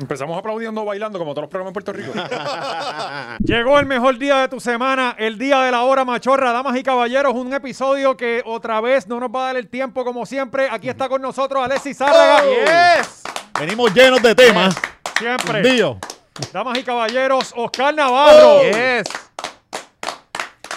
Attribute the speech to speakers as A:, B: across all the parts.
A: Empezamos aplaudiendo, bailando, como todos los programas en Puerto Rico.
B: Llegó el mejor día de tu semana, el día de la hora machorra, damas y caballeros, un episodio que otra vez no nos va a dar el tiempo como siempre. Aquí está con nosotros Alexis Zárraga. Yes.
C: Venimos llenos de temas.
B: Siempre.
C: Hundido.
B: Damas y caballeros, Oscar
C: Oh.
B: Navarro.
D: Yes.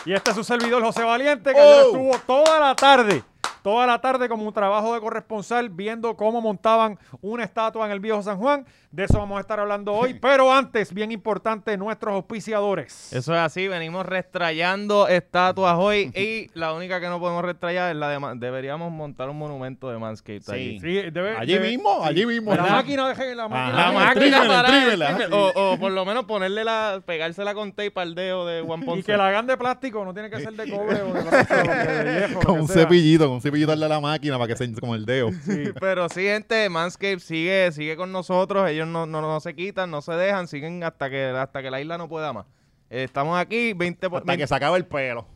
B: Y este es su servidor José Valiente, que ayer
C: Oh.
B: estuvo toda la tarde, toda la tarde como un trabajo de corresponsal, viendo cómo montaban una estatua en el viejo San Juan. De eso vamos a estar hablando hoy. Pero antes, bien importante, nuestros auspiciadores.
D: Eso es así, venimos restrayando estatuas hoy y la única que no podemos restrayar es la de Ma- deberíamos montar un monumento de Manscaped
C: Sí.
D: allí.
B: Sí, debe-
C: Allí
B: debe-
C: mismo, allí mismo.
B: La máquina, deje la máquina.
C: Ajá.
D: La
C: Ah,
D: máquina
C: entrívela,
D: para-
C: entrívela.
D: o, o por lo menos ponerle la pegársela con tape al dedo de Juan
B: Y
D: Ponce.
B: que la hagan de plástico, no tiene que ser de cobre o de, plástico, de viejo, lo
C: Con
B: que
C: un
B: sea. Pues,
C: cepillito, con un cepillito darle a la máquina para que se con el dedo.
D: Sí, pero sí, gente, Manscaped sigue, sigue con nosotros. Ellos no, no, no se quitan, no se dejan, siguen hasta que, hasta que la isla no pueda más. Eh, estamos aquí, 20, por-
C: Hasta que se acaba el pelo.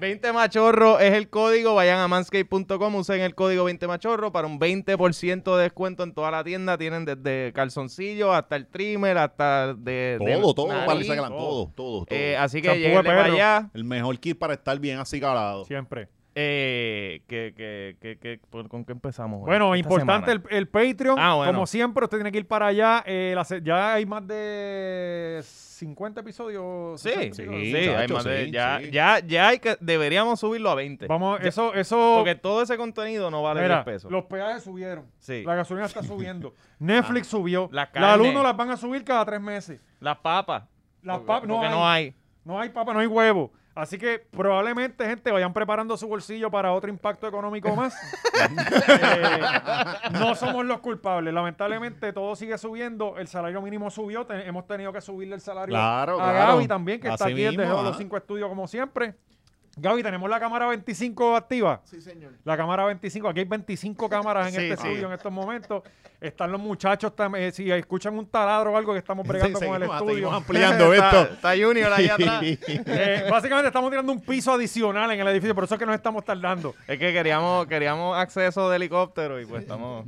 D: 20 machorro es el código. Vayan a manscape.com, usen el código 20 machorro para un 20% de descuento en toda la tienda. Tienen desde calzoncillos hasta el trimmer, hasta de. de
C: Todo, todo.
D: nariz.
C: Para que se acalan, todo, todo, todo.
D: Eh, así que
B: Champú de
D: lleguen para
B: perro.
D: allá.
C: el mejor kit para estar bien así
B: Siempre.
D: Eh, que, que, que, que- por- ¿Con qué empezamos? hoy?
B: Bueno,
D: Esta
B: importante el,
D: semana.
B: el Patreon.
D: Ah, bueno.
B: Como siempre, usted tiene que ir para allá. Eh, la se- ya hay más de 50 episodios.
D: Sí,
B: 60
D: sí,
B: episodios.
D: sí, hay
C: chacho,
D: más de-
C: sí,
D: ya,
C: sí.
D: ya, ya hay que, deberíamos subirlo a 20.
B: Vamos,
D: Ya-
B: eso, eso.
D: Porque todo ese contenido no vale
B: mira,
D: 10 pesos.
B: los peajes subieron.
D: Sí. Ah,
B: La gasolina está subiendo. Netflix subió.
D: La
B: la luz
D: carne.
B: no las van a subir cada tres meses.
D: Las papas.
B: Las
D: Porque-
B: papas no
D: porque
B: hay.
D: no hay.
B: No hay papa, no hay huevo. Así que probablemente, gente, vayan preparando su bolsillo para otro impacto económico más. Eh, no somos los culpables. Lamentablemente, todo sigue subiendo. El salario mínimo subió. Te- hemos tenido que subirle el salario
C: Claro,
B: a
C: claro.
B: Gaby también, que está
C: Así
B: aquí desde
C: mismo,
B: los
C: ah.
B: cinco estudios, como siempre. Gaby, tenemos la cámara 25 activa. Sí, señor. La cámara 25. Aquí hay 25 cámaras en
D: Sí,
B: este
D: sí.
B: estudio en estos momentos. Están los muchachos. tam- eh, si escuchan un taladro o algo que estamos bregando con el estudio.
C: ampliando
D: Está-
C: esto.
D: Está Junior allá atrás.
B: Eh, básicamente estamos tirando un piso adicional en el edificio, por eso es que nos estamos tardando.
D: Es que queríamos, queríamos acceso de helicóptero y pues estamos.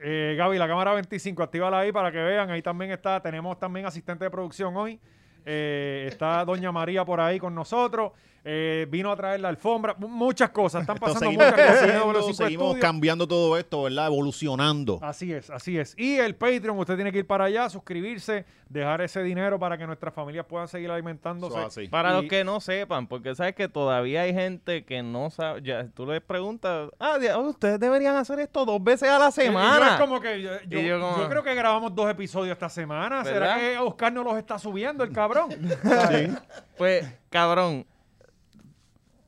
B: Eh, Gaby, la cámara 25, actívala ahí para que vean. Ahí también está, tenemos también asistente de producción hoy. Eh, está Doña María por ahí con nosotros. Eh, vino a traer la alfombra. mu- Muchas cosas, están
C: Entonces,
B: pasando
C: seguimos
B: muchas cosas. en
C: creciendo,
B: W5
C: seguimos
B: Studios.
C: cambiando todo esto, ¿verdad? Evolucionando.
B: Así es, así es. Y el Patreon, usted tiene que ir para allá, suscribirse, dejar ese dinero para que nuestras familias puedan seguir alimentándose.
C: Eso así.
D: Para
B: Y-
D: los que no sepan, porque sabes que todavía hay gente que no sabe. ya, tú les preguntas, ah, ya, oh, ustedes deberían hacer esto dos veces a
B: Y
D: la
B: Eh, yo es
D: semana.
B: como que yo, yo-
D: Y yo como-
B: yo creo que grabamos dos episodios esta semana. ¿Será
D: ¿Verdad?
B: que Oscar no los está subiendo, el cabrón?
D: Pues, cabrón.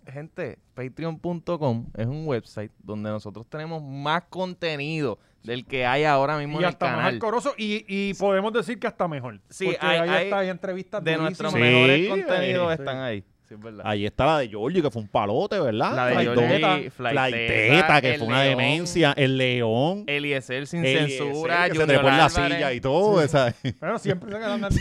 D: Gente, patreon.com es un website donde nosotros tenemos más contenido del que hay ahora mismo
B: y
D: en el
B: hasta más
D: canal.
B: alcoroso. Y, y podemos decir que hasta mejor.
D: Sí,
B: porque
D: hay-
B: ahí
D: hay-
B: está, hay entrevistas
D: De
B: durísimas.
D: nuestros
C: Sí,
D: mejores
C: eh,
D: contenidos
B: sí.
D: están ahí. Sí, es verdad.
C: Ahí está la de Giorgi, que fue un palote, ¿verdad?
D: La de
C: Las
B: Flaiteta.
C: dos.
D: Jordi,
C: Flaiteta, que
D: el
C: fue una
D: León,
C: demencia. El León.
D: Eliezer sin
C: Eliezer,
D: censura.
C: que se
D: Junior
C: trepó en la
D: Álvarez.
C: silla y todo. esa-
B: Pero siempre se quedan
C: Sí,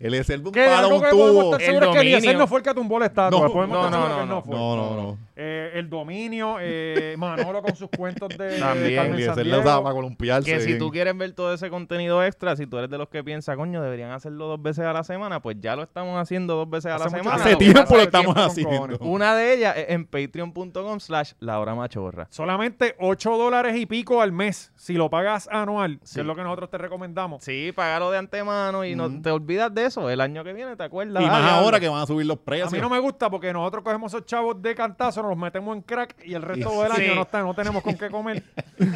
C: Él es el de un
B: Que
C: palo,
B: algo
C: un
B: que podemos
C: tubo.
B: estar
D: El
B: seguros es que
D: dominio.
B: Eliezer no fue el que tumbó la estatua.
C: No,
B: Podemos
D: no,
B: estar
D: no,
B: seguros que
D: no,
B: fue.
C: No, no, no.
B: Eh, el dominio, eh, Manolo con sus cuentos de
D: También,
B: Carmen
C: Eliezer le
B: Sandiego.
C: usaba para columpiarse.
D: Que si
C: bien.
D: tú quieres ver todo ese contenido extra, si tú eres de los que piensa, coño, deberían hacerlo dos veces a la semana, pues ya lo estamos haciendo dos veces a
B: Hace
D: la
B: mucho
D: semana.
C: Hace
B: Hace
C: tiempo lo
B: tiempo
C: estamos
B: con
C: haciendo.
B: cojones.
D: Una de ellas es en patreon.com slash la hora machorra.
B: Solamente 8 dólares y pico al mes. Si lo pagas anual,
D: Sí.
B: que es lo que nosotros te recomendamos.
D: Sí, pagalo de antemano y no te olvidas de eso. El año que viene te acuerdas.
C: Y
D: Ah,
C: más
D: diablo.
C: ahora que van a subir los
B: A
C: precios.
B: mí no me gusta porque nosotros cogemos esos chavos de cantazo, nos los metemos en crack y el resto del
D: Sí.
B: año no, está- no tenemos con qué comer.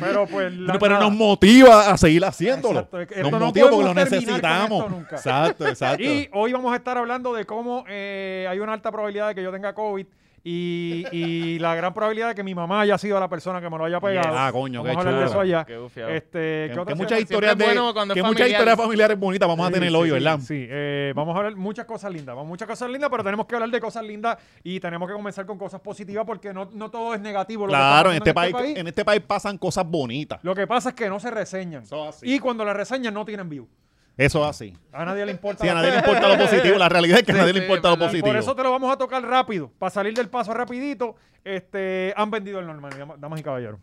B: Pero pues. la-
C: No, pero
B: nada.
C: nos motiva a seguir haciéndolo.
B: Exacto, es que
C: nos
B: esto no
C: motiva porque lo
B: podemos terminar con
C: necesitamos.
B: esto nunca.
C: Exacto, exacto.
B: Y hoy vamos a estar hablando de cómo eh, hay una alta probabilidad de que yo tenga COVID y, y la gran probabilidad de que mi mamá haya sido la persona que me lo haya pegado.
C: Ah, coño,
B: vamos
C: qué
B: a hablar de
C: chulo.
B: eso allá.
D: Qué bufiado.
B: Este,
C: que
B: ¿qué otra
C: muchas
B: cosa?
C: historias
D: Siempre
C: de
D: es bueno cuando es
C: que muchas
D: familiar.
C: historias familiares bonitas vamos a tener
B: Sí,
C: hoy,
B: sí,
C: ¿verdad?
B: Sí, sí. Eh, vamos a hablar muchas cosas lindas, vamos muchas cosas lindas, pero tenemos que hablar de cosas lindas y tenemos que comenzar con cosas positivas porque no, no todo es negativo. lo que
C: Claro, en
B: está
C: este,
B: pasando
C: país, en este país pasan cosas bonitas.
B: Lo que pasa es que no se reseñan.
C: Eso así.
B: Y cuando las reseñan no tienen view.
C: Eso es así.
B: A nadie le importa.
C: Si a
B: la-
C: nadie le importa lo positivo, la realidad es que a
D: Sí,
C: nadie le
D: sí,
C: importa lo
D: verdad.
C: positivo.
B: Por eso te lo vamos a tocar rápido, para salir del paso rapidito. Este, han vendido el normal, damas y caballeros.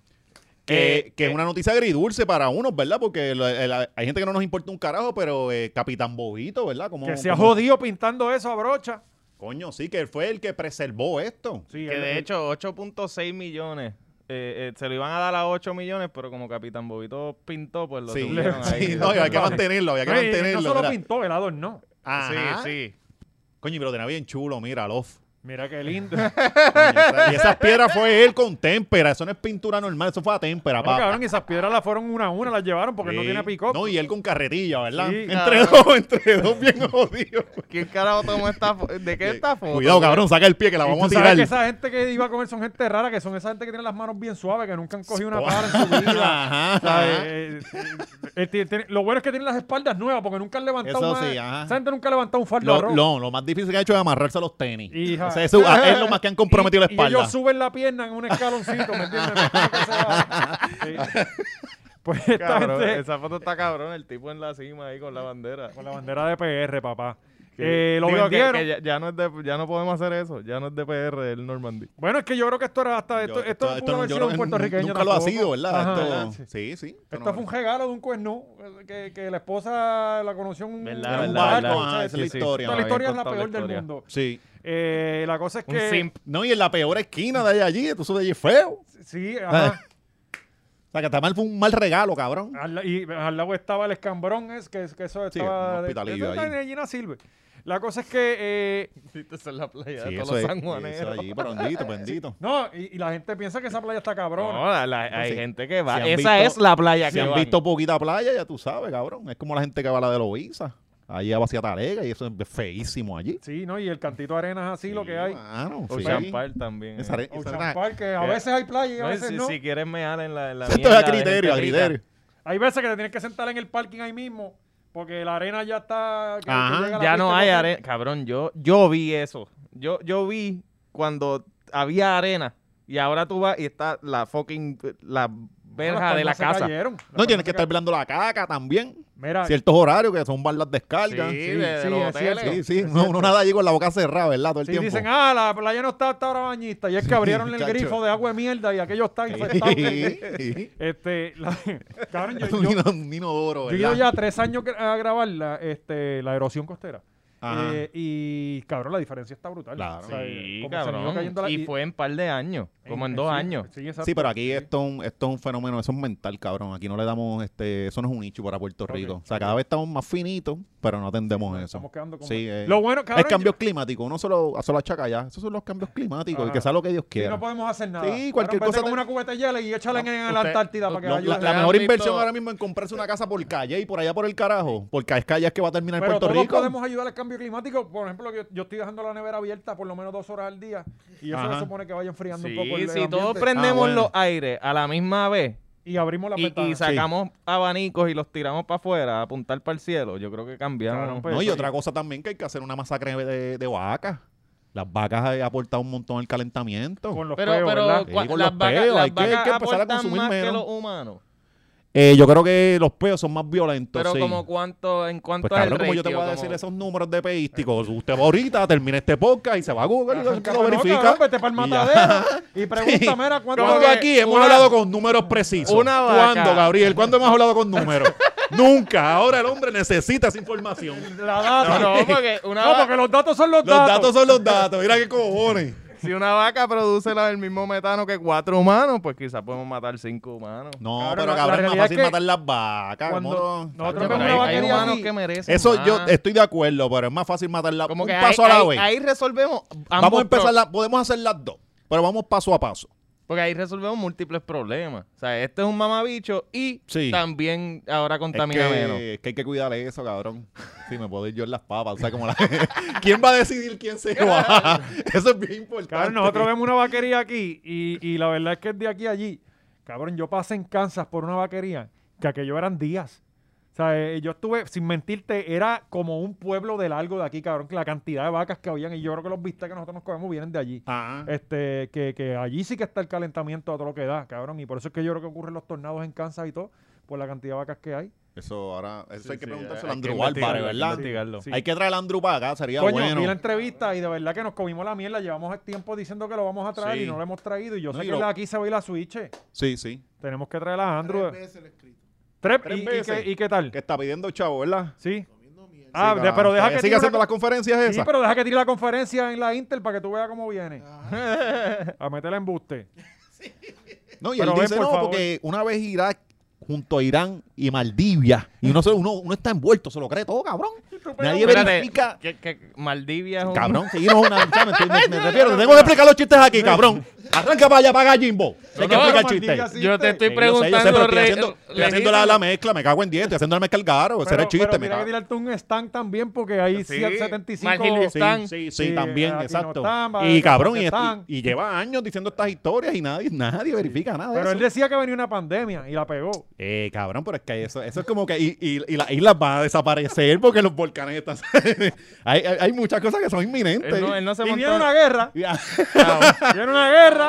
C: Que,
D: Eh,
C: que
D: eh.
C: es una noticia agridulce para unos, ¿verdad? Porque lo- el- la- hay gente que no nos importa un carajo, pero eh, Capitán Bobito, ¿verdad? Como,
B: Que se ha
C: como-
B: jodido pintando eso a brocha.
C: Coño, sí, que fue el que preservó esto.
B: Sí,
D: Que
B: él-
D: de
B: él-
D: hecho 8.6 millones. eh, eh, se lo iban a dar a 8 millones, pero como Capitán Bobito pintó, pues lo
C: Sí,
D: tuvieron ahí.
C: sí, no, había que mantenerlo, había que
B: No, y- y
C: mantenerlo.
B: no solo
C: ¿verdad?
B: pintó, el adornó.
C: Ajá.
D: Sí, sí.
C: Coño, pero tenía bien chulo, mira, Lof.
B: Mira qué lindo. Ah,
C: Coño, esa- y esas piedras fue él con témpera. Eso no es pintura normal, eso fue a témpera,
B: No,
C: papá.
B: pues, cabrón, y esas piedras las fueron una a una, las llevaron porque no
C: Sí.
B: tiene pick-up.
C: No, y él con carretilla, ¿verdad?
B: Sí,
C: entre
D: cabrón.
C: dos, entre dos, bien jodido.
D: ¿Quién carajo tomó esta foto? ¿De qué esta foto?
C: Cuidado, cabrón, saca el pie que la
B: Y
C: vamos a
B: tú sabes
C: tirar.
B: que esa gente que iba a comer son gente rara, que son esa gente que tiene las manos bien suaves, que nunca han cogido una pala en su vida.
C: Ajá,
B: ¿Sabes?
C: ajá.
B: Eh, eh, tiene- tiene- lo bueno es que tienen las espaldas nuevas porque nunca han levantado
C: Eso
B: una-
C: sí, ajá.
B: Esa gente nunca ha levantado un fardo de
C: Lo,
B: arroz.
C: lo- lo más difícil que ha hecho es amarrarse a los tenis.
B: Hija.
C: O sea, eso ah, es lo más que han comprometido la
B: Y-
C: espalda.
B: Y ellos suben la pierna en un escaloncito, ¿me entiendes? No es como que se va- Sí. Pues esta
D: Cabrón,
B: gente-
D: esa foto está cabrón, el tipo en la cima ahí con la bandera.
B: Con la bandera de PR, papá. Eh, lo
D: Digo que-
B: vendieron.
D: que ya, ya no es de- ya no podemos hacer eso, ya no es de PR el Normandy.
B: Bueno, es que yo creo que esto era hasta.
C: Yo-
B: Esto, esto, no
C: esto-
B: pudo haber
C: yo
B: sido
C: creo
B: un
C: que
B: puertorriqueño.
C: Nunca lo ha
B: tampoco.
C: sido, ¿verdad?
B: Ajá,
C: Esto-
B: ¿verdad? Sí.
C: sí, sí. esto
B: Esto
C: no-
B: fue un regalo de un cuerno eh, que, que la esposa la conoció en un,
D: ¿Verdad,
B: en un
D: verdad,
B: barco.
D: verdad?
B: o sea,
C: Ajá, esa es la
B: sí, sí.
C: historia.
B: Esta
D: Me
B: la historia es
D: habían
B: la
D: contado
B: peor
D: la
B: del
D: historia.
B: mundo.
C: Sí.
B: Eh, la cosa es
D: Un
B: que.
D: simp.
C: No, y en la peor esquina de allí, tú subes allí feo.
B: Sí,
C: Eh.
B: ajá.
C: O sea, que hasta mal fue un mal regalo, cabrón.
B: Al la- y al lado estaba el escambrón, es que, que eso
C: Sí,
B: estaba.
C: un
B: de-
C: hospitalillo
B: eso
C: ahí.
B: de Gina Silver. La cosa es que. eh,
D: Viste, esa es la playa
C: Sí,
D: de todos
C: eso
D: los
C: es- eso
D: sanjuaneros.
C: allí, pero bendito, bendito.
B: no, y, y la gente piensa que esa playa está cabrona.
D: No, la- la- hay
C: Sí.
D: gente que va.
C: Si han
D: esa
C: visto-
D: es la playa
C: Si
D: que
C: han
D: van.
C: visto poquita playa, ya tú sabes, cabrón. Es como la gente que va a la de Loiza. Allí a Vacía Talega y eso es feísimo allí.
B: Sí, ¿no? Y el cantito de arenas así, lo que hay.
C: Mano, sí.
D: Ocean Park también.
C: Esa are- esa
B: Ocean
C: arena-
B: Park, que a
D: que-
B: veces hay playa y a
D: No, y
B: veces
D: si,
B: no.
D: si quieres mear en la, en la
C: Esto es a
D: mierda de
C: criterio, a
D: gente rica.
C: criterio.
B: Hay veces que te tienes que sentar en el parking ahí mismo porque la arena ya está. que- que
C: Ajá.
B: llega a la
D: Ya no
B: pista
D: hay
B: y
D: arena. Cabrón, yo, yo vi eso. Yo, yo vi cuando había arena y ahora tú vas y está la fucking, la
B: Bueno, las
D: verja de la
B: palmas se
D: casa.
B: cayeron. Las
C: No,
B: palmas
C: tienes que
B: se
C: estar velando la caca también.
B: ca- Mira,
C: Ciertos horarios que son barras descargas.
D: Sí,
C: Sí,
D: de- de
B: sí,
D: los
B: es cierto.
D: hoteles.
C: sí. No, uno nada allí con la boca cerrada, ¿verdad? Todo el
B: si
C: tiempo.
B: dicen, ah, la playa no está hasta ahora bañista. Y es que abrieron el
C: chacho.
B: grifo de agua de mierda y aquello está infectado.
C: Sí,
B: este, la- cabrón, yo,
C: sí. un
B: yo-
C: ino- un inodoro,
B: yo he ido
C: ¿verdad?
B: ya tres años gra- a grabar la, este, la erosión costera.
C: Ajá.
B: Eh, y cabrón, la diferencia está brutal. eh,
C: Claro.
D: Sí,
B: como se han ido
D: cabrón.
B: cayendo la-
D: Y fue en par de años, como en
B: eh,
D: dos
B: sí,
D: años.
B: Sí, exacto.
C: Sí, pero aquí esto, es un- esto es un fenómeno, eso es mental, cabrón. Aquí no le damos, este, eso no es un nicho para Puerto Rico. O sea, cada vez estamos más finitos, pero no atendemos eso.
B: Estamos quedando como.
C: Sí, eh,
B: Lo bueno, cabrón.
C: es cambios climáticos, uno solo, solo achaca ya. Esos son los cambios climáticos,
B: Ajá.
C: y que sea lo que Dios
B: yo- sí,
C: quiera.
B: no podemos hacer nada.
C: Sí, cualquier
B: Cabrón, vete
C: cosa
B: con
C: te-
B: una cubeta de hielo y échale en, en la
D: usted-
B: Antártida para que
C: Lo- la,
B: ayude.
C: la
D: ¿Han
C: mejor
D: visto-
C: inversión ahora mismo es comprarse una casa por calle y por allá por el carajo. Porque es calle es que va a terminar en
B: Pero
C: Puerto
B: todos
C: Rico.
B: podemos ayudar al cambio climático. Por ejemplo, yo, yo estoy dejando la nevera abierta por lo menos dos horas al día y eso
C: Ajá.
B: se supone que vaya enfriando
D: Sí,
B: un poco el
D: si
B: ambiente.
D: todos prendemos
C: Ah, bueno.
D: los aires a la misma vez
B: y abrimos la
D: y- y,
B: ventana.
D: sacamos abanicos y los tiramos para afuera a apuntar para el cielo, yo creo que cambiamos.
B: Cabrón, pues,
C: No, y
B: sí.
C: otra cosa también que hay que hacer una masacre de, de vacas. Las vacas eh, aportan un montón al calentamiento.
B: con los
D: pero,
B: peos,
D: pero
B: ¿verdad?
C: Sí,
D: cua-
C: con
D: las
C: los
D: vacas,
C: peos,
D: las
C: hay que- hay
D: vacas
C: que empezar a
D: aportan
C: consumir
D: más que
C: menos.
D: los humanos.
C: Eh, yo creo que los peos son más violentos.
D: Pero
C: sí.
D: como cuánto, en cuanto
C: Pues cabrón,
D: al
C: como yo te
D: ratio,
C: voy a
D: como-
C: decir esos números de peísticos. Usted va ahorita, termina este podcast y se va a Google y lo,
B: Arranca,
C: lo
B: no,
C: verifica.
B: cabrón, vete para el
C: Y ya.
B: matadero y pregunta, mira, ¿cuánto
C: Porque
D: que-
C: aquí hemos
D: una-
C: hablado con números precisos.
D: una vaca.
C: ¿Cuándo, Gabriel? ¿Cuándo hemos hablado con números? Nunca. Ahora el hombre necesita esa información.
B: la data?
D: No, porque una
B: No,
D: vaca-
B: porque los datos son los,
C: Los datos son los datos. Mira qué cojones.
D: Si una vaca produce la- el mismo metano que cuatro humanos, pues quizás podemos matar cinco humanos.
C: No,
B: Cabrón,
C: pero
B: la- la
C: cabrón, es
B: realidad
C: más
B: es
C: fácil
B: que
C: matar las vacas.
B: cuando
C: mono.
B: nosotros vemos
C: Cabrón, pero
B: una
C: hay-
B: vaca-
C: hay-
B: vaquería aquí.
D: merecen.
C: Eso
D: más.
C: yo estoy de acuerdo, pero es más fácil matarlas
D: Como
C: un
D: que
C: paso
D: ahí,
C: a la
D: ahí-
C: vez.
D: ahí resolvemos. ambos
C: Vamos a empezar,
D: pro-
C: la- podemos hacer las dos, pero vamos paso a paso.
D: Porque ahí resolvemos múltiples problemas. O sea, este es un mamabicho y
C: Sí.
D: también ahora
C: Es
D: contamina
C: que,
D: menos.
C: es que hay que cuidar eso, cabrón. Si me puedo ir yo en las papas. O sea, como la... ¿Quién va a decidir quién se va? Eso es bien importante.
B: Cabrón, nosotros vemos una vaquería aquí y, y la verdad es que es de aquí a allí. Cabrón, yo pasé en Kansas por una vaquería que aquello eran días. O sea, eh, yo estuve, sin mentirte, era como un pueblo de largo de aquí, cabrón, que la cantidad de vacas que habían y yo creo que los vistas que nosotros nos comemos vienen de allí.
C: Ah,
B: Este, que, que allí sí que está el calentamiento a todo lo que da, cabrón. Y por eso es que yo creo que ocurren los tornados en Kansas y todo, por la cantidad de vacas que hay.
C: Eso ahora, eso hay que
D: sí,
C: preguntárselo a
D: hay que
C: Andrew
D: investigarlo,
C: Álvarez,
D: hay que
C: ¿verdad?
D: investigarlo.
B: Sí.
C: Hay que traer a Andrew para acá, sería
B: Coño,
C: bueno.
B: vi la entrevista y de verdad que nos comimos la mierda. Llevamos tiempo diciendo que lo vamos a traer
C: Sí.
B: y no lo hemos traído. Y yo
C: No,
B: sé
C: y
B: que
C: lo-
B: la- aquí se va a ir la Switch.
C: Sí, sí.
B: Tenemos que traer a Andrew.
E: Tres veces lo he escrito.
B: Tres,
C: Tres
B: y- y,
C: veces.
B: qué, y qué tal?
C: Que está pidiendo chavo, ¿verdad?
B: Sí.
E: Comiendo mierda.
B: Ah,
C: Sí, Eh,
B: de- pero deja que
C: sigue
B: tire
C: haciendo
B: una-
C: las conferencias
B: Sí,
C: esas.
B: pero deja que tire la conferencia en la Intel para que tú veas cómo viene.
E: Ajá.
B: A meterla en buste.
C: No, y
B: Pero
C: él
B: ven,
C: dice
B: por
C: no,
B: favor".
C: porque una vez Irak junto a Irán y Maldivia, y uno, se- uno, uno está envuelto, se lo cree todo, cabrón. Nadie verifica.
D: Espérate, que, que Maldivia es un...
C: Cabrón, sí, no, una, ¿sabes? Estoy- me, me refiero, te tengo que explicar los chistes aquí, cabrón. Arranca para allá, para allá, Jimbo. Hay que
D: no,
C: explicar
B: Maldivia,
C: chistes.
B: sí.
D: Yo te estoy
C: Sí, yo sé, yo sé,
D: preguntando...
C: pero estoy
D: re- eh,
C: haciendo, estoy
D: legítimo.
C: haciendo la, la mezcla, me cago en dientes, estoy haciendo la mezcla al garo, ese era el Pues chiste, me
B: tiene que
C: cago.
B: tirarte un stand también porque hay
D: Sí,
B: 175.
D: Marginal. Están-
C: sí, sí,
B: sí,
C: también,
B: aquí no
C: exacto.
B: están, va,
C: y cabrón, y,
B: están.
C: y- y lleva años diciendo estas historias y nadie, nadie verifica nada de
B: Pero
C: eso.
B: él decía que venía una pandemia y la pegó.
C: Eh, cabrón, pero es que eso, eso es como que. Y, y- y las islas van a desaparecer porque los volcanes están. hay, hay, hay muchas cosas que son inminentes. ah,
D: Él no, él no se
B: Y
D: montó...
B: viene una guerra.
C: Ya.
B: Viene una guerra.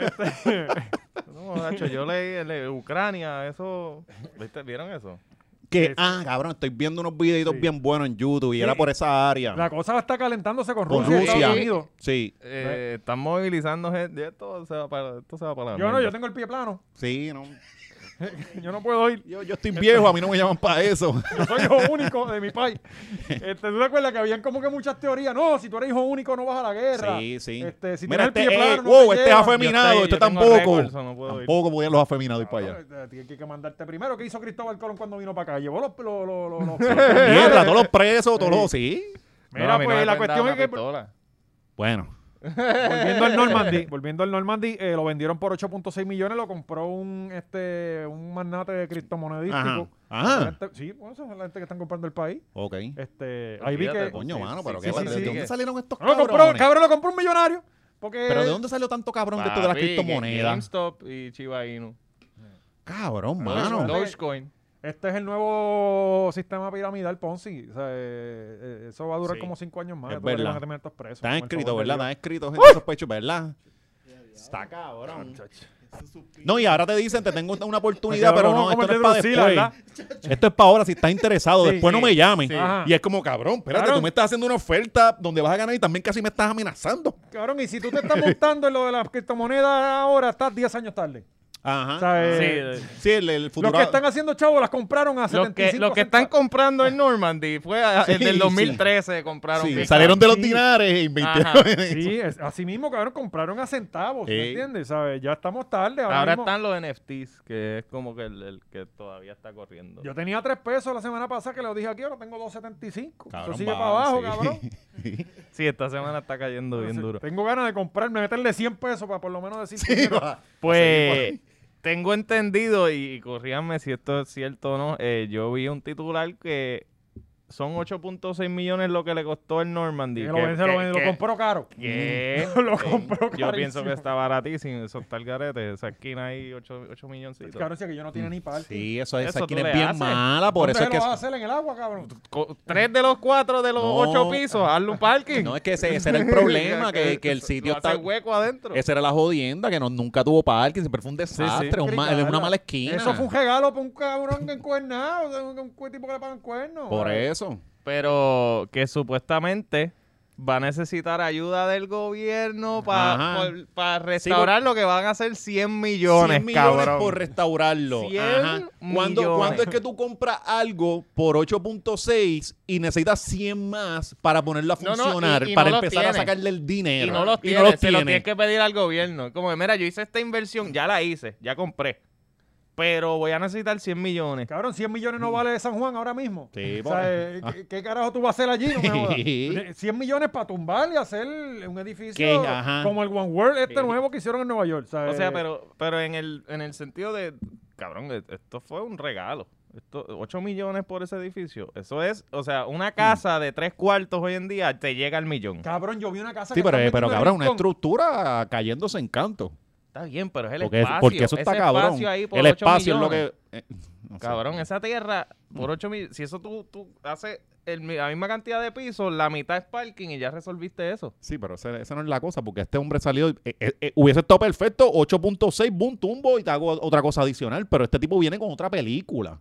B: Este,
D: No, Nacho, yo leí leí Ucrania, eso... ¿Viste? ¿Vieron eso?
C: que, ah, cabrón, estoy viendo unos videitos
B: Sí.
C: bien buenos en YouTube y era por esa área.
B: la cosa está calentándose con
C: con
B: Rusia. y
C: Rusia.
B: Estados Unidos.
C: Sí,
D: Eh, Están movilizando gente. Esto se va para, esto se va para la
B: Yo no,
D: mierda.
B: yo tengo el pie plano.
C: sí, no.
B: Yo no puedo ir.
C: Yo, yo estoy viejo, a mí no me llaman para eso.
B: Yo soy hijo único de mi país. Este, ¿Tú te acuerdas que habían como que muchas teorías? No, si tú eres hijo único no vas a la guerra.
C: Sí, sí.
B: Este, si
C: Mira,
B: tienes
C: este,
B: el pie
C: eh,
B: plano, no
C: wow,
B: te
C: este es
B: llevan.
C: afeminado,
D: Yo estoy-
C: este
D: yo tengo
C: tampoco.
D: récords, no puedo ir.
C: tampoco podían los afeminados ir para allá.
B: Eh, Tienes que mandarte primero. ¿Qué hizo Cristóbal Colón cuando vino para acá? Llevó los... los, los- los- los-
C: Mierda, todos los presos, todos los. Sí.
D: No,
B: Mira,
D: a mí no
B: pues la
D: me pueden dar
B: cuestión
D: una
B: es que...
D: pistola.
C: Bueno.
B: Volviendo al Normandy, volviendo al Normandy, eh, lo vendieron por 8.6 millones, lo compró un este un magnate de criptomonedístico.
C: Ajá, Ah. ajá.
B: La gente- sí, bueno, esa es la gente que están comprando el país.
C: Ok.
B: Este, ahí vi
D: Olvídate,
B: que
C: Coño,
D: Sí,
C: mano,
D: sí,
C: pero
D: sí,
C: qué
D: sí,
C: ¿De
D: sí,
C: dónde
D: que-
C: salieron estos
B: No, lo compró,
C: cabrones?
B: cabrón, eh, lo compró un millonario. Porque
C: Pero ¿de dónde salió tanto cabrón de esto de las
D: Papi, que
C: criptomonedas?
D: GameStop y Chiba Inu.
C: Cabrón,
B: Bueno.
C: mano.
D: Dogecoin.
B: Este es el nuevo sistema piramidal Ponzi. O sea, eh, eh, eso va a durar
C: Sí.
B: como cinco años más.
C: Es
B: Tú verás que
C: verdad.
B: van a terminar todos presos,
C: Están
B: por el
C: escritos,
B: favor de
C: ¿verdad?
B: Dios.
C: Están escritos gente sospechosos, ¿verdad? Está cabrón.
E: Ese es su
C: No, y ahora te dicen, te tengo una oportunidad,
B: Me quedo
C: pero no,
B: como
C: esto no es
B: Pedro
C: para
B: Sila,
C: después.
B: ¿verdad?
C: Esto es para ahora, si estás interesado,
B: Sí,
C: después no
D: sí,
C: me llamen.
D: sí.
B: Ajá.
C: Y es como, cabrón, espérate,
B: Cabrón.
C: tú me estás haciendo una oferta donde vas a ganar y también casi me estás amenazando.
B: Cabrón, y si tú te estás montando en lo de las criptomonedas ahora, estás 10 años tarde. O
C: Ajá.
B: sea, eh,
D: Sí,
C: Sí, el, el futuro.
B: Los que están haciendo chavo las compraron a
D: Los
B: 75
D: que, los que están comprando en Normandy fue a-
C: Sí,
D: el del
C: sí.
D: 2013 compraron.
C: Sí,
D: Bitcoin.
C: salieron de los
B: Sí.
C: dinares e invirtieron
D: Ajá.
C: en eso.
B: Sí, es- así mismo, cabrón, compraron a centavos, ¿me
C: Ey.
B: entiendes? ¿Sabes? Ya estamos tarde. Ahora,
D: Ahora
B: mismo-
D: están los NFTs, que es como que el, el que todavía está corriendo.
B: Yo tenía 3 pesos la semana pasada que lo dije aquí, ahora tengo 2.75. Eso
C: Cabrón,
B: sigue para
C: va,
B: abajo,
C: sí.
B: cabrón.
D: Sí, esta semana está cayendo bien duro.
B: Tengo ganas de comprarme, meterle 100 pesos para por lo menos decir...
C: Sí, va.
D: Pues tengo entendido, y, y corríjanme si esto es cierto o no, eh, yo vi un titular que son 8.6 millones lo que le costó el Normandy.
B: lo,
D: que-
B: ven- se lo
D: que-
B: ven- lo
D: que-
B: compró caro.
D: ¿Qué?
B: Mm. Lo
D: Sí.
B: compró
D: Yo pienso
B: carísimo.
D: que está baratísimo. Eso está el garete. Esa esquina ahí, 8, milloncitos.
B: Cabrón, si que yo no tiene ni parte.
C: Sí, eso, esa
D: Eso tú
C: esquina
D: le
C: es bien
D: haces.
C: mala, por eso es que.
B: lo vas a hacer en el agua, cabrón?
D: Co- Tres de los cuatro de los
C: No.
D: ocho pisos. Hazle un parking.
C: No, es que ese, ese era el problema, que, que el sitio
D: Lo hace
C: está...
D: hueco adentro.
C: Esa era la jodienda, que no, nunca tuvo parking, siempre fue un desastre, un ma-
B: Cricarla.
C: una mala esquina.
B: Eso fue un regalo para un cabrón encuernado, o sea, un, un tipo que le pagan cuernos.
C: Por eso.
D: Pero que supuestamente va a necesitar ayuda del gobierno para
C: Ajá.
D: restaurar lo que van a ser 100 millones,
C: 100 millones
D: cabrón.
C: por restaurarlo.
D: 100
C: Ajá.
D: millones.
C: ¿Cuándo, cuándo es que tú compras algo por 8.6 y necesitas 100 más para ponerlo a
D: No, no, y-
C: funcionar,
D: y no
C: para
D: los
C: empezar a
D: tiene.
C: sacarle el dinero?
D: y no los tienes, se los tienes que pedir al gobierno. Como que, mira, yo hice esta inversión, ya la hice, ya compré. Pero voy a necesitar 100 millones.
B: Cabrón, 100 millones no vale San Juan ahora mismo.
C: Mm. Sí,
B: O sea,
C: por-
B: eh,
C: ah.
B: ¿qué, qué carajo tú vas a hacer allí? No me jodas.
C: Sí.
B: De- 100 millones para tumbar y hacer un edificio
C: Que, ajá.
B: como el One World este
D: Sí.
B: nuevo que hicieron en Nueva York. ¿sabes?
D: O sea, pero, pero en, el, en el sentido de, cabrón, e- esto fue un regalo. Esto, 8 millones por ese edificio. Eso es, o sea, una casa de tres cuartos hoy en día te llega al millón.
B: Cabrón, yo vi una casa
C: Sí,
B: que
C: pero, eh,
B: están
C: pero
B: metiendo en
C: cabrón, una
B: Rincón.
C: estructura cayéndose en canto.
D: Está bien, pero es el
C: Porque, es-
D: espacio.
C: porque eso está
D: ese
C: cabrón.
D: espacio ahí por
C: el
D: 8
C: espacio es lo
D: millones.
C: que. eh, no sé.
D: Cabrón, esa tierra por 8 millones. Si eso tú, tú haces el mi- la misma cantidad de pisos, la mitad es parking y ya resolviste eso.
C: Sí, pero ese- esa no es la cosa, porque este hombre salió, eh, eh, eh, hubiese estado perfecto, 8.6, boom, tumbo, y te hago otra cosa adicional, pero este tipo viene con otra película.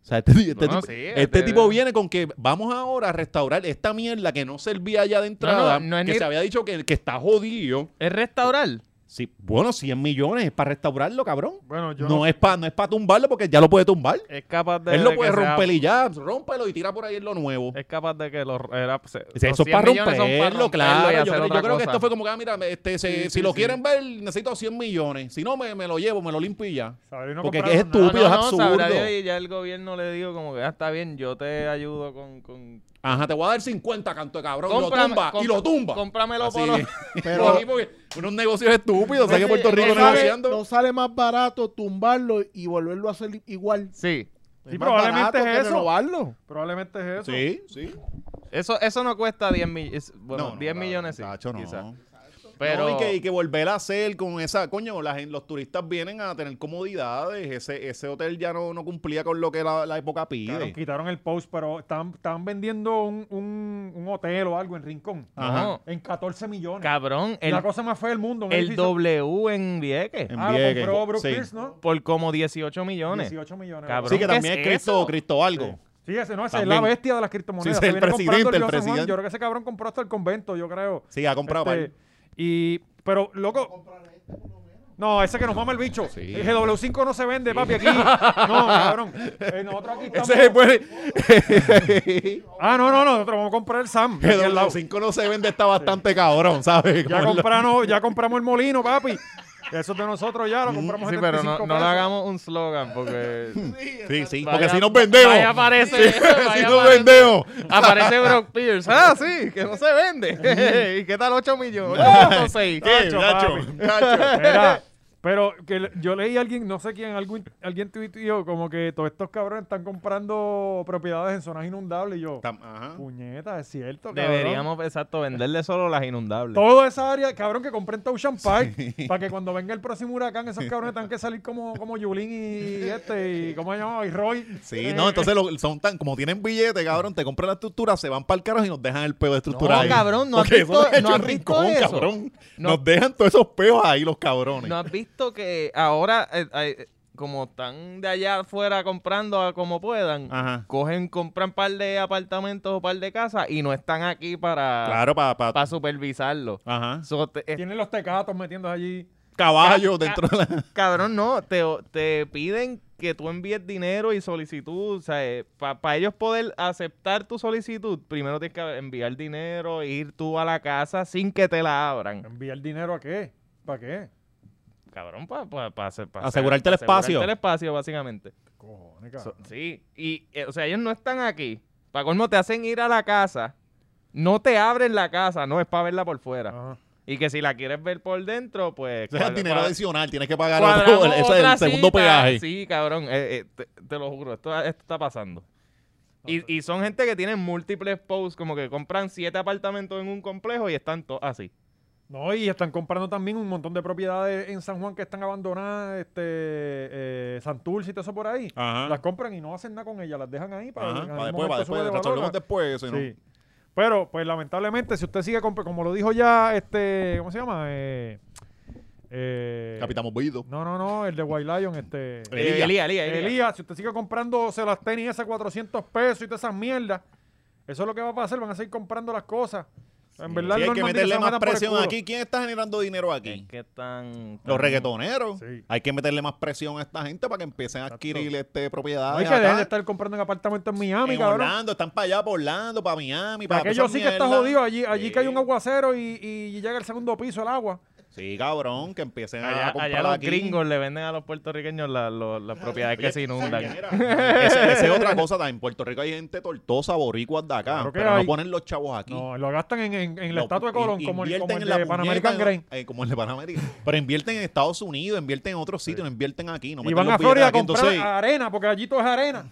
C: O sea, este, este
D: No,
C: tipo,
D: sí,
C: este
D: este-
C: tipo viene con que vamos ahora a restaurar esta mierda que no servía ya de entrada,
D: no es
C: que
D: ni-
C: se había dicho que, que está jodido.
D: ¿Es restaurar?
C: Sí, bueno, 100 millones es para restaurarlo, cabrón.
B: Bueno, yo
C: no, es para no es para tumbarlo porque ya lo puede tumbar.
D: Es capaz de.
C: Él lo
D: de
C: puede
D: que sea-
C: romper y ya, rómpelo y tira por ahí en lo nuevo.
D: Es capaz de que lo. Era, se-
C: O sea,
D: los
C: eso es
D: 100
C: para
D: millones son
C: romperlo,
D: para
C: claro.
D: y
C: Yo,
D: hacer
C: creo- yo
D: otra
C: creo que
D: cosa.
C: esto fue como que, ah, mira, este, se-
E: Sí,
C: si
E: sí,
C: lo
E: sí.
C: necesito quieren ver, necesito 100 millones. Si no, me, me lo llevo, me lo limpio y ya.
B: Sabrina
C: Porque
B: compraron
C: es
B: nada.
C: estúpido, es absurdo.
D: sabrá Dios, y ya el gobierno le dijo como que ah, está bien, yo te ayudo con... con...
C: Ajá, te voy a dar 50, canto de cabrón.
D: Cómprame-
C: y
D: comp-
C: lo tumba. Y lo tumba.
D: Cómpramelo
C: Así,
D: por... los-
C: pero aquí porque unos negocios estúpidos. ¿Sabes que Puerto
E: No
B: Eh,
C: Rico
E: sale-
C: negociando?
E: No sale más barato tumbarlo y volverlo a hacer igual.
D: Sí,
B: Sí,
E: más
B: probablemente
E: barato
B: es
E: que
B: eso.
E: renovarlo.
B: Probablemente es eso.
C: Sí, sí.
D: eso, eso no cuesta 10 millones. Bueno,
C: No, no,
D: 10
C: claro,
D: millones sí,
C: tacho, no.
D: quizás.
C: Pero...
D: Pero...
C: y, que, y que volver a hacer con esa, coño, la gen- los turistas vienen a tener comodidades, ese, ese hotel ya no, no cumplía con lo que la, la época pide.
B: Claro, quitaron el post, pero están, están vendiendo un, un- un hotel o algo en Rincón.
C: Ajá.
D: No,
B: En 14 millones.
D: cabrón, el,
B: la cosa más fea del mundo. un
D: el
B: edificio-
D: W en Vieques
C: En
B: Ah, lo
C: Vieques,
B: compró Brooke
C: sí.
B: Pierce, ¿no?
D: por como 18 millones.
B: 18 millones.
D: Cabrón.
C: Sí, que
D: ¿Qué
C: también
D: es
C: es Cristo,
D: eso?
C: Cristo algo.
B: Sí, ese no, ese es
C: También.
B: la bestia de las criptomonedas.
C: Sí, ese es
B: Se
C: el
B: viene comprando
C: presidente,
B: Dios
C: el
B: San Juan.
C: presidente.
B: Yo creo que ese cabrón compró hasta el convento, yo creo.
C: Sí, ha comprado.
B: Este,
C: par.
B: y, pero, loco. No, ese que nos mama el bicho.
C: Sí.
B: El GW5 no se vende, papi, aquí. No, cabrón. Eh, nosotros aquí estamos.
C: Ese es el
D: pues,
C: buen-
B: Ah, no, no, no. Nosotros vamos a comprar el Sam. aquí al
C: el
B: lado.
C: 5 no se vende, está bastante cabrón, ¿sabes?
B: Ya,
C: Como lo-
B: compramos, ya compramos el molino, papi. Eso es de nosotros ya, lo compramos
D: Sí,
B: en
D: pero no, no le hagamos un slogan porque...
C: Sí, sí,
D: Vaya-
C: porque si nos vendemos.
D: Vaya aparece... vaya
C: si nos
D: aparece-
C: vendemos.
D: Aparece Brock Pierce. Ah, sí, que no se vende. ¿Y qué tal 8 millones? No, seis.
C: ¿Qué,
B: Tacho,
C: Nacho?
B: papi.
C: Nacho.
B: Mira, pero que le- yo leí a alguien, no sé quién, algún, alguien tuiteó como que todos estos cabrones están comprando propiedades en zonas inundables. Y yo,
C: Tam- ajá.
B: puñeta, es cierto, cabrón.
D: Deberíamos, exacto, venderle solo las inundables.
B: Toda esa área, cabrón, que compren todo Ocean Park para que cuando venga el próximo huracán, esos cabrones tengan que salir como, como Yulín y este, y ¿cómo se llamaba? Y Roy. Eh,
C: Sí,
D: Eh.
C: no, entonces lo- son tan, como tienen billete, cabrón, te compran la estructura, se van para el carajo y nos dejan el peo de estructura
D: No,
C: ahí.
D: cabrón, no has
C: Porque eso lo
D: visto-
C: han
D: no
C: hecho
D: has
C: en
D: visto
C: rincón,
D: eso.
C: cabrón.
D: No.
C: Nos dejan todos esos peos ahí, los cabrones.
D: ¿No has visto que ahora, eh, eh, como están de allá afuera comprando a como puedan,
C: Ajá.
D: cogen, compran par de apartamentos o par de casas y no están aquí para,
C: Claro, para...
D: para supervisarlo?
C: Ajá.
D: So, te- eh,
B: Tienen los tecatos metiéndose allí.
D: Ah,
C: Caballo dentro de la...
D: cabrón, no, te, te piden que tú envíes dinero y solicitud, o sea, para ellos poder aceptar tu solicitud, primero tienes que enviar dinero, ir tú a la casa sin que te la abran.
B: ¿Enviar dinero a qué? ¿Para qué?
D: Cabrón, para
C: Asegurarte el espacio.
D: el espacio, básicamente.
B: Cojones,
D: So-
B: cabrón.
D: sí, y eh, o sea, ellos no están aquí. Para colmo, te hacen ir a la casa. No te abren la casa, no es para verla por fuera.
B: Ajá.
D: Y que si la quieres ver por dentro, pues.
C: Ese es el
D: cuadra-
C: dinero
D: cuadra-
C: adicional, tienes que pagar
D: cuadramos
C: otro, el- ese es
D: otra
C: el segundo
D: cita.
C: peaje.
D: Sí, cabrón, eh, eh, te, te lo juro, esto, esto está pasando. Y, y son gente que tienen múltiples posts, como que compran siete apartamentos en un complejo y están todos así.
B: No, y están comprando también un montón de propiedades en San Juan que están abandonadas, este, eh, Santurce y todo eso por ahí.
C: Ajá.
B: Las compran y no hacen nada con ellas, las dejan ahí para,
C: Ajá,
B: en
C: para
B: algún
C: después, para
B: momento sube
C: después,
B: de valor,
C: resolvemos
B: la-
C: después eso, ¿no?
B: Sí. Pero, pues lamentablemente, si usted sigue comprando, como lo dijo ya, este, ¿cómo se llama? Eh, eh,
C: Capitán Movido.
B: No, no, no, el de White Lion, este.
C: Eh, Elías.
D: Elías, Elías, Elías.
B: Elías, si usted sigue comprándose las tenis esas 400 pesos y todas esas mierdas, eso es lo que va a pasar, van a seguir comprando las cosas. En verdad,
C: Sí,
B: el
C: hay que
B: Normandía se
C: meterle
B: lo
C: más
B: metan por el
C: presión
B: culo.
C: aquí. ¿Quién está generando dinero
D: Es
C: aquí?
D: que están.
C: Los
D: tan-
C: reggaetoneros.
B: Sí.
C: Hay que meterle más presión a esta gente para que empiecen a adquirir este, propiedades.
B: No, y que dejen
C: acá.
B: de estar comprando en apartamentos en Miami,
C: en
B: cabrón.
C: Orlando, están para allá, para Orlando, para Miami, para
B: Aquello sí que está jodido. eh. Allí, allí
C: Sí.
B: que hay un aguacero y, y llega al segundo piso el agua.
C: Sí, cabrón, que empiecen a
D: Allá,
C: comprar
D: allá los
C: aquí.
D: gringos le venden a los puertorriqueños la- lo- las propiedades que se inundan.
C: Mira, ese- Esa es otra cosa. también. En Puerto Rico hay gente tortosa, boricuas de acá,
B: Claro que
C: pero no
B: hay.
C: ponen los chavos aquí.
B: No, lo gastan en, en- en la
C: Lo-
B: estatua de
C: pues, in-
B: Colón, como el,
C: invierten
B: como el
C: en la
B: de
C: puñeta,
B: Panamerican Grain.
C: eh, como el de Panamerican. Pero invierten en Estados Unidos, invierten en otros sitios, no invierten aquí. No
B: y
C: meten
B: van
C: los
B: a Florida
C: billetes
B: a
C: aquí,
B: comprar
C: entonces-
B: arena, porque allí todo es arena.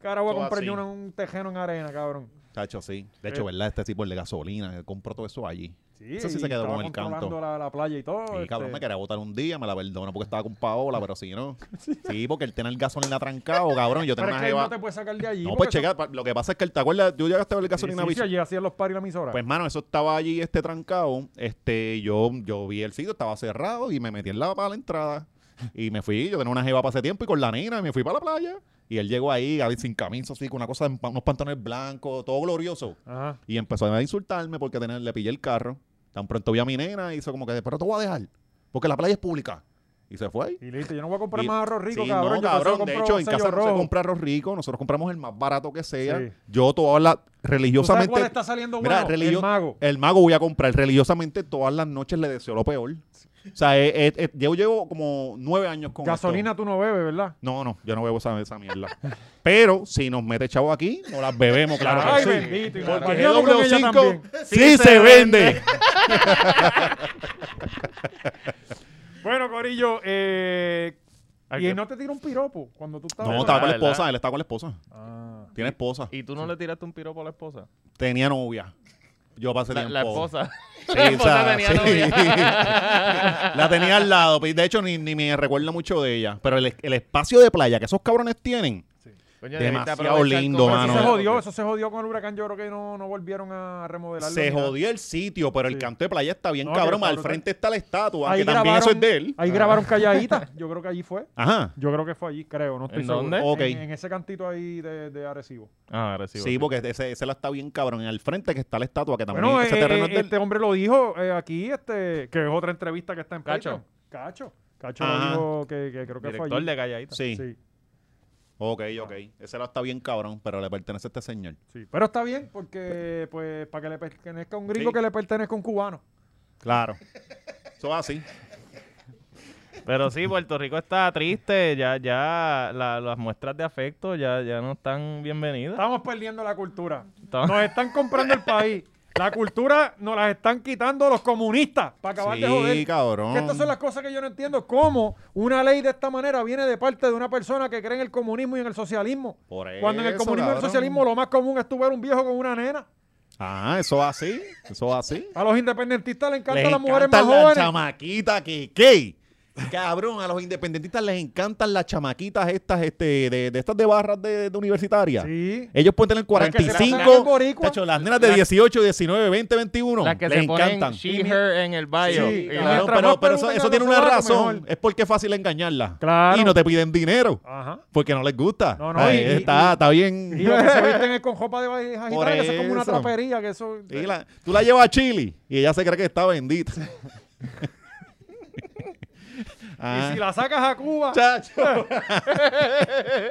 B: Cara, voy a
C: Todo
B: comprar
C: así.
B: yo una- un tejeno en arena, cabrón.
C: Chacho, sí. De
B: Eh.
C: hecho, ¿verdad? Este tipo el de gasolina, que compró todo eso allí. eso sí
B: y
C: se quedó
B: estaba
C: con el
B: controlando
C: canto.
B: La, la playa y todo.
C: Sí,
B: este.
C: cabrón, me quería votar un día, me la perdona porque estaba con Paola, pero si no. Sí, porque él tiene el gasolina trancado, cabrón. Yo tengo
B: Pero es
C: una
B: que ahí
C: jeva.
B: no te puedes sacar de allí.
C: No, pues
B: porque eso-
C: checa, pa- lo que pasa es que él, ¿te acuerdas? Yo llegaste a ver el
B: Sí,
C: gasolina
B: sí, sí,
C: bicho.
B: allí hacían los paris la emisora.
C: Pues, mano, eso estaba allí, este trancado. Este, yo, yo vi el sitio, estaba cerrado y me metí en la para la entrada. Y me fui, yo tenía una jeva para ese tiempo y con la nena y me fui para la playa. Y él llegó ahí, a ver, sin camisa, así, con una cosa, en pa- unos pantalones blancos, todo glorioso.
B: Ajá.
C: Y empezó a insultarme porque tenía- le pillé el carro. Tan pronto vi a mi nena, hizo como que, pero te voy a dejar, porque la playa es pública. Y se fue.
B: Y listo, yo no voy a comprar
C: Y-
B: más arroz rico,
C: Sí,
B: cabrón.
C: no,
B: yo
C: cabrón,
B: solo
C: de
B: compro
C: hecho, en
B: sello
C: casa no se
B: rojo.
C: compra arroz rico, nosotros compramos el más barato que sea.
B: Sí.
C: Yo todas las
B: ¿Tú sabes
C: religiosamente.
B: cuál está saliendo
C: Mira,
B: bueno?
C: religio-
B: El mago.
C: El mago voy a comprar. Religiosamente todas las noches le deseo lo peor. O sea, eh, eh, eh, yo llevo como nueve años con
B: Gasolina
C: esto.
B: tú no bebes, ¿verdad?
C: No, no, yo no bebo esa, esa mierda. Pero si nos mete chavo aquí, no las bebemos, claro que
B: Ay,
C: sí.
B: bendito. y
C: Porque
B: me imagino con ella
C: W5
B: también.
C: sí se vende.
B: Bueno, Corillo, eh,
D: Ay,
B: y
D: qué-
B: no te tira un piropo cuando tú estás.
C: No,
B: está
C: estaba con la
D: Ah, ¿verdad?
C: esposa, él estaba con la esposa.
B: Ah.
C: Tiene esposa.
D: ¿Y tú no le tiraste un piropo a la esposa?
C: Tenía novia. Yo pasé
D: La,
C: tiempo.
D: la esposa.
C: Sí,
D: la esposa
C: o sea,
D: tenía
C: sí.
D: novia.
C: La tenía al lado. De hecho, ni, ni me recuerda mucho de ella. Pero el, el espacio de playa que esos cabrones tienen.
D: Coño,
C: Demasiado
D: debiste aprovechar
C: lindo,
D: como-
B: Pero
C: mano.
B: eso se
C: no.
B: jodió, eso se jodió con el huracán. Yo creo que no, no volvieron a remodelarlo.
C: Se
B: ni nada.
C: jodió el sitio, pero el
B: Sí.
C: canto de playa está bien
B: No,
C: cabrón.
B: pero
C: Al
B: cabrón,
C: frente está la estatua, que también eso es de él. Ah.
B: Ahí grabaron calladita. Yo creo que allí fue.
C: Ajá.
B: Yo creo que fue allí, creo. No estoy
D: ¿En
B: seguro.
D: dónde?
C: Ok.
B: En, en ese cantito ahí de, de Arecibo.
D: Ah, ahora sí.
C: Sí,
D: volví.
C: porque ese, ese la está bien cabrón. Y al frente que está la estatua, que también
B: Bueno,
C: ese
B: eh,
C: terreno
B: eh,
C: es de él.
B: este hombre lo dijo eh, aquí, este, que es otra entrevista que está en
D: Cacho.
B: Patreon. Cacho. Cacho
C: Ajá.
B: lo dijo que, que creo que fue
D: Director
B: allí.
D: de calladita.
C: Sí.
B: Sí,
C: Ok, ok. Ese la está bien cabrón, pero le pertenece a este señor.
B: sí. Pero está bien, porque pues para que le pertenezca a un gringo
C: Sí.
B: que le pertenezca a un cubano.
C: Claro. Eso es así.
D: Pero sí, Puerto Rico está triste. Ya, ya la- las muestras de afecto ya, ya no están bienvenidas.
B: Estamos perdiendo la cultura.
D: Estamos-
B: Nos están comprando el país. La cultura nos las están quitando los comunistas para acabar de joder.
C: Sí, cabrón.
B: Que estas son las cosas que yo no entiendo. ¿Cómo una ley de esta manera viene de parte de una persona que cree en el comunismo y en el socialismo?
C: Por eso,
B: Cuando en el comunismo y el
C: cabrón.
B: socialismo lo más común es tu ver un viejo con una nena.
C: Ah, eso es así. Eso es así.
B: A los independentistas les encantan
C: Les
B: las mujeres más
C: encantan las
B: jóvenes.
C: chamaquitas que qué. Cabrón, a los independentistas les encantan las chamaquitas estas este, de, de estas de barras de, de universitaria.
B: Sí.
C: Ellos pueden tener
B: Las que se las
C: 45.
B: sacan boricua.
C: tacho, las nenas de 18, 19, 20, 21.
D: las que
C: les
D: se ponen
C: encantan.
D: she, her en el
B: Sí,
D: bio. Y
B: claro.
D: la-
C: Claro,
B: Mientras
C: pero,
B: más
C: pero
B: Perú
C: eso,
B: tenga
C: eso tiene
B: de
C: una
B: su barro,
C: razón.
B: mejor.
C: Es porque es fácil engañarlas.
B: Claro.
C: Y no te piden dinero.
B: Ajá.
C: Porque no les gusta.
B: No, no,
C: Ay,
B: y-
C: está,
B: y-
C: está bien.
B: Y los que se visten es con ropa de bajas
C: Por
B: que eso es como una
C: eso.
B: trapería, que eso...
C: Y la- tú la llevas a Chile y ella se cree que está bendita.
B: Y
C: Ah,
B: si la sacas a Cuba...
C: chacho.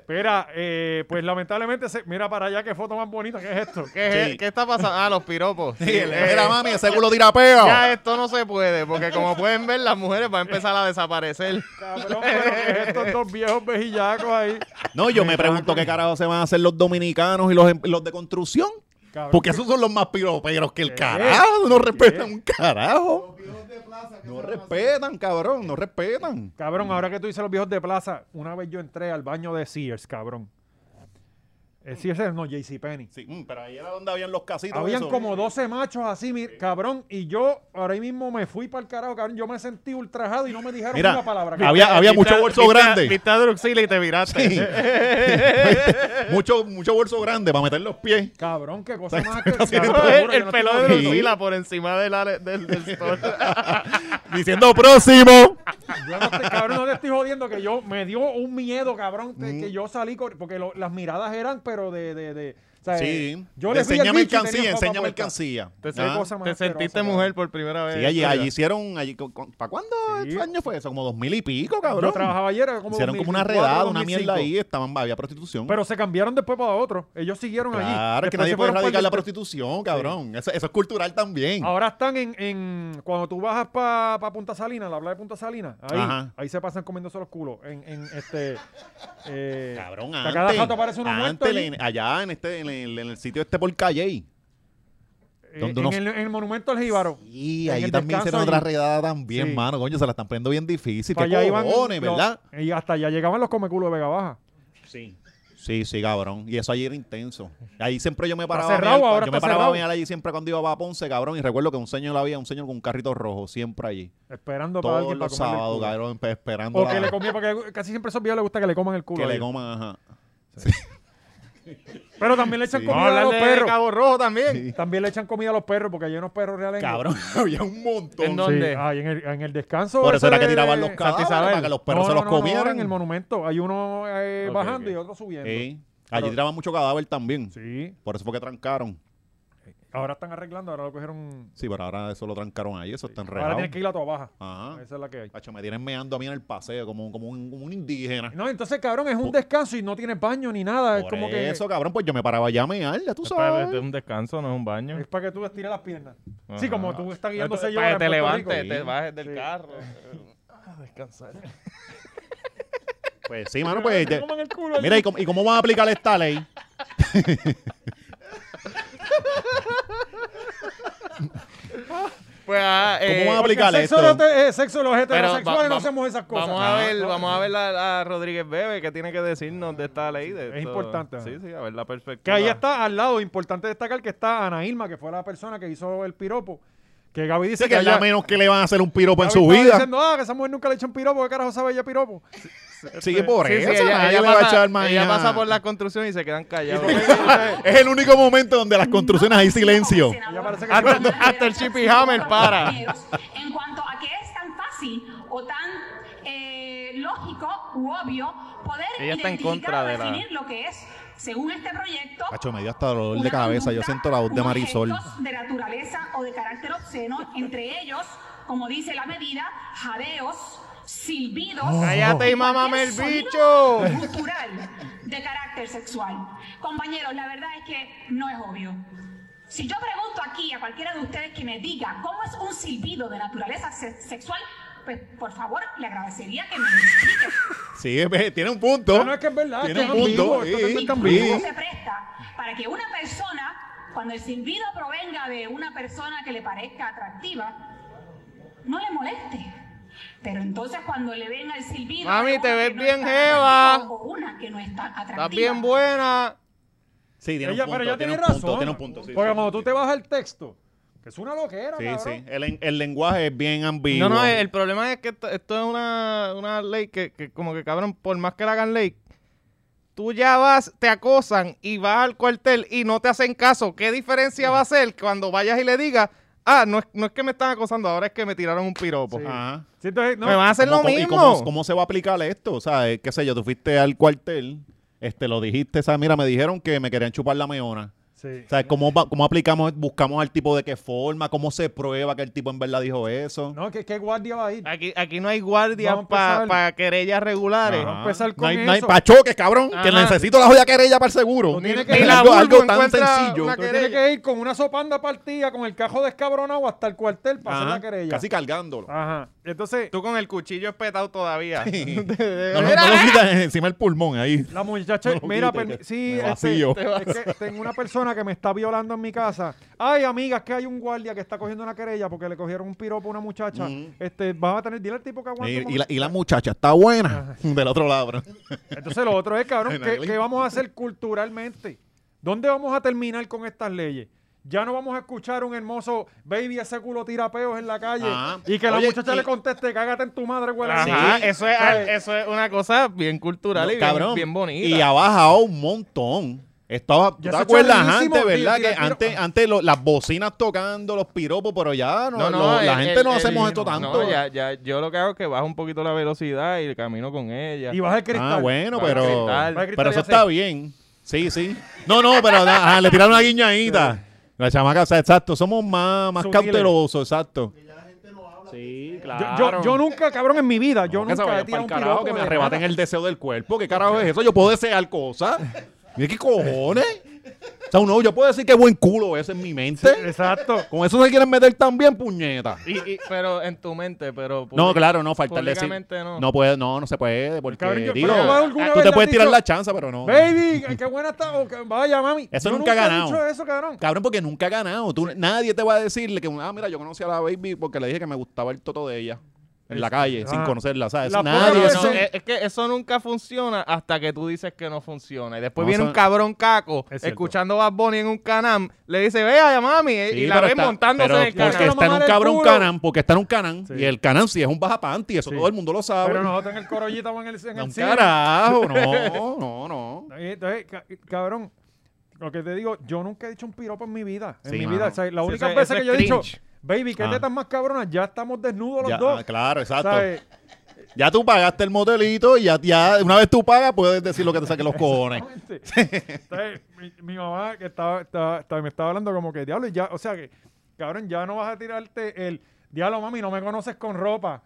B: Mira, eh, pues lamentablemente... se- Mira para allá qué foto más bonita que es esto.
D: ¿Qué, es-
C: Sí.
D: qué está pasando? Ah, los piropos.
C: Sí, el-
D: Eh,
C: Mira, mami, ese culo tira peo.
D: ya esto no se puede, porque como pueden ver, las mujeres van a empezar a desaparecer.
B: Cabrón, pero que es estos dos viejos vejillacos ahí.
C: No, yo me pregunto qué carajo se van a hacer los dominicanos y los, em- los de construcción.
B: Cabrón.
C: Porque esos son los más piroperos que el
B: Eh,
C: carajo. No respetan un carajo. No respetan, cabrón. No respetan.
B: Cabrón, ahora que tú dices los viejos de plaza, una vez yo entré al baño de Sears, cabrón. Eh, Sears no, JCPenney.
C: Sí, mm, pero ahí era donde habían los casitos.
B: Habían
C: esos.
B: como 12 machos así, mi- cabrón, y yo ahora mismo me fui para el carajo, cabrón. Yo me sentí ultrajado y no me dijeron
C: Mira,
B: una palabra. cabrón.
C: había, había mucho
D: Viste-
C: bolso
D: viste-
C: grande.
D: Viste a Druxila y te miraste.
C: Sí. mucho, mucho bolso grande para meter los pies.
B: Cabrón, qué cosa más que
C: Está haciendo-
B: cabrón,
D: El,
B: seguro, yo
D: el
B: no estoy
D: pelo de
B: loco.
C: Sí.
D: Druxila por encima del, ale- del, del store.
C: Diciendo próximo.
B: Yo no te- cabrón, no te estoy jodiendo que yo me dio un miedo, cabrón,
C: Mm.
B: que, que yo salí cor- porque lo- las miradas eran, pero de, de, de- o sea,
C: Sí.
B: Eh, yo le fui al
C: enséñame el
B: bicho y tenía
C: cancilla,
B: papa
C: enséñame el Ah.
B: puerta.
C: cancilla.
D: Te,
B: Qué cosa más
D: te sentiste
B: asquerosa,
D: mujer por primera vez.
C: Sí, allí,
D: Mira.
C: allí hicieron, allí, ¿para cuándo
B: Sí.
C: este año fue eso? Como dos mil y pico,
B: cabrón.
C: cabrón.
B: Yo trabajaba ayer, era como
C: hicieron como una
B: 2004,
C: redada, una
B: 2005.
C: mierda ahí, estaban, había prostitución.
B: Pero se cambiaron después para otro. Ellos siguieron allí.
C: claro, es
B: Después Ah,
C: que nadie
B: se
C: puede
B: fueron para
C: erradicar
B: el
C: la
B: distrito.
C: prostitución, cabrón. Eso, eso es cultural también.
B: Ahora están en, en- cuando tú bajas para Punta Salina, la habla de Punta Salina, ahí,
C: Ajá.
B: ahí se pasan comiéndose los culos. En, en este eh,
C: cabrón,
B: que a
C: antes,
B: cada rato aparece uno muerto
C: antes
B: allí,
C: le- allá en este, en el, en el sitio este por calle.
B: eh,
C: donde
B: en,
C: unos-
B: el, en el monumento al Jíbaro.
C: Y
B: En
C: ahí
B: el
C: también
B: descanso
C: hicieron otra
B: allí.
C: redada también,
B: Sí.
C: mano. Coño, se la están poniendo bien difícil.
B: Para
C: Qué
B: allá iban
C: cojones,
B: los-
C: ¿verdad?
B: y hasta allá llegaban los comeculos de Vega Baja.
C: Sí. Sí, sí, cabrón. Y eso allí era intenso. Ahí siempre yo me paraba.
B: cerrado,
C: a mear,
B: ahora
C: yo me
B: está
C: paraba a
B: cerrado.
C: mear allí siempre cuando iba a Ponce, cabrón. Y recuerdo que un señor había, un señor con un carrito rojo, siempre allí.
B: Esperando para
C: Todos
B: alguien para
C: los
B: comerle el
C: sábados,
B: culo.
C: cabrón, pe- esperando
B: O
C: la-
B: que le comía, porque casi siempre a esos viejos les gusta que le coman el culo.
C: que
B: a
C: le
B: ellos.
C: coman, ajá.
B: Pero también le echan
C: Sí.
B: comida a los
D: de
B: perros.
D: Cabo Rojo también.
B: También le echan comida a los perros porque hay unos perros reales. en-
C: Cabrón, había un montón.
D: ¿En
B: Sí,
D: dónde?
B: ay, en, el, en el descanso.
C: Por
B: ese
C: eso era que
B: de-
C: tiraban los
B: de-
C: cadáveres,
B: Santa Isabel.
C: para que los perros se los comieran.
B: en el monumento. Hay uno eh,
A: Ok,
B: bajando
A: ok.
B: y otro subiendo.
C: Ey,
B: Pero-
C: allí tiraban mucho cadáver también.
B: Sí.
C: Por eso fue que trancaron.
B: Ahora están arreglando, ahora lo cogieron.
C: Sí, pero ahora eso lo trancaron ahí, eso está
B: Ahora
C: enredado.
B: tienes que ir a toda baja.
C: Ajá.
B: Esa es la que hay.
C: Pacho, me tienen meando a mí en el paseo, como, como, un, como un indígena.
B: No, entonces, cabrón, es un
C: Por-
B: descanso y no tiene baño ni nada. es
C: Por
B: como que.
C: eso, cabrón, pues yo me paraba ya a mear, ya tú
D: Espérate,
C: sabes. este
D: esto es un descanso, no es un baño.
B: Es para que tú estires las piernas.
D: Ajá.
B: Sí, como tú estás guiando
D: Esto es
B: yo
D: para
B: en
D: que te
B: Puerto
D: levantes,
B: Rico.
D: te bajes del
B: Sí.
D: carro. Ah, Descansar.
C: Pues sí, mano, pues.
B: Te
C: de-
B: coman el culo.
C: mira, ¿y cómo, ¿y cómo van a aplicar esta ley?
D: Pues, ah, eh,
C: van a
B: Porque
C: aplicar
B: el sexo,
C: esto.
B: no te- eh, sexo, los heterosexuales
D: va-
B: no
D: va-
B: hacemos esas cosas.
D: Vamos a
B: Ah,
D: ver,
B: no.
D: vamos a ver a, a Rodríguez Bebe que tiene que decirnos de esta ley. de
B: Es
D: esto.
B: importante,
D: Sí,
B: ¿no?
D: sí, a ver la perspectiva.
B: Que ahí está al lado, importante destacar que está Ana Irma, que fue la persona que hizo el piropo. Que Gaby dice
C: Dice que
B: que
C: ya
B: ella-
C: menos que le van a hacer un piropo en
B: Gaby
C: su
B: estaba
C: vida.
B: Diciendo, ah, que esa mujer nunca le echan piropo, ¿qué carajo sabe ella piropo?
C: Sigue por
D: Sí, sí,
C: eso.
D: ella,
C: nadie
D: ella
C: le va a
D: pasa,
C: echar más
D: ella
C: nada.
D: pasa por la construcción y se quedan callados.
C: Es el único momento donde las construcciones hay silencio.
B: Ya parece que-
D: hasta, hasta el Chip y Hammer para.
F: En cuanto a que es tan fácil o tan eh, lógico u obvio poder
D: Ella está en
F: identificar
D: contra
F: o
D: de la-
F: definir lo que es, según este proyecto,
C: Cacho, me dio hasta dolor de
F: una
C: cabeza. Yo
F: conducta,
C: siento la voz de
F: unos
C: Marisol.
F: gestos De naturaleza o de carácter obsceno, entre ellos, como dice la medida, jadeos, silbidos.
D: Oh. Cállate y
F: cualquier
D: mámame el
F: sonido
D: bicho.
F: Cultural de carácter sexual. Compañeros, la verdad es que no es obvio. Si yo pregunto aquí a cualquiera de ustedes que me diga cómo es un silbido de naturaleza se- sexual, pues por favor le agradecería que me lo explique.
C: Sí, ve, tiene un punto.
B: No, no, es que es verdad,
C: Tiene
B: es
C: un
B: que es ambiguo,
C: punto.
B: esto
C: sí,
B: también es
C: sí.
F: Eso se presta para que una persona, cuando el silbido provenga de una persona que le parezca atractiva, no le moleste. Pero entonces cuando le venga el silbido...
D: Mami,
F: de una
D: te ves
F: que no
D: bien
F: está
D: jeva.
F: atractiva O una que no está atractiva.
D: Estás bien buena.
C: Sí, tiene
B: Ella- pero
C: un punto.
B: ella tiene
C: tiene un
B: razón.
C: punto, tiene un punto. sí,
B: Porque
C: sí,
B: cuando
C: sí.
B: tú te vas al texto, que es una loquera,
C: Sí,
B: cabrón.
C: sí. El, en- el lenguaje es bien ambiguo.
D: No, no, el problema es que esto, esto es una, una ley que, que como que cabrón, por más que la hagan ley, tú ya vas, te acosan y vas al cuartel y no te hacen caso. ¿Qué diferencia va a ser cuando vayas y le digas, ah, no es, no es que me están acosando, ahora es que me tiraron un piropo? Ah,
B: Sí.
C: Ajá.
B: Sí, entonces, no,
D: me van a hacer lo
C: ¿Cómo-
D: mismo.
C: ¿Y cómo, cómo se va a aplicar esto? O sea, eh, qué sé yo, tú fuiste al cuartel, este, lo dijiste, ¿sabes? Mira, me dijeron que me querían chupar la meona.
B: sí.
C: O sea, ¿cómo, va- cómo aplicamos, buscamos al tipo de qué forma, cómo se prueba que el tipo en verdad dijo eso?
B: No, ¿qué, qué guardia va a ir?
D: Aquí, aquí no hay guardias
B: Vamos a
D: para
B: empezar.
D: querellas regulares.
B: Vamos a empezar
C: No
B: con
C: hay,
B: eso.
C: no hay pa' choques, cabrón, que
D: Ajá.
C: necesito la joya querella para el seguro.
B: Tú tienes que-
C: Es
B: Ni la
C: algo,
D: Bulbo
C: algo tan
D: encuentra
C: sencillo.
D: una
B: Tú tienes
D: querella.
B: que ir con una sopanda partida, con el cajo descabronado hasta el cuartel para
C: Ajá,
B: hacer la querella.
C: Casi cargándolo.
B: Ajá. Entonces,
D: Tú con el cuchillo espetado todavía.
B: Eh,
C: No, no, no lo quitas encima el pulmón ahí.
B: La muchacha,
C: No lo
B: mira,
C: quites,
B: permi-
C: que
B: sí,
C: me
B: este,
C: vacío.
B: es que tengo una persona que me está violando en mi casa. Ay, amiga, es que hay un guardia que está cogiendo una querella porque le cogieron un piropo a una muchacha. Este, vas a tener, dile al tipo que aguante. un
C: Mm. Eh, Y, y la,
B: momento.
C: y la muchacha está buena del otro lado, bro.
B: Entonces lo otro es, cabrón,
C: Ay,
B: ¿qué,
C: Nailin.
B: qué vamos a hacer culturalmente? ¿Dónde vamos a terminar con estas leyes? Ya no vamos a escuchar un hermoso baby ese culo tira peos en la calle
C: Ajá.
B: y que la
C: Ah. Oye,
B: muchacha
C: y-
B: le conteste, cágate en tu madre, güey. Pues,
D: Ajá,
C: Sí.
D: eso, es,
B: ¿Sabes?
D: eso es una cosa bien cultural
C: No,
D: y bien-
C: cabrón.
D: bien, bonita.
C: Y ha bajado un montón. Estaba, ¿Tú
B: Ya
C: te
B: se
C: acuerdas
B: echó
C: antes,
B: durísimo,
C: verdad?
B: tío,
C: Que
B: tío, tío.
C: antes, antes lo- las bocinas tocando, los piropos, pero ya no, lo- la
D: el-
C: gente no
D: el-
C: hacemos
D: el-
C: esto
D: no,
C: tanto. Ah,
D: ya, ya, yo lo que hago es que bajo un poquito la velocidad y camino con ella.
B: Y baja el cristal.
C: ah, bueno,
D: Para
C: pero,
D: gritar.
B: Para gritar
C: pero
B: y
C: eso
B: hacer.
C: está bien. Sí, sí. No, no, pero da- ajá, le tiraron una guiñadita. La chamaca, o sea, exacto, somos más, más
B: Sutiles.
C: cautelosos, exacto.
G: Sí,
B: Yo-
G: claro.
B: Yo, yo nunca, cabrón, en mi vida, yo
C: No, que se
B: nunca he
C: vayan
B: tirado
C: pa'l
B: un
C: carajo,
B: piropo.
C: que me
B: de
C: arrebaten el deseo del cuerpo. ¿Qué carajo es eso? Yo puedo desear cosas. Mira qué cojones. O sea, uno, yo puedo decir que buen culo ese en mi mente.
B: eh. Exacto.
C: Con eso se quieren meter también, puñeta.
D: Y- y- pero en tu mente, pero...
C: No,
D: public-
C: claro, no, falta el decir.
D: públicamente no.
C: No puede, no, no se puede, porque
B: Cabrón, yo-
C: digo, ah,
B: pero tú alguna
C: tú
B: vez le
C: te
B: has
C: puedes tirar
B: dicho,
C: la chanza, pero no.
B: Baby, qué- qué buena está. o que- vaya, mami.
C: Eso
B: Yo
C: nunca ha
B: he
C: ganado.
B: dicho eso, cabrón.
C: Cabrón, porque nunca ha ganado. Tú, Nadie te va a decirle que, ah, mira, yo conocí a la baby porque le dije que me gustaba el toto de ella. en la calle, sin
B: Ah.
C: conocerla, ¿sabes?
B: La
C: Nadie.
B: poca
C: eso-
D: No,
B: veces-
D: es, es que eso nunca funciona hasta que tú dices que no funciona. Y después
C: No,
D: viene
C: eso-
D: un cabrón caco
B: Es cierto.
D: escuchando Bad Bunny en un canam. Le dice, vea, mami. eh,
C: Sí,
D: y la
C: pero
D: ve
C: está-
D: montándose
C: pero
D: en el
C: porque
B: canal.
D: canam.
C: está en un
B: Mamar el
C: cabrón
B: culo.
C: canam, porque está en un canam,
B: Sí.
C: y el canam sí es un baja panty, eso
B: Sí.
C: todo el mundo lo sabe.
B: Pero nosotros en el corollito o en el, en
C: No,
B: el
C: un
B: cine.
C: carajo, no, no, no.
B: Y Entonces, ca- cabrón, lo que te digo, yo nunca he dicho un piropo en mi vida. En
C: Sí,
B: mi
C: mano.
B: vida. O sea, la
D: Sí,
B: única
D: eso-
B: vez
D: eso
B: que
D: es
B: yo he dicho,
D: cringe.
B: baby, qué
C: Ah.
B: tetas más cabronas, ya estamos desnudos los
C: Ya,
B: dos.
C: ah, claro, exacto.
B: ¿sabes?
C: Ya tú pagaste el motelito y ya, ya una vez tú pagas puedes decir lo que te saque los cojones.
B: Entonces, mi, mi mamá que estaba, estaba- estaba- me estaba hablando como que, diablo, ya, o sea que, cabrón, ya no vas a tirarte el, diablo, mami, no me conoces con ropa.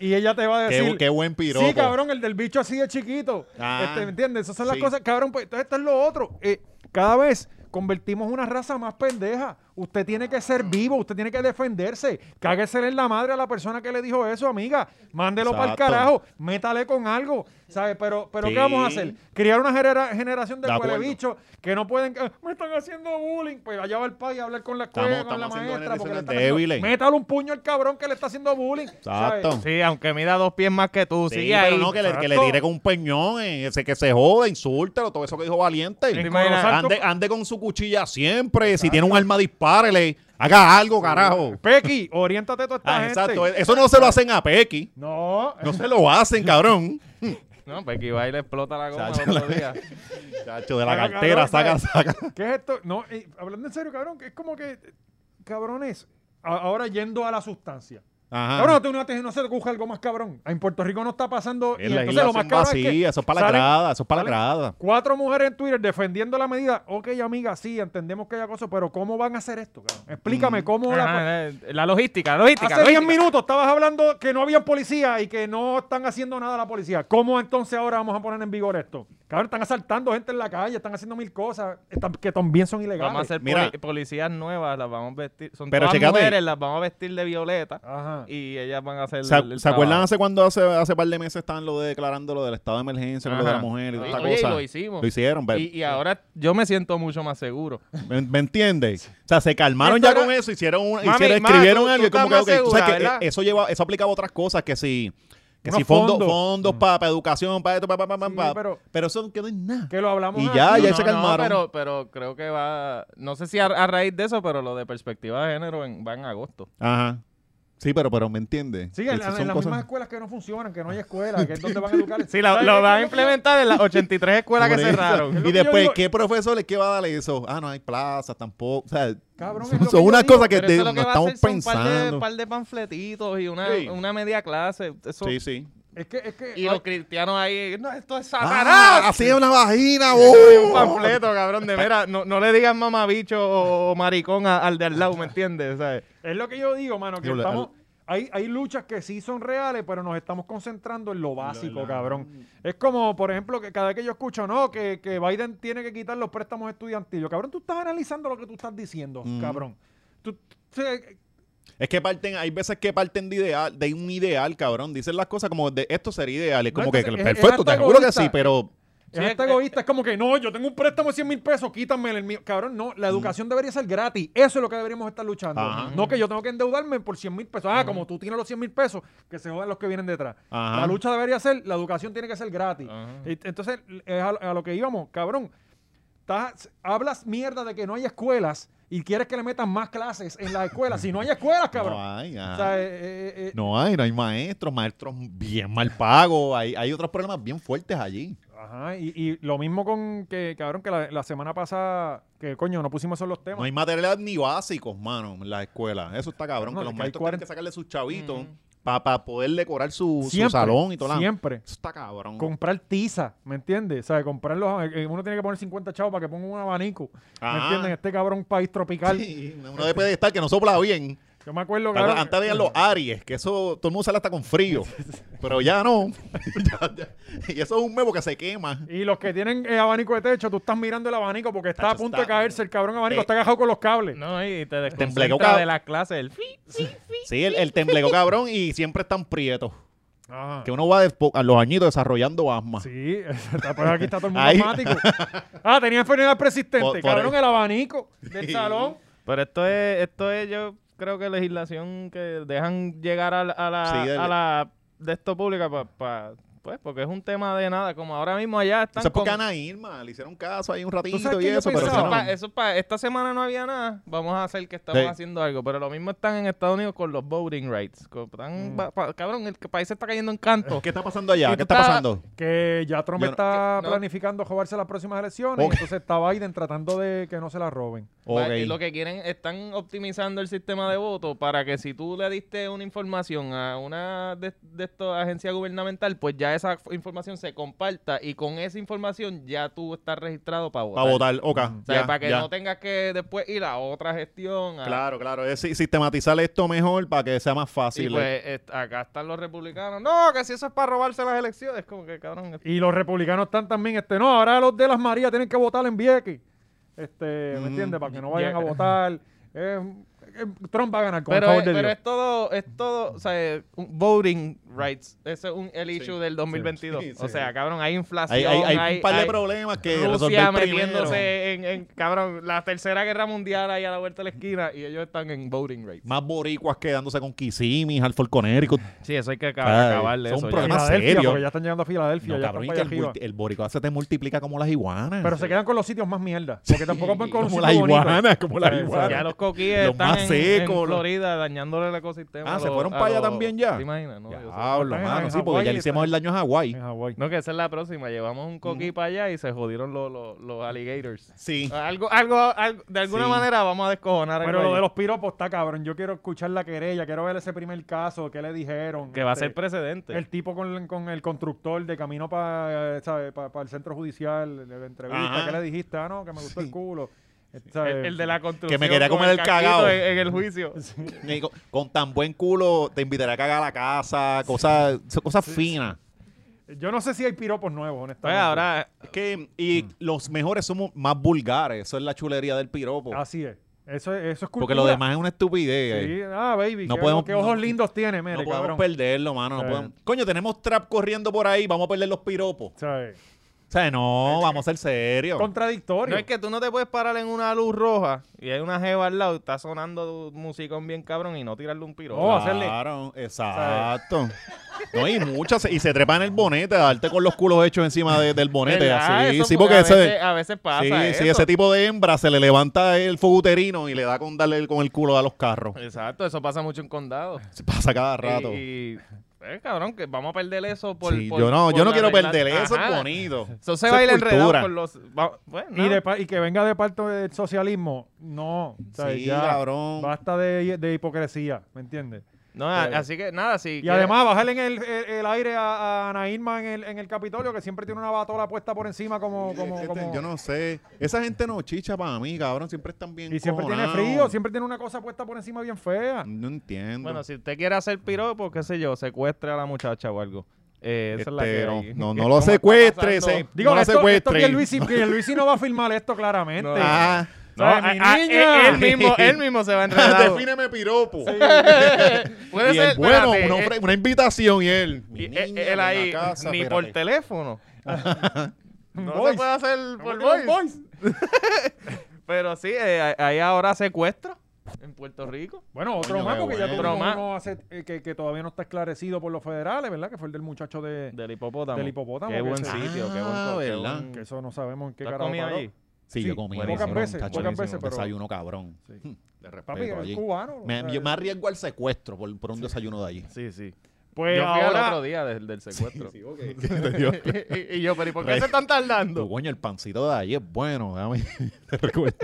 B: Y ella te va a
C: Qué,
B: decir,
C: qué buen piropo.
B: sí, cabrón, el del bicho así de chiquito.
C: Ah,
B: Este, ¿Me entiendes? Esas son las
C: sí.
B: cosas, cabrón, pues entonces esto es lo otro. Eh, cada vez convertimos una raza más pendeja. Usted tiene que
C: Ah.
B: ser vivo, usted tiene que defenderse. Cáguesele en la madre a la persona que le dijo eso, amiga. Mándelo para el
C: Exacto.
B: carajo, métale con algo, ¿sabes? Pero, pero
C: Sí.
B: ¿qué vamos a hacer? Criar una genera- generación de
C: De acuerdo.
B: huelebichos que no pueden. eh, Me están haciendo bullying. Pues allá va el padre a hablar con la escuela,
C: Estamos-
B: con la
C: estamos haciendo
B: maestra. Porque le
C: generaciones
B: están haciendo-
C: débiles.
B: Métale un puño al cabrón que le está haciendo bullying. ¿sabes?
C: Exacto.
D: Sí, aunque mida dos pies más que tú.
C: Sí,
D: sigue
C: pero
D: ahí.
C: no que le, que le
B: Exacto.
C: tire con un peñón, eh, ese que se joda, insúltalo, todo eso que dijo Valiente.
B: En
D: imaginas?
B: Corozal,
C: Ande, ande con su cuchilla siempre, si tiene un arma dispárele, haga algo, carajo.
B: Pequi, oriéntate a toda esta
C: Ah,
B: gente.
C: exacto, eso no se lo hacen a Pequi,
B: No,
C: no se lo hacen, cabrón.
D: No, pues que va y le explota la goma
C: Chacho,
D: el otro día.
C: Chacho, de la
B: Saca,
C: cartera, saca,
B: cabrón,
C: saca.
B: ¿qué es esto? No, eh, hablando en serio, cabrón, que es como que, eh, cabrones, a- ahora yendo a la sustancia.
C: Ajá.
B: Cabrón, tú no, te, no se te ocurre algo más cabrón. En Puerto Rico no está pasando. y
C: Es la
B: entonces
C: isla
B: lo más
C: sin
B: cabrón es que
C: vacía, eso es para la
B: salen
C: grada, eso es para la
B: salen
C: grada.
B: Cuatro mujeres en Twitter defendiendo la medida. Ok, amiga, sí, entendemos que hay acoso, pero ¿cómo van a hacer esto? cabrón? Explícame cómo la...
D: Ajá, eh, la logística, la logística.
B: Hace 10
D: logística.
B: minutos estabas hablando que no había policía y que no están haciendo nada la policía. ¿Cómo entonces ahora vamos a poner en vigor esto? Cabrón, están asaltando gente en la calle, están haciendo mil cosas están- que también son ilegales.
D: Vamos a hacer
C: Mira.
D: poli- policías nuevas, las vamos a vestir. Son
C: Pero
D: todas
C: chécate. Ah.
D: mujeres, las vamos a vestir de violeta.
B: Ajá.
D: Y ellas van a hacer.
C: ¿Se,
D: el- el
C: se acuerdan
D: trabajo.
C: hace cuando hace, hace par de meses estaban lo de declarando lo del estado de emergencia, con lo de la
D: Ajá.
C: mujer y toda esta
D: Oye, y
C: cosa?
D: lo hicimos.
C: Lo hicieron, pero-
D: Y, y ahora yo me siento mucho más seguro.
C: ¿Me, me entiendes? O sea, se calmaron
D: Esto
C: ya
D: era-
C: con eso, hicieron, un-
D: Mami,
C: hicieron-
D: ma,
C: escribieron
D: tú- tú
C: algo y
D: estás
C: como que,
D: más
C: ok, tú sabes
D: segura,
C: que, eh,
D: ¿verdad?
C: eso, lleva, eso aplicaba a otras cosas, que si, que
B: Unos
C: si fondo-
B: fondos.
C: fondos, para educación, para esto, para, para, para,
B: Sí,
C: para-
B: pero-
C: pero, eso no quedó en nada.
B: Que lo hablamos
C: Y
B: aquí.
C: ya, Ah, ya
D: No,
C: se
D: no,
C: calmaron.
D: pero, pero creo que va. No sé si a, a raíz de eso, pero lo de perspectiva de género en- va en agosto.
C: Ajá. Sí, pero, pero ¿me entiendes?
B: Sí, en, en
C: Esas
B: las
C: son cosas-
B: mismas escuelas que no funcionan, que no hay escuelas, que es donde van a educar.
D: Sí, lo,
B: ¿Sabes
D: lo
B: qué?
D: van a implementar en las 83 escuelas que
C: Por eso.
D: cerraron.
B: lo
C: Y
B: que yo
C: después,
B: digo.
C: ¿qué profesor le qué va a darle eso? Ah, no hay plazas tampoco. O sea,
B: Cabrón, es lo
C: son,
B: que yo
C: son unas
B: digo,
C: cosas que
D: Pero eso
C: de-
D: lo
C: no
D: que va a
C: estamos
D: hacer son un par de,
C: pensando.
D: par de panfletitos y una,
C: Sí.
D: una media clase. Eso-
C: Sí, sí.
B: Es que, es que
D: Y los cristianos ahí, no, esto es
C: Ah,
D: satanás.
C: así es una vagina,
D: un
C: oh.
D: panfleto, cabrón, de mira, no, no le digan mamabicho o, o maricón a- al de al lado, ¿me entiendes? ¿Sabes?
B: es lo que yo digo, mano, que
C: Digo, la-
B: estamos... Hay, hay luchas que sí son reales, pero nos estamos concentrando en lo básico, cabrón. Es como, por ejemplo, que cada vez que yo escucho, no, que, que Biden tiene que quitar los préstamos estudiantiles. Cabrón, tú estás analizando lo que tú estás diciendo,
C: Ujú.
B: cabrón. Tú, se-
C: Es que parten, hay veces que parten de ideal, de un ideal, cabrón. Dicen las cosas como de esto sería ideal. Es
B: No,
C: como
B: entonces,
C: que
B: es- es
C: perfecto, te
B: hasta
C: aseguro que
B: egoísta.
C: sí, pero
B: Es
D: Sí,
B: hasta
D: es-
B: egoísta, es como que no, yo tengo un préstamo de 100 mil pesos, quítame el mío. Cabrón, no, la educación debería ser gratis. Eso es lo que deberíamos estar luchando.
C: Mm. Ajá.
B: No que yo tengo que endeudarme por 100 mil pesos. Ah, como tú tienes los 100 mil pesos, que se jodan los que vienen detrás.
C: Ajá.
B: La lucha debería ser, la educación tiene que ser gratis. Y- Entonces, es a, a lo que íbamos, cabrón. Estás- hablas mierda de que no hay escuelas y quieres que le metan más clases en las escuelas. si no hay escuelas, cabrón.
C: no hay. ajá.
B: O sea, eh, eh, eh,
C: No hay, no hay maestros, maestros bien mal pagos, hay, hay otros problemas bien fuertes allí.
B: ajá, y, y lo mismo con que, cabrón, que la, la semana pasada, que coño, no pusimos esos los temas.
C: No hay materiales ni básicos, mano, en la escuela. Eso está cabrón,
B: No, es
C: que los
B: que hay
C: maestros tienen
B: 40
C: que sacarle sus chavitos para poder decorar su, su salón y todo la...
B: Siempre.
C: Eso está cabrón.
B: Comprar tiza, ¿me entiendes? O sea, comprar los, eh, uno tiene que poner 50 chavos para que ponga un abanico. ¿Me
C: Ajá.
B: entiendes? Este cabrón país tropical.
C: Sí, uno debe de estar que no sopla bien.
B: Yo me acuerdo que...
C: Antes habían los Aries, que eso todo el mundo sale hasta con frío. pero ya no. Ya- ya. Y eso es un mebo que se quema.
B: Y los que tienen eh, abanico de techo, tú estás mirando el abanico porque está a
C: Tacho,
B: punto de
C: está-
B: caerse el cabrón abanico,
C: Eh.
B: está agajado con los cables.
D: No, y te
C: emblegó,
D: desconcentra
C: cabrón.
D: de las clases. El fi, fi, fi.
C: Sí, el, el tembleco cabrón y siempre están prietos.
B: Ajá.
C: Que uno va despo- a los añitos desarrollando asma.
B: Ah, Sí, está- pero aquí está todo el mundo
C: Ahí.
B: asmático. Ah, tenía enfermedad persistente.
C: Por- por
B: cabrón,
C: ahí.
B: el abanico del salón.
D: Pero esto es, esto es, yo creo que legislación que dejan llegar a, la- a la,
C: Sí, dale.
D: a la de esto pública pa- pa- pues porque es un tema de nada, como ahora mismo allá están
C: Eso es porque
D: con-
C: Ana Irma le hicieron caso ahí un ratito
B: ¿Tú sabes
C: y
B: qué yo
C: eso, pero
D: Eso
B: pensaba?
C: eso no-
D: es pa- eso es pa- esta semana no había nada. Vamos a hacer que estamos
C: Sí.
D: haciendo algo. Pero lo mismo están en Estados Unidos con los voting rights. co- están pa- pa- cabrón, el país se está cayendo en
B: eh,
D: canto.
C: ¿Qué está pasando allá?
D: Y
C: ¿Qué
D: tú
C: está
D: estás-
C: pasando?
B: Que ya Trump
C: Yo no- Oh.
B: está
D: que- no.
B: planificando robarse las próximas elecciones.
C: Ok.
B: Y entonces está Biden tratando de que no se la roben.
C: Ok.
D: Y lo que quieren, están optimizando el sistema de voto para que si tú le diste una información a una de, de esta agencia gubernamental, pues ya esa f- información se comparta y con esa información ya tú estás registrado para votar.
C: Para votar, ok.
D: O sea,
C: ya,
D: para que
C: ya.
D: no tengas que después ir a otra gestión. a-
C: Claro, claro. Es si- sistematizar esto mejor para que sea más
D: Y
C: fácil. eh.
D: pues est- acá están los republicanos. No, que si eso es para robarse las elecciones. Como que cabrón. es-
B: Y los republicanos están también, este, no, ahora los de las Marías tienen que votar en Vieques. Este,
C: Mm.
B: ¿me entiendes? Para que no vayan
D: Ya.
B: a votar. Eh, eh, Trump va a ganar con el
D: Pero,
B: favor
D: es,
B: de
D: pero
B: Dios.
D: es todo, es todo, o sea, es un voting rights. Ese es un, el issue del 2022.
C: sí,
D: o
C: sí.
D: sea, cabrón, hay inflación.
C: hay, hay- hay un par de
D: hay
C: problemas que
D: Rusia
C: resolver primero.
D: metiéndose en, en, cabrón, la tercera guerra mundial ahí a la vuelta de la esquina y ellos están en voting rights.
C: Más boricuas quedándose con Kissimmee, Hartford, Connecticut.
D: Sí, eso hay que
C: Ay,
D: acabar, acabarle
C: Ah, son
D: eso. ya.
C: problemas.
B: Filadelfia,
C: serio.
B: porque ya están llegando a Filadelfia.
C: No,
B: ya
C: cabrón, y
B: están
C: que
B: para
C: el,
B: allá arriba.
C: multi- el boricua se te multiplica como las iguanas.
B: Pero se quedan con los sitios más mierda. Porque tampoco van con los sitios
C: como las
B: bonitos.
C: iguanas, como las
B: Sí,
C: iguanas.
D: Ya los coquíes
C: Los
D: están
C: más
D: en-
C: secos,
D: en,
C: los-
D: Florida dañándole el ecosistema.
C: Ah,
D: a
C: ¿se
D: los-
C: fueron
D: a
C: para allá
D: los-
C: también ya?
D: ¿Te imaginas? No, yo sé.
C: Diablo,
B: Están en
C: mano, sí, porque
B: Hawái,
C: ya le
B: están-
C: hicimos el daño a Hawái.
B: En Hawái.
D: No, que esa es la próxima. Llevamos un coquí para allá y se jodieron los, los, los alligators.
C: Sí.
D: Algo, algo, algo- de alguna
C: Sí.
D: manera vamos a descojonar.
B: Pero
D: algo
B: lo de
D: allí.
B: los piropos está cabrón. Yo quiero escuchar la querella, quiero ver ese primer caso, qué le dijeron.
D: Que va a
B: este,
D: ser precedente.
B: El tipo con, con el constructor de camino eh, para el centro judicial, de la entrevista,
C: Ajá.
B: ¿qué le dijiste? Ah, no, que me gustó el culo. Este, ¿Sabes?
D: El, el de la construcción.
C: Que me quería
D: con
C: comer el
D: casquito
C: cagao.
D: En, en el juicio.
C: Y con, con tan buen culo te invitaré a cagar a la casa, cosas cosas finas.
B: Yo no sé si hay piropos nuevos,
C: Pues
D: Oye,
B: honestamente.
D: Pues ahora,
C: Es que y los mejores somos más vulgares, eso es la chulería del piropo.
B: Así es. Eso, es- eso es Ah, cultura.
C: porque lo demás es una estupidez.
B: Sí, ah, baby,
C: No
B: qué,
C: podemos-
B: qué ojos
C: no-
B: lindos tiene, mire,
C: no podemos
B: cabrón.
C: perderlo, mano. no
B: Sí.
C: podemos- Coño, tenemos trap corriendo por ahí, vamos a perder los piropos. O
B: ¿Sabes?
C: sea, no, vamos a ser serios.
B: Contradictorio.
D: no es que tú no te puedes parar en una luz roja y hay una jeva al lado y está sonando musicón bien cabrón y no tirarle un piro.
B: No, hacerle-
C: Claro, exacto. No, y muchas, se- y se trepan en el bonete, a darte con los culos hechos encima de- del bonete.
D: ¿Verdad?
C: Así,
D: Eso-
C: sí, porque
D: a
C: ese-
D: veces, a veces pasa
C: sí,
D: eso.
C: sí, ese tipo de hembra se le levanta el foguterino y le da con darle el- con el culo a los carros.
D: Exacto, eso pasa mucho en condado.
C: Se pasa cada rato.
D: Y, y- eh, cabrón, que vamos a perder eso por.
C: Sí,
D: por-
C: yo no,
D: por
C: yo no
D: la
C: quiero
D: regla-
C: perder eso, es
D: Ajá.
C: bonito.
D: Eso
C: Eso
D: se
C: es
D: baila enredado
C: cultura.
D: con los. va- bueno,
B: Y, de pa- y que venga de parte del socialismo, no. O sea,
C: Sí,
B: ya,
C: cabrón.
B: Basta de, de hipocresía, ¿me entiendes?
D: no, a-
C: eh.
D: así que nada, si.
B: Y
D: quieres-
B: además, bajarle en el, el- el aire a, a Ana Irma en el, en el Capitolio, que siempre tiene una batola puesta por encima como... como,
C: Este,
B: como-
C: Yo no sé. Esa gente no chicha para mí, cabrón. Siempre están bien.
B: y siempre tiene
C: cojonados.
B: frío, siempre tiene una cosa puesta por encima bien fea.
C: No entiendo.
D: Bueno, si usted quiere hacer piropo, qué sé yo, secuestre a la muchacha o algo. Eh, esa es la
C: Este,
D: que.
C: no, no,
D: hay. Que
C: no lo
D: cómo está
C: secuestre.
D: pasando.
C: se-
B: Digo,
C: no lo
B: que esto, esto
C: secuestre.
B: Pierluisi- Pierluisi no va a firmar esto claramente.
D: No.
C: Ah.
D: No,
B: ¿Sabes?
D: a-
B: Mi
D: a-
B: niña.
D: él, él mismo, él mismo se va a enredar.
C: Defíneme piropo.
D: Puede
C: Y el
D: ser,
C: bueno,
D: espérate,
C: una,
D: eh,
C: ofre- una invitación y él.
D: Y
C: Mi
D: e-
C: niña,
D: él,
C: ven a
D: ahí,
C: casa,
D: ni
C: espérate.
D: por teléfono. no se
B: Voice.
D: puede hacer por
B: ¿Cómo que
D: voice.
B: no
D: Pero sí, eh, hay ahora secuestro en Puerto Rico.
B: Bueno, otro
C: Coño,
B: más,
C: qué
B: porque ya
C: bueno.
B: tuvimos
D: Otro más.
B: uno hace- eh, que, que todavía no está esclarecido por los federales, ¿verdad? Que fue el del muchacho de...
D: Del hipopótamo.
B: Del hipopótamo,
D: Qué
B: que
D: buen
B: se-
D: sitio, qué buen
C: Ah,
D: co- qué
C: ¿verdad?
D: buen-
B: que eso no sabemos en qué
D: ¿Tú has
B: carajo
D: comido
B: paró.
D: allí?
C: Sí, yo comí.
B: pocas
C: cabrón,
B: veces,
C: tacho,
B: pocas
C: hice un
B: veces, pero-
C: Desayuno cabrón.
B: Sí.
C: Hmm, De respeto
B: Papi, es
C: allí.
B: cubano. o sea,
C: Me, yo me arriesgo al secuestro por, por un desayuno de allí.
D: Sí, sí.
B: Pues
D: yo fui el
B: ahora,
D: otro día del, del secuestro. Pues
C: Yo-
D: y, y yo, pero ¿y por
C: Rey.
D: qué se están
C: Tú,
D: tardando?
C: coño, el pancito de ahí es bueno. Déjame, te recuerdo.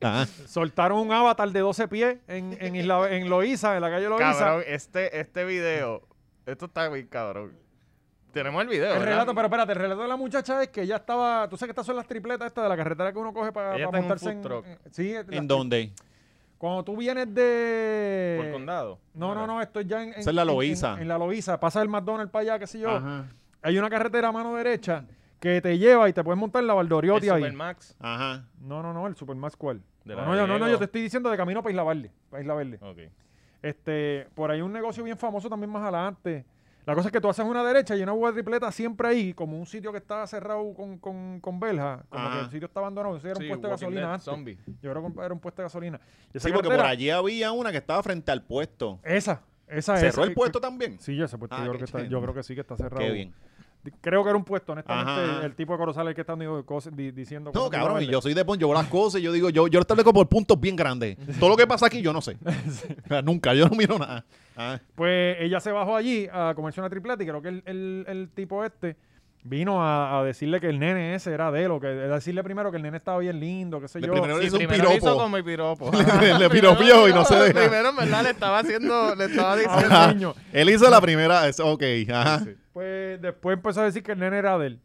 C: Ajá.
B: soltaron un avatar de 12 pies en, en, Isla- en Loíza, en la calle Loíza.
D: Cabrón, este, este video. Esto está bien, cabrón. Tenemos el video.
B: El
D: ¿verdad?
B: relato, pero espérate, el relato de la muchacha es que ya estaba, tú sabes que estas son las tripletas estas de la carretera que uno coge para,
D: Ella
B: para
D: está
B: montarse
D: en un food
B: en- eh, sí, las tri-
C: ¿En dónde?
B: Cuando tú vienes de
D: Por condado.
B: No, no, no, esto es ya en, en
C: Esa es la
B: en-
C: Loíza.
B: En, en la Loíza, pasa el McDonald's para allá, qué sé yo. Hay una carretera a mano derecha que te lleva y te puedes montar en la
D: El
B: Valdoriotti ahí.
D: Supermax.
C: Ajá.
B: No, no, no, el Supermax cuál.
D: De
B: No,
D: la
B: no, yo- no, no,
D: Diego.
B: yo te estoy diciendo de camino para Isla Verde, para Isla Verde.
D: Ok.
B: Este, por ahí un negocio bien famoso también más adelante. La cosa es que tú haces una derecha y una cuadripleta siempre ahí, como un sitio que está cerrado con, con, con belja, como
C: Ajá.
B: que el sitio está abandonado. Eso era un
D: Sí,
B: puesto de
D: Walking
B: gasolina
D: Dead,
B: antes.
D: zombie.
B: Yo creo que era un puesto de gasolina. Y esa
C: Sí, porque por
B: carretera-
C: allí había una que estaba frente al puesto.
B: Esa, esa es.
C: ¿Cerró el puesto también?
B: Sí, ese puesto
C: Ah,
B: yo, creo
C: qué
B: que está-
C: chévere.
B: yo creo que sí que está cerrado.
C: Qué bien.
B: Creo que era un puesto, honestamente.
C: Ajá.
B: El tipo de Corozal es el que está unido de cosas- di- diciendo
C: No,
B: cosas de
C: cabrón,
B: Verde.
C: y yo soy de Pon, yo veo las cosas y yo digo, yo, yo lo establezco por puntos bien grandes. Todo lo que pasa aquí yo no sé. O sea, Nunca, yo no miro nada. Ah,
B: Pues ella se bajó allí a comerse una tripleta y creo que el, el- el tipo este vino a, a decirle que el nene ese era de lo que a decirle primero que el nene estaba bien lindo, qué sé
C: de
B: yo.
C: primero le
D: Sí,
C: hizo un
D: primero lo hizo
C: piropo.
D: como el piropo.
C: Le- le piropió y no se
D: Primero,
C: deja.
D: Primero, en verdad, le estaba haciendo, le estaba
B: A un
D: diciendo.
C: Ajá.
B: niño.
C: Él hizo la primera, es- ok, ajá.
B: Pues después empezó a decir que el nene era de él.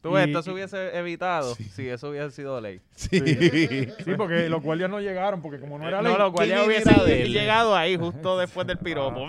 D: Tú, ves,
B: Y-
D: esto se hubiese evitado si eso hubiese sido ley.
C: Sí.
B: Sí, porque los guardias no llegaron, porque como no era ley.
D: No, lo cual
C: ¿quién
D: ya hubiese
C: era de él?
D: llegado ahí justo después del piropo.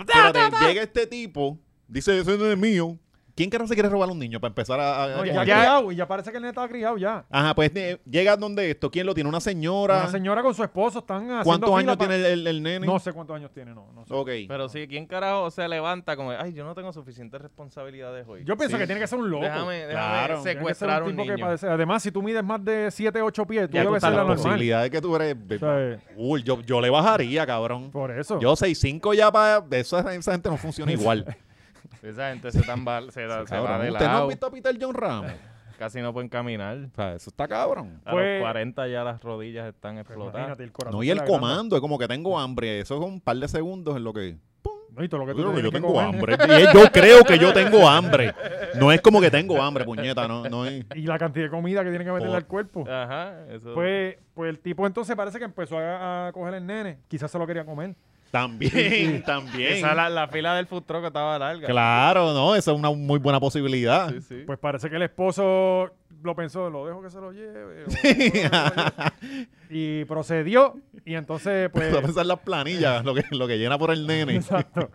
C: Espérate, llega este tipo, dice, ese no es mío. ¿Quién carajo se quiere robar a un niño para empezar a...? a-
B: no,
C: a-
B: ya,
D: Ya-
B: criado, y ya parece que el nene estaba criado ya.
C: Ajá, pues eh, llega donde esto, ¿quién lo tiene? Una señora.
B: Una señora con su esposo están haciendo
C: ¿Cuántos
B: fila
C: años
B: pa-
C: tiene el, el- el nene?
B: No sé cuántos años tiene, no, no sé.
C: Ok.
D: Pero sí, ¿quién carajo se levanta como, ay, yo no tengo suficientes responsabilidades hoy?
B: Yo pienso
C: Sí.
B: que tiene que ser un loco.
D: déjame, déjame
C: claro.
B: Tiene que ser
D: secuestrar a
B: un
D: un
B: tipo que
D: niño.
B: padece. Además, si tú mides más de 7, 8 pies, tú
D: Ya
B: debes ser Pues la
D: está
C: la
B: normal.
C: posibilidad de que tú eres...
B: sea, eh,
C: Uy, yo, yo le bajaría, cabrón.
B: Por eso.
C: Yo 6'5 ya para... Esa, esa gente no funciona igual.
D: Esa gente se, tambal, se, da- se va
C: Cabrón,
D: de
C: ¿Usted no ha
D: lado.
C: visto a Peter John Ramos?
D: Casi no pueden caminar.
C: O sea, eso está cabrón.
D: A
B: Pues-
D: los 40 ya las rodillas están
B: Pues
D: explotadas.
B: imagínate, el corazón
C: No, y
B: se
C: el
B: le agranda.
C: comando, es como que tengo hambre. Eso es un par de segundos en lo que...
B: No, y todo lo que tú
C: Yo, creo que
B: tienes
C: yo
B: que
C: tengo
B: comer.
C: hambre. Y es- yo creo que yo tengo hambre. No es como que tengo hambre, puñeta. No, no es...
B: Y la cantidad de comida que tiene que meterle
C: Por-
B: al cuerpo.
D: Ajá, eso.
B: Pues, pues el tipo entonces parece que empezó a, a coger el nene. Quizás se lo quería comer.
C: También, también.
D: Esa la, la fila del food truck estaba larga.
C: Claro, no, esa es una muy buena posibilidad.
D: Sí, sí.
B: Pues parece que el esposo lo pensó, lo dejo que se lo lleve. o- y procedió. Y entonces, pues,
C: Empezó a pensar las planillas, lo que, lo que llena por el nene.
B: exacto.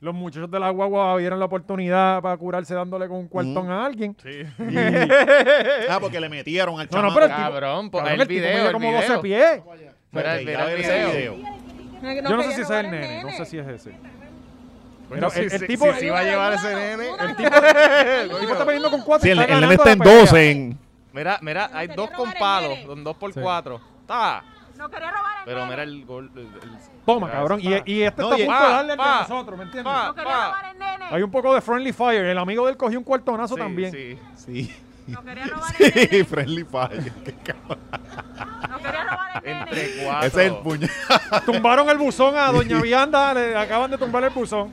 B: Los muchachos de la guagua vieron la oportunidad para curarse dándole
C: Mm.
B: con un cuartón a alguien. Y-
C: Ah, porque le metieron al
B: No, no,
C: chamaco.
B: pero-
D: Cabrón, pues
B: cabrón,
D: el,
B: el tipo
D: video,
B: mide
D: el
B: como
D: video.
B: 12 pies.
D: Mira,
C: Ok, ya
D: mira el
C: ver
D: video.
C: ese video.
B: Yo no sé si ese es el nene, no sé si es ese.
D: Bueno,
B: Pero
D: si,
B: el- el
D: si-
B: tipo-
D: si se iba a llevar ese nene.
B: El tipo, el tipo está perdiendo con cuatro.
C: Sí,
B: y
C: el,
B: está
C: el nene
B: ganando
C: está
B: la
C: en
B: pelea.
C: 12. en-
D: Mira, mira, hay dos
F: quería
D: con
F: robar el
D: palos,
F: nene.
D: son dos por
B: Sí.
D: cuatro. Está.
F: No quería robar al
D: Pero
F: nene.
D: mira el gol. el- el-
B: Toma,
D: mira
B: cabrón.
D: eso.
B: Y, y este
C: No,
B: está a punto de
C: y-
D: pa,
B: darle al de
D: pa,
B: nosotros, ¿me entiendes?
D: pa.
F: No quería robar al nene.
B: Hay un poco de friendly fire. El amigo del cogió un cuartonazo
D: Sí,
B: también.
D: sí.
C: Sí.
F: No quería robar
C: Sí,
F: al nene.
C: Friendly Fire. Qué cabrón.
F: No quería robar al nene.
D: Entre cuatro.
C: Ese es el puño.
B: Tumbaron el buzón a Doña Vianda. Le acaban de tumbar el buzón.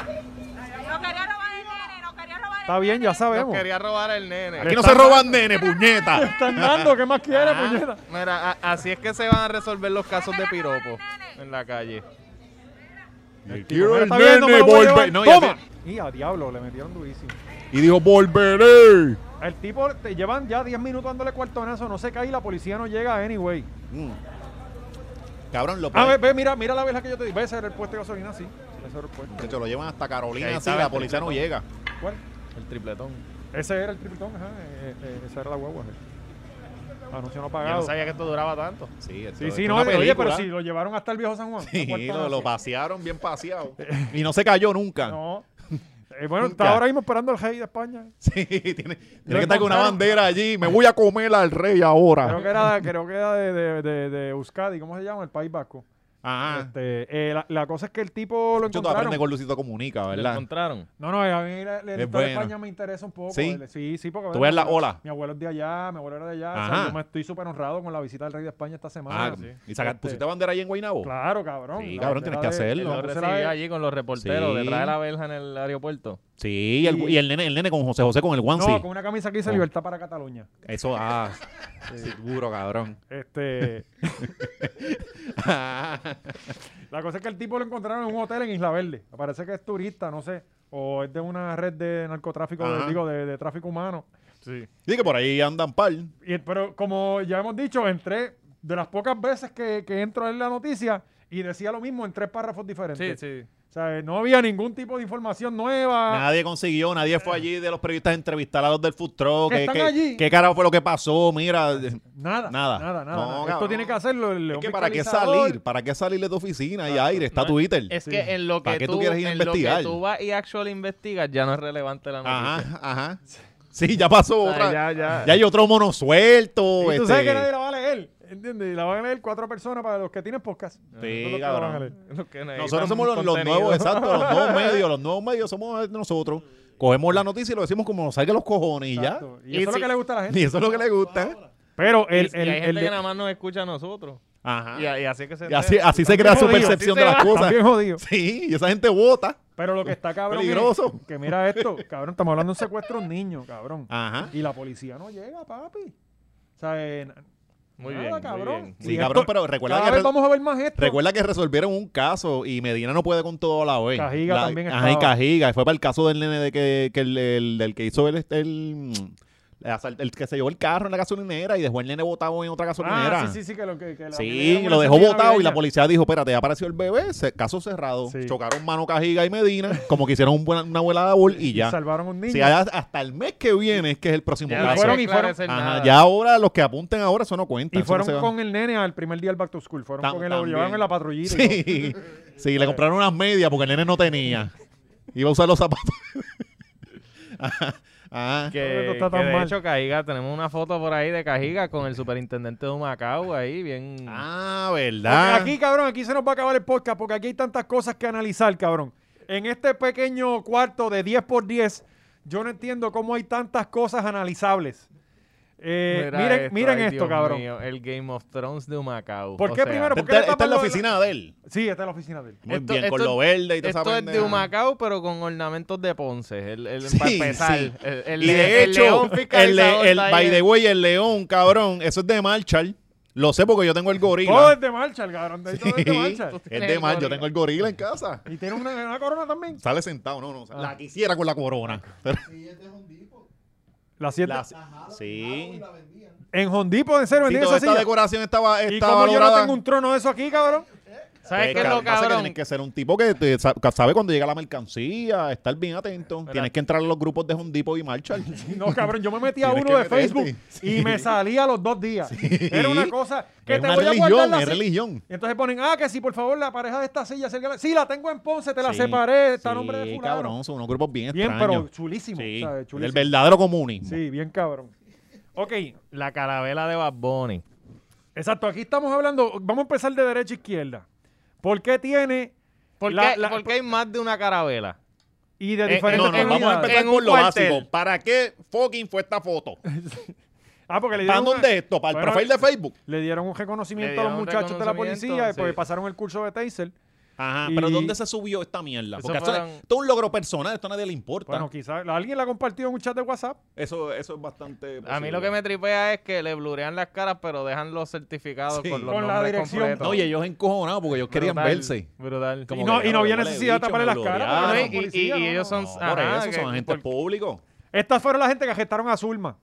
F: No quería robar al nene. No quería robar al
B: Está bien, ya
D: Nos
B: sabemos.
D: quería robar el nene.
C: Aquí no se roban nene, puñeta.
B: Están dando. ¿Qué más quiere,
D: Ah,
B: puñeta?
D: Mira, a- así es que se van a resolver los casos de piropo en la calle.
C: Quiero el
B: Está bien, no me
C: nene,
B: lo voy a
C: volver.
B: llevar.
C: No, y
B: Toma.
C: así-
B: Y a diablo, le metieron durísimo.
C: Y dijo, volveré.
B: El tipo, te llevan ya 10 minutos dándole cuartonazo. No se cae y la policía no llega anyway.
C: Mm. Cabrón, lo
B: Ah, ve,
C: puede.
B: ve, mira, mira la vez que yo te di. Ve, ese era el puesto de gasolina, sí. Ese era el puesto.
C: Se lo llevan hasta
D: Ahí
C: Carolina, sí,
D: estaba
C: la
D: el
C: policía no llega.
B: ¿Cuál?
D: El tripletón.
B: Ese era el tripitón, ajá. eh, eh, esa era la guagua. eh. Anuncio no pagado.
D: que esto duraba tanto.
C: Sí, esto-
B: Sí,
C: esto
B: sí,
C: es
B: no,
C: una
B: oye, pero
C: película.
B: si lo llevaron hasta el viejo San Juan.
C: Sí,
B: no
C: lo,
B: importa,
C: lo pasearon bien paseado. y no se cayó nunca.
B: No. Eh, bueno,
C: Nunca.
B: está ahora mismo esperando el rey de España.
C: Sí, tiene, tiene que estar con una
B: encontraron.
C: bandera allí. Me voy a comer al rey ahora.
B: Creo que era, creo que era de, de, de, de Euskadi, ¿cómo se llama? El País Vasco.
C: Ajá.
B: Este, eh, la, la cosa es que el tipo lo
C: Yo te aprende
B: encontraron.
C: con Lucito Comunica,
D: ¿Lo
C: ¿verdad?
D: encontraron?
B: No, no, a mí la, la
C: Es
B: historia de
C: bueno.
B: España me interesa un poco.
C: ¿Sí?
B: el- sí, sí, porque...
C: Tú
B: bueno,
C: ves la
B: mi abuelo-
C: ola.
B: Mi abuelo es de allá, mi abuelo era de allá. o sea,
C: Ajá.
B: yo me estoy súper honrado con la visita del rey de España esta semana.
C: Ah,
B: sí.
C: y saca-
B: Este,
C: pusiste bandera allí en Guaynabo.
B: Claro, cabrón.
C: Sí,
B: La
C: cabrón,
B: bandera
C: tienes que
B: de-
C: hacerlo.
B: la
D: Lo
B: puse
D: recibí
B: la de-
D: allí con los reporteros
C: Sí.
D: detrás de la verja en el aeropuerto.
C: Sí, y el, y el nene, el nene con José José con el guanci.
B: No, con una camisa que dice
C: Oh.
B: Libertad para Cataluña.
C: Eso, ah, seguro, cabrón.
B: Este, la cosa es que el tipo lo encontraron en un hotel en Isla Verde. Parece que es turista, no sé. O es de una red de narcotráfico, de-
C: Ajá.
B: digo, de, de tráfico humano. Sí.
C: Dice que por ahí andan par.
B: Y, pero como ya hemos dicho, entré, de las pocas veces que, que entro en la noticia y decía lo mismo en tres párrafos diferentes.
D: sí.
B: O sea, no había ningún tipo de información nueva.
C: Nadie consiguió, nadie fue allí de los periodistas a entrevistar a los del food truck.
B: Que
C: ¿Qué,
B: están
C: qué-
B: allí. Ah,
C: qué carajo fue lo que pasó? Mira,
B: Nada. Nada.
C: Nada.
B: Nada, nada.
C: No,
B: Esto
C: cabrón.
B: tiene que hacerlo el
C: es
B: León
C: que ¿para qué
B: Fiscalizador.
C: salir? ¿Para qué salir de tu oficina y aire? Está Twitter.
D: Es que en lo
C: ¿Para
D: que
C: qué tú
D: tú,
C: quieres ir a
D: en lo que
C: investigar?
D: tú vas y actual investigas, ya no es relevante la noticia.
C: Ajá, ajá. Sí, ya pasó
D: O sea,
C: otra.
D: ya, ya.
C: Ya hay otro mono
B: Y
C: suelto.
B: tú
C: este-
B: sabes que nadie la va a leer, ¿entiendes? Y la van a leer cuatro personas para los que tienen podcast. Son los que la
C: cabrón.
B: van a leer.
D: Lo que necesitan
C: Nosotros somos los, los
D: contenido.
C: nuevos, exacto, los nuevos medios, los nuevos medios somos nosotros. Cogemos la noticia y lo decimos como nos salga los cojones y ya.
B: Exacto. Y,
D: Y
B: eso es
D: si-
B: lo que le gusta a la gente.
C: Y eso es lo que le gusta.
B: Pero
D: Y-
B: el,
D: y
B: el,
D: hay
B: el
D: gente
B: de-
D: que nada más nos escucha a nosotros.
C: Ajá.
D: Y, y así es que se
C: Y así,
D: entera.
C: así se crea su
B: jodido,
C: percepción
D: así
C: de
D: se
C: las
D: va.
C: cosas.
B: También jodido.
C: Sí, y esa gente vota.
B: Pero lo que está cabrón
C: Peligroso. Ah.
B: es que mira esto, cabrón, estamos hablando de un secuestro a un niño, cabrón.
C: Ajá.
B: Y la policía no llega, papi. O sea, eh,
D: Muy
B: nada,
D: bien, muy
B: cabrón.
D: bien.
C: Sí,
B: Y
C: cabrón,
B: esto-
C: pero recuerda
B: cada
C: que,
B: vez
C: re-
B: vamos a ver más esto.
C: recuerda que resolvieron un caso y Medina no puede con todo a la vez.
B: Cajiga
C: La-
B: también
C: Ajá, y
B: estaba.
C: Cajiga. Y fue para el caso del nene de que, que el, el- del que hizo el, este, el, el asal- el que se llevó el carro en la gasolinera y dejó el nene botado en otra gasolinera.
B: Ah, sí, sí, sí, que lo que, que la
C: Sí,
B: nena
C: lo
B: una
C: dejó
B: sentida
C: botado y la
B: navideña.
C: policía dijo, espérate, ya apareció el bebé, se- caso cerrado.
B: Sí.
C: Chocaron mano Cajiga y Medina, como que hicieron un buena- una vuelada de bol y ya.
B: Salvaron un niño.
C: Sí, allá- hasta el mes que viene es que es el próximo
D: Ya
B: Y
D: no
C: caso.
D: se
B: fueron y
D: aclara
B: fueron-
D: hacer
C: Ajá,
D: nada.
C: ya ahora los que apunten ahora eso no cuenta.
B: y
C: eso no
B: fueron
C: se va.
B: con el nene al primer día del back to school. Fueron
C: Tam-
B: con él, lo
C: también.
B: llevaron en la patrullita. y todo.
C: Sí, sí, le compraron unas medias porque el nene no tenía. Iba a usar los zapatos. Ajá, ajá.
B: Esto
D: Que,
B: está
D: que
B: tan
D: de
B: mal.
D: hecho, Cajiga, tenemos una foto por ahí de Cajiga con el superintendente de Humacao ahí, bien...
C: Ah,
B: Porque
C: ¿verdad?
B: Aquí, cabrón, aquí se nos va a acabar el podcast porque aquí hay tantas cosas que analizar, cabrón. En este pequeño cuarto de 10 por 10, yo no entiendo cómo hay tantas cosas analizables. Eh,
D: Mira
B: miren esto, miren
D: ay,
B: esto
D: Dios
B: cabrón.
D: mío, el Game of Thrones de Humacao.
B: ¿Por
D: O
B: qué
D: sea,
B: primero? ¿por qué
C: Esta,
B: le
C: esta es
B: tapan
C: la
B: lo-
C: oficina de él.
B: Sí, esta es la oficina de él.
C: Muy
D: Esto-
C: bien, con
D: esto-
C: lo verde y toda esa
D: Esto es de
C: pendeja.
D: Humacao, pero con ornamentos de Ponce. El, el,
C: Sí,
D: para empezar,
C: sí.
D: el- el-
C: y de
D: el
C: hecho,
D: león
C: el,
D: fiscalizador
C: el-
D: está
C: by
D: ahí en-
C: the way, el león, cabrón, eso es de Marshall. Lo sé porque yo tengo el
B: Todo es
C: gorila.
B: de marcha, el cabrón. de ahí Todo es de
C: Sí,
B: marcha.
C: es de Marshall, yo
D: Gorila.
C: tengo el gorila en casa.
B: Y tiene una, una corona también.
C: Sale sentado, no, no. La quisiera con la corona.
G: Sí, es de Home Depot.
B: La siete.
C: La-
G: Y
C: sí.
G: la vendían.
B: En Hondipo, en serio,
C: Sí,
B: vendían
C: toda
B: esa
C: esta
B: silla.
C: decoración estaba,
B: ¿Y
C: estaba
B: como yo no
C: valorada.
B: tengo un trono de eso aquí, cabrón?
D: ¿Sabes qué
C: Pues,
D: es lo
C: cabrón, pasa que
D: cabrón?
C: Tienes que ser un tipo que, te sa- que sabe cuando llega la mercancía, estar bien atento. Tienes que entrar a los grupos de Home Depot y Marshall.
B: No, cabrón, yo me metí a
C: Tienes
B: uno de
C: que meterte.
B: Facebook y
C: Sí.
B: me salía a los dos días. Era una cosa que
C: es
B: te
C: una
B: voy a guardar
C: religión,
B: la
C: es
B: si-
C: religión.
B: Y entonces ponen, ah, que si por favor la pareja de esta silla, acércala. sí, la tengo en Ponce, te la
C: Sí,
B: separé, está a
C: sí,
B: nombre de fulano.
C: cabrón, son unos grupos bien,
B: bien, pero
C: extraños.
B: chulísimo,
C: Sí,
B: ¿sabes?
C: el
B: Chulísimo.
C: verdadero comunismo.
B: Sí, bien cabrón. Ok,
D: La carabela de Bad Bunny.
B: exacto, aquí estamos hablando, vamos a empezar de derecha a izquierda. ¿Por qué tiene
D: ¿Por,
B: la-
D: qué,
B: la-
D: por qué hay más de una carabela?
B: y de
D: Eh,
B: diferentes
C: No, no, vamos a
B: comunidades?
C: empezar
D: En un
C: por lo
D: cuartel.
C: básico. ¿Para qué fucking fue esta foto?
B: Ah, porque le
C: ¿Para
B: dieron una-
C: dónde esto? ¿Para el
B: Bueno,
C: perfil de Facebook?
B: Le dieron un reconocimiento
D: Le dieron
B: a los
D: un
B: muchachos de la
D: reconocimiento,
B: policía y pues
D: sí.
B: pasaron el curso de Taser.
C: Ajá,
B: Y-
C: pero ¿dónde se subió esta mierda?
D: Eso
C: Porque esto,
D: fueron-
C: esto es un logro personal, esto a nadie le importa.
B: Bueno, quizás alguien la compartió en un chat de WhatsApp.
C: eso, eso es bastante.
D: A mí
C: posible.
D: lo que me tripea es que le blurean las caras, pero dejan los certificados
C: Sí.
D: con los
B: Con la
D: nombres
B: dirección.
D: completos.
C: No, y ellos encojonados porque ellos querían
D: Brutal,
C: verse.
D: Brutal.
C: Como
B: Y no-
C: que,
B: y no había
C: cabrón,
B: necesidad de
C: huele bicho,
B: taparle las
C: me
B: caras,
D: Ah,
C: bloquearon.
D: no,
B: Claro,
D: y, y-
B: policía,
D: y
B: no,
D: ellos
B: no,
D: son...
C: No, por
D: ajá,
C: eso
D: que-
C: son agentes
D: por-
C: públicos.
B: Estas fueron la gente que gestaron a Zulma.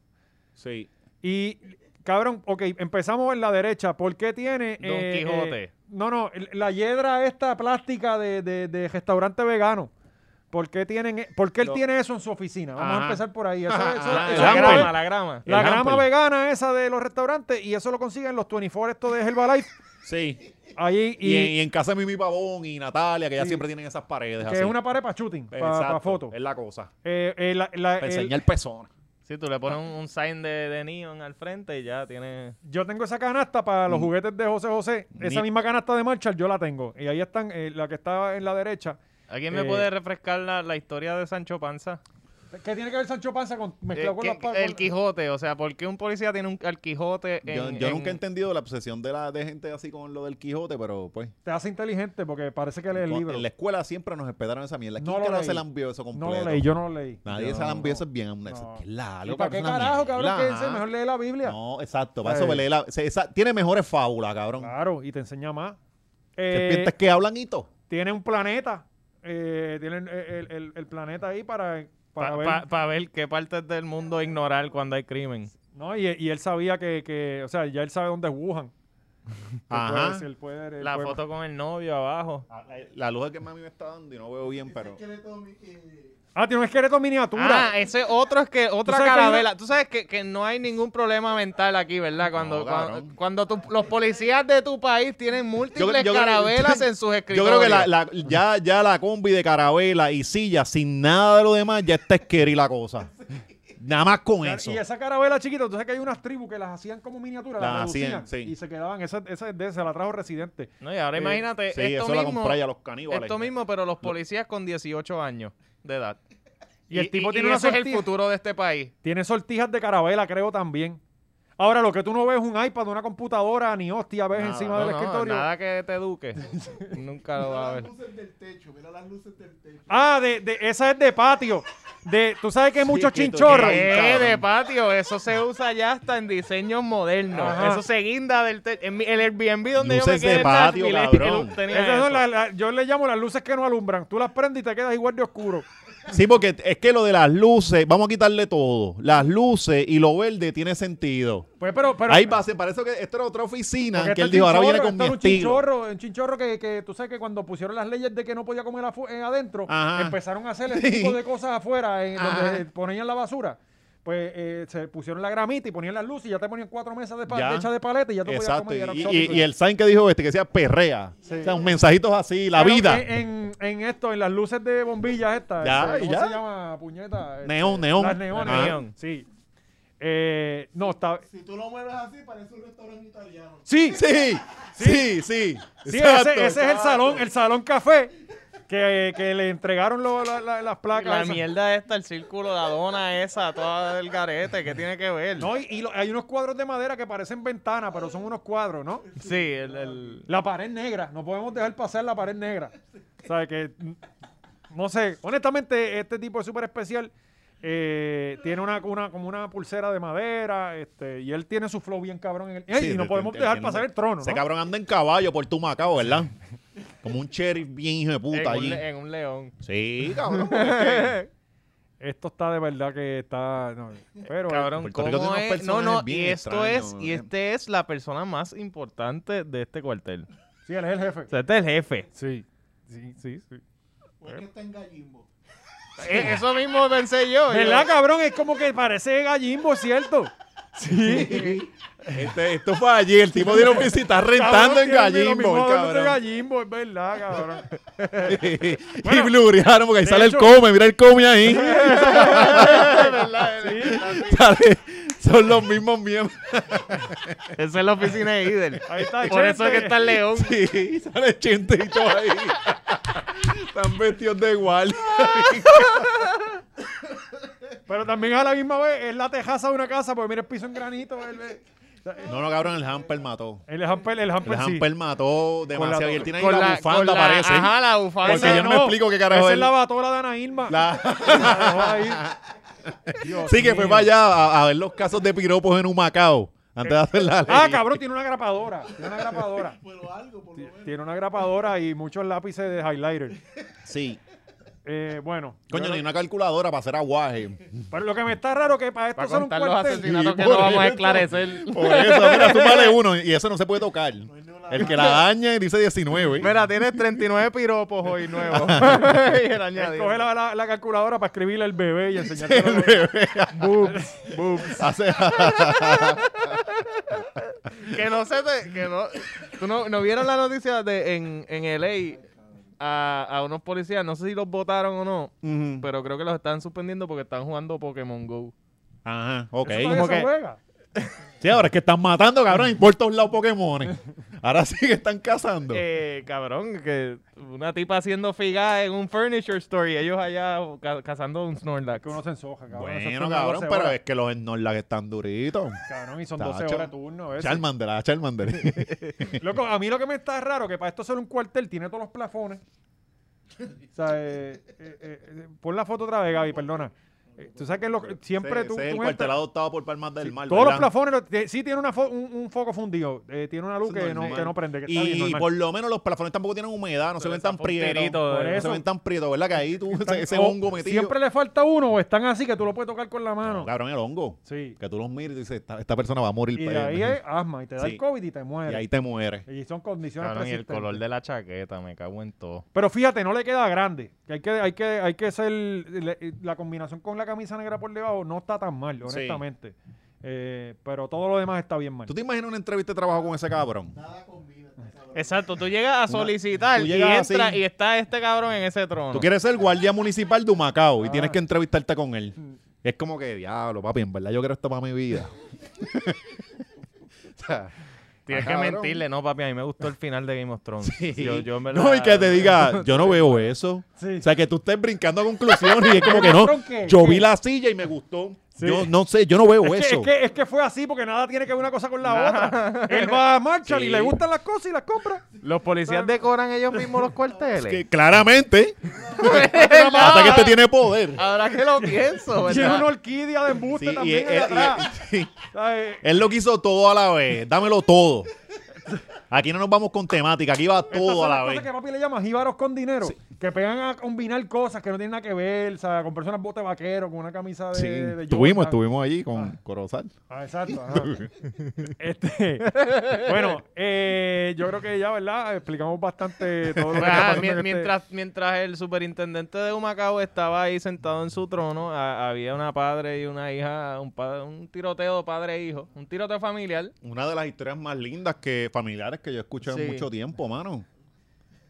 C: Sí.
B: Y, cabrón, ok, empezamos en la derecha. ¿Por qué tiene. eh,
D: Don Quijote.
B: no, no, el- la hiedra esta plástica de, de- de restaurante vegano. ¿Por qué, tienen, e- por qué él
C: Lo-
B: tiene eso en su oficina? Vamos a
C: Ajá.
B: empezar por ahí. Eso,
C: Ajá,
B: eso-
C: ajá,
B: eso
D: La
B: es
C: el
B: grave.
D: grama,
C: hamper.
D: la grama.
B: La
C: el
B: grama
C: hamper.
B: vegana esa de los restaurantes y eso lo consiguen los 24 estos de Herbalife.
C: Sí.
B: Allí
C: Y,
B: y,
C: en, y en casa de Mimi Pavón y Natalia, que ya
B: Sí.
C: siempre tienen esas paredes.
B: que
C: así.
B: es una pared para shooting, para
C: Exacto,
B: fotos.
C: Es la cosa.
B: Eh, eh, la- la-
C: Para
B: el-
C: enseñar personas.
D: Sí, tú le pones un, un sign de, de neon al frente y ya tiene...
B: Yo tengo esa canasta para los juguetes de José José. Esa
C: Mm. Ni-
B: misma canasta de Marshall yo la tengo. Y ahí están, eh, la que está en la derecha.
D: ¿Alguien me
B: Eh,
D: puede refrescar la, la historia de Sancho Panza?
B: ¿Qué tiene que ver Sancho Panza con
D: Eh,
B: mezclado con
D: que-
B: las papas?
D: el Quijote, o sea, ¿por qué un policía tiene un, al Quijote en,
C: yo yo
D: en-
C: nunca he entendido la obsesión de, la, de gente así con lo del Quijote, pero pues.
B: Te hace inteligente porque parece que lees el
C: con-
B: libro.
C: En la escuela siempre nos esperaron esa mierda.
B: No
C: ¿Quién
B: lo
C: carajo
B: leí.
C: se la envió eso
B: No
C: completo?
B: lo leí, yo no lo leí.
C: Nadie
B: Yo
C: se la
B: no.
C: envió eso es bien. eso-
B: No.
C: qué largo,
B: ¿Y para qué
C: parece una
B: carajo, cabrón?
C: mierda,
B: ¿Qué dice?
C: ajá.
B: Mejor lee la Biblia.
C: No, exacto. Para eso
B: Ay.
C: me lee la- se- esa- tiene mejores fábulas, cabrón.
B: Claro, y te enseña más. Eh,
C: Serpientes que hablan y todo.
B: tiene un planeta. eh, tiene el, el- el- el planeta ahí para, para
D: para
B: ver.
D: ver. qué partes del mundo ignorar cuando hay crimen.
B: ¿no? Y, y él sabía que, que, o sea, ya él sabe dónde es Wuhan.
C: Ajá.
B: Puede ser, puede ser,
D: La
B: puede-
D: foto con el novio abajo.
C: Ah, la- La luz es que mami me está dando y no veo bien, pero.
B: Ah, tiene un esqueleto en miniatura.
D: Ah, ese otro es que otra
B: sabes que hay una-
D: carabela. Tú sabes que, que no hay ningún problema mental aquí, ¿verdad? Cuando
C: No,
D: cuan-
C: cabrón.
D: cuando, tu- los policías de tu país tienen múltiples
C: yo creo-
D: carabelas en sus
C: Yo
D: escritorios.
C: creo que la, la- ya, ya la combi de carabela y silla, sin nada de lo demás, ya está esqueri la cosa. Nada más con eso.
B: Y esa carabela chiquita, tú sabes que hay unas tribus que las hacían como miniatura, las,
C: Las hacían,
B: reducían
C: sí.
B: y se quedaban. Esa, esa de- se la trajo Residente.
D: No, y ahora
B: Eh,
D: imagínate
C: Sí,
D: esto
C: eso la
D: mismo,
C: compré ya los caníbales.
D: esto mismo, pero los policías con 18 años de edad.
B: Y el tipo tiene
D: y
B: una
D: ese es el
B: sortija.
D: futuro de este país.
B: Tiene sortijas de carabela, creo también. Ahora, lo que tú no ves es un iPad, una computadora, ni hostia ves
C: Nada,
B: encima
D: No,
B: del
D: no,
B: escritorio.
D: nada que te eduque. Nunca lo va
G: Mira
D: a ver.
G: las luces del techo, mira las luces del techo.
B: Ah, de, de- esa es de patio. De, tú sabes que hay muchos
C: que tú-
B: chinchorros.
D: Eh,
C: cabrón.
D: de patio, eso se usa ya hasta en diseños modernos.
B: Ajá.
D: Eso se guinda del te- en mi- el Airbnb donde yo me
C: Luces
D: quedé
C: de
D: en
C: patio,
D: Nashville,
C: cabrón.
D: él tenía
B: Esas
D: eso.
B: son las- las- yo le llamo las luces que no alumbran. Tú las prendes y te quedas igual de oscuro.
C: Sí, porque es que lo de las luces, vamos a quitarle todo. Las luces y lo verde tiene sentido.
B: Pues, pero, pero,
C: Ahí va, se parece que esto era otra oficina
B: porque esto
C: que él
B: es
C: dijo, ahora viene
B: chinchorro,
C: con mi
B: esto era
C: estilo.
B: Un chinchorro, un chinchorro que, que tú sabes que cuando pusieron las leyes de que no podía comer afu- eh, adentro,
C: Ajá.
B: empezaron a hacer
C: Sí.
B: ese tipo de cosas afuera, en
C: Ajá.
B: donde eh, ponían la basura. Pues eh, se pusieron la gramita y ponían las luces y ya te ponían cuatro mesas de, pa-
C: Ya.
B: de hechas de paleta y ya tú podías
C: Exacto.
B: comer.
C: Y,
B: era
C: y-
B: exótico.
C: y el sign que dijo este, que sea perrea.
B: Sí. eh,
C: O sea, un mensajito así, la
B: Pero
C: vida.
B: En, en- en esto, en las luces de bombillas estas.
C: Ya,
B: este, ¿Cómo
C: ya.
B: se llama, puñeta? Este,
C: Neón, neón.
B: Las neones.
C: Ajá.
B: neón, Sí. Eh, no, está...
G: Si tú lo mueves así, parece un restaurante italiano.
B: Sí, sí,
C: Sí, sí, sí. Exacto,
B: ese, ese es el
C: exacto.
B: salón, el salón café que, que le entregaron lo- la- la- las placas.
D: La
B: esas.
D: mierda esta, el círculo, la dona esa, toda del garete, ¿qué tiene que ver?
B: No, y, y lo- hay unos cuadros de madera que parecen ventanas, pero son unos cuadros, ¿no?
D: Sí, el, el-
B: La pared negra, no podemos dejar pasar la pared negra. O sea, que mm, no sé, honestamente este tipo es súper especial. Eh, tiene una, una- como una pulsera de madera este, y él tiene su flow bien cabrón. En el, Ey,
C: Sí,
B: y
C: te-
B: no podemos
C: te-
B: dejar
C: entiendo.
B: pasar el trono.
C: Ese
B: ¿no?
C: cabrón anda en caballo por tu macao, ¿verdad? Como un sheriff bien hijo de
D: en,
B: Eh,
C: puta
D: un,
C: allí.
D: le- en un león.
C: Sí, cabrón. porque es que-
B: Esto está de verdad que está... no, pero
D: Cabrón,
C: Puerto Rico
D: ¿cómo
C: tiene unos
D: es? No,
C: personajes
D: no,
C: bien
D: y esto es,
C: extraños,
D: y
C: ¿eh?
D: este es la persona más importante de este cuartel.
B: Sí, él es el jefe.
D: O sea, este es el jefe.
B: Sí, sí, sí. sí.
G: O es que está en gallimbo.
D: Eh, Eso mismo pensé yo.
B: ¿Verdad,
D: Yo-
B: cabrón? Es como que parece gallimbo, ¿cierto? Sí.
C: Este- esto fue allí. El tipo dieron visita rentando
B: Cabrón,
C: en
B: tiene lo
C: Gallimbo,
B: mismo
C: el
B: adorno de
C: cabrón.
B: Gallimbo, es verdad, cabrón.
C: y bluriaron porque ahí
B: de
C: sale
B: hecho-
C: el come. Mira el come ahí. Sale- son los mismos miembros.
D: Esa es la oficina de Ider.
B: Ahí está,
D: Por eso es que
B: Chente.
D: está el león.
C: Sí, sale chentito ahí. Están vestidos de igual.
B: Pero también a la misma vez es la tejaza de una casa, porque mira el piso en granito. Él, él,
C: No, no, cabrón, el hamper mató.
B: el hamper, el hamper,
C: El
B: Pues sí.
C: hamper mató demasiado. Y él tiene ahí la,
D: con
C: bufanda,
D: la-
C: parece.
D: Ajá, la bufanda.
C: Porque yo no me explico qué carajo
B: Esa es
C: él-
B: la batola de Ana Irma.
C: La-
B: Dios
C: Sí, que fue
B: mío.
C: para allá a, a ver los casos de piropos en un Macao. Antes de hacer la ley.
B: Ah, cabrón, tiene una grapadora. Tiene una grapadora.
G: Pero algo, por lo menos.
B: Tiene una grapadora y muchos lápices de highlighter.
C: Sí.
B: Eh, bueno.
C: Coño,
B: yo
C: ni
B: lo-
C: una calculadora para hacer aguaje.
B: Pero lo que me está raro que para esto
D: Para
B: son un
D: contar los
B: cuartel.
D: asesinatos que
C: por
D: no vamos a
C: eso.
D: esclarecer.
C: Por eso, mira, tú vale uno y eso no se puede tocar. El que la daña y dice 19.
D: Mira, tienes 39 piropos hoy nuevos. y el
B: Él
D: añadido.
B: Coge la, la- la calculadora para escribirle el bebé y enseñarle el Boobs, boobs.
C: Hace-
D: Que no se te... Que no... ¿Tú no, no vieron la noticia de en, en LA a, a unos policías? No sé si los votaron o no, pero creo que los están suspendiendo porque están jugando Pokémon GO.
C: Ajá, ok.
B: Eso todavía
D: como
B: se
D: que-
B: juega.
C: Sí, ahora es que están matando, cabrón, y por todos lados Pokémon. Ahora sí que están cazando.
D: Eh, cabrón, que una tipa haciendo figa en un furniture store y ellos allá ca- cazando un Snorlax.
B: Que uno se ensoja, cabrón. Eso
C: bueno,
B: son
C: cabrón,
B: 12
C: pero
B: horas,
C: es que los Snorlax están duritos.
B: Cabrón, y son
C: Tacho.
B: 12 horas de turno. ese.
C: Charmander, ah, Charmander.
B: Loco, a mí lo que me está raro que para esto ser un cuartel tiene todos los plafones. O sea, eh, eh, eh, eh, pon la foto otra vez, Gaby, perdona. Eh, Tú sabes que lo- siempre
C: Sí,
B: tú.
C: ese es
B: tú
C: el
B: entras-
C: cuartelado adoptado por Palmas del
B: Sí,
C: Mar.
B: Todos los
C: ¿verdad?
B: plafones lo- te- sí tiene una fo- un, un foco fundido, eh, tiene una luz
C: Eso es
B: que no,
C: normal.
B: que no prende. que está bien,
C: Y
B: normal.
C: por lo menos los plafones tampoco tienen humedad, no se ven tan prietos.
B: Por
C: No
B: eso.
C: se ven tan prietos, ¿verdad? Que ahí tú, ese, ese
B: O
C: hongo metido.
B: Siempre le falta uno o están así que tú lo puedes tocar con la mano.
C: No, cabrón, el hongo.
B: sí.
C: Que tú los mires y dices, esta, esta persona va a morir.
B: Y de
C: pa'
B: ahí
C: él.
B: es asma y te da
C: Sí.
B: el COVID y te
C: y ahí
B: mueres.
C: te mueres.
B: Y, son condiciones
D: Cabrón, y el
B: persistentes.
D: color de la chaqueta, me cago en todo.
B: Pero fíjate, no le queda grande. Que hay que, hay que, hay que ser le- eh, la combinación con la camisa negra por debajo no está tan mal, honestamente. Eh, pero todo lo demás está bien mal.
C: ¿Tú te imaginas una entrevista de trabajo con ese cabrón?
G: Nada combina. está cabrón.
D: Exacto, tú llegas a solicitar
C: tú
D: y
C: llegas
D: entra
C: así.
D: y está este cabrón en ese trono.
C: Tú quieres ser guardia municipal de Humacao y
B: Ah.
C: tienes que entrevistarte con él.
B: Mm.
C: Y es como que, diablo, papi, en verdad yo quiero esto para mi vida. O sea,
D: Tienes
C: Ah,
D: que
C: cabrón.
D: mentirle, no, papi, a mí me gustó el final de Game of Thrones. Yo, yo en
C: No, y
D: verdad-
C: que te diga, yo no veo eso.
B: Sí.
C: O sea, que tú estés brincando a conclusiones y es como que no.
B: ¿Cabrón qué?
C: Yo
B: ¿Qué?
C: vi la silla y me gustó.
B: Sí.
C: Yo no sé, yo no veo
B: Es que,
C: eso.
B: es, que, es que fue así porque nada tiene que ver una cosa con la otra. Él va a marchar y
C: Sí.
B: le gustan las cosas y las compra.
D: Los policías decoran ellos mismos los cuarteles.
C: Es que claramente, hasta que este tiene poder.
D: Ahora que lo pienso,
B: Tiene
D: ¿verdad?
B: una orquídea de embuste
C: Sí,
B: Ah,
C: y-
B: también.
C: y-
B: allá atrás. eh,
C: y- y-
B: ¿Sabes?
C: Él lo quiso todo a la vez. Dámelo todo. Aquí no nos vamos con temática, aquí va
B: Estas
C: todo
B: son
C: a
B: las
C: la
B: cosas
C: vez.
B: que papi le llama jíbaros con dinero. Que pegan a combinar cosas que no tienen nada que ver. ¿sabes? Con personas bote vaquero, con una camisa de.
C: Sí,
B: de Jordan.
C: estuvimos, estuvimos allí con Corozal.
B: Ah, exacto. ajá. Este, bueno, eh, yo creo que ya, ¿verdad? Explicamos bastante todo lo que está
D: Ah,
B: pasando
D: mien-
B: en este-
D: mientras, mientras el superintendente de Humacao estaba ahí sentado en su trono, a- había una padre y una hija, un, pa- un tiroteo de padre e hijo, un tiroteo familiar.
C: Una de las historias más lindas que familiares que yo escuché
D: Sí.
C: en mucho tiempo, mano.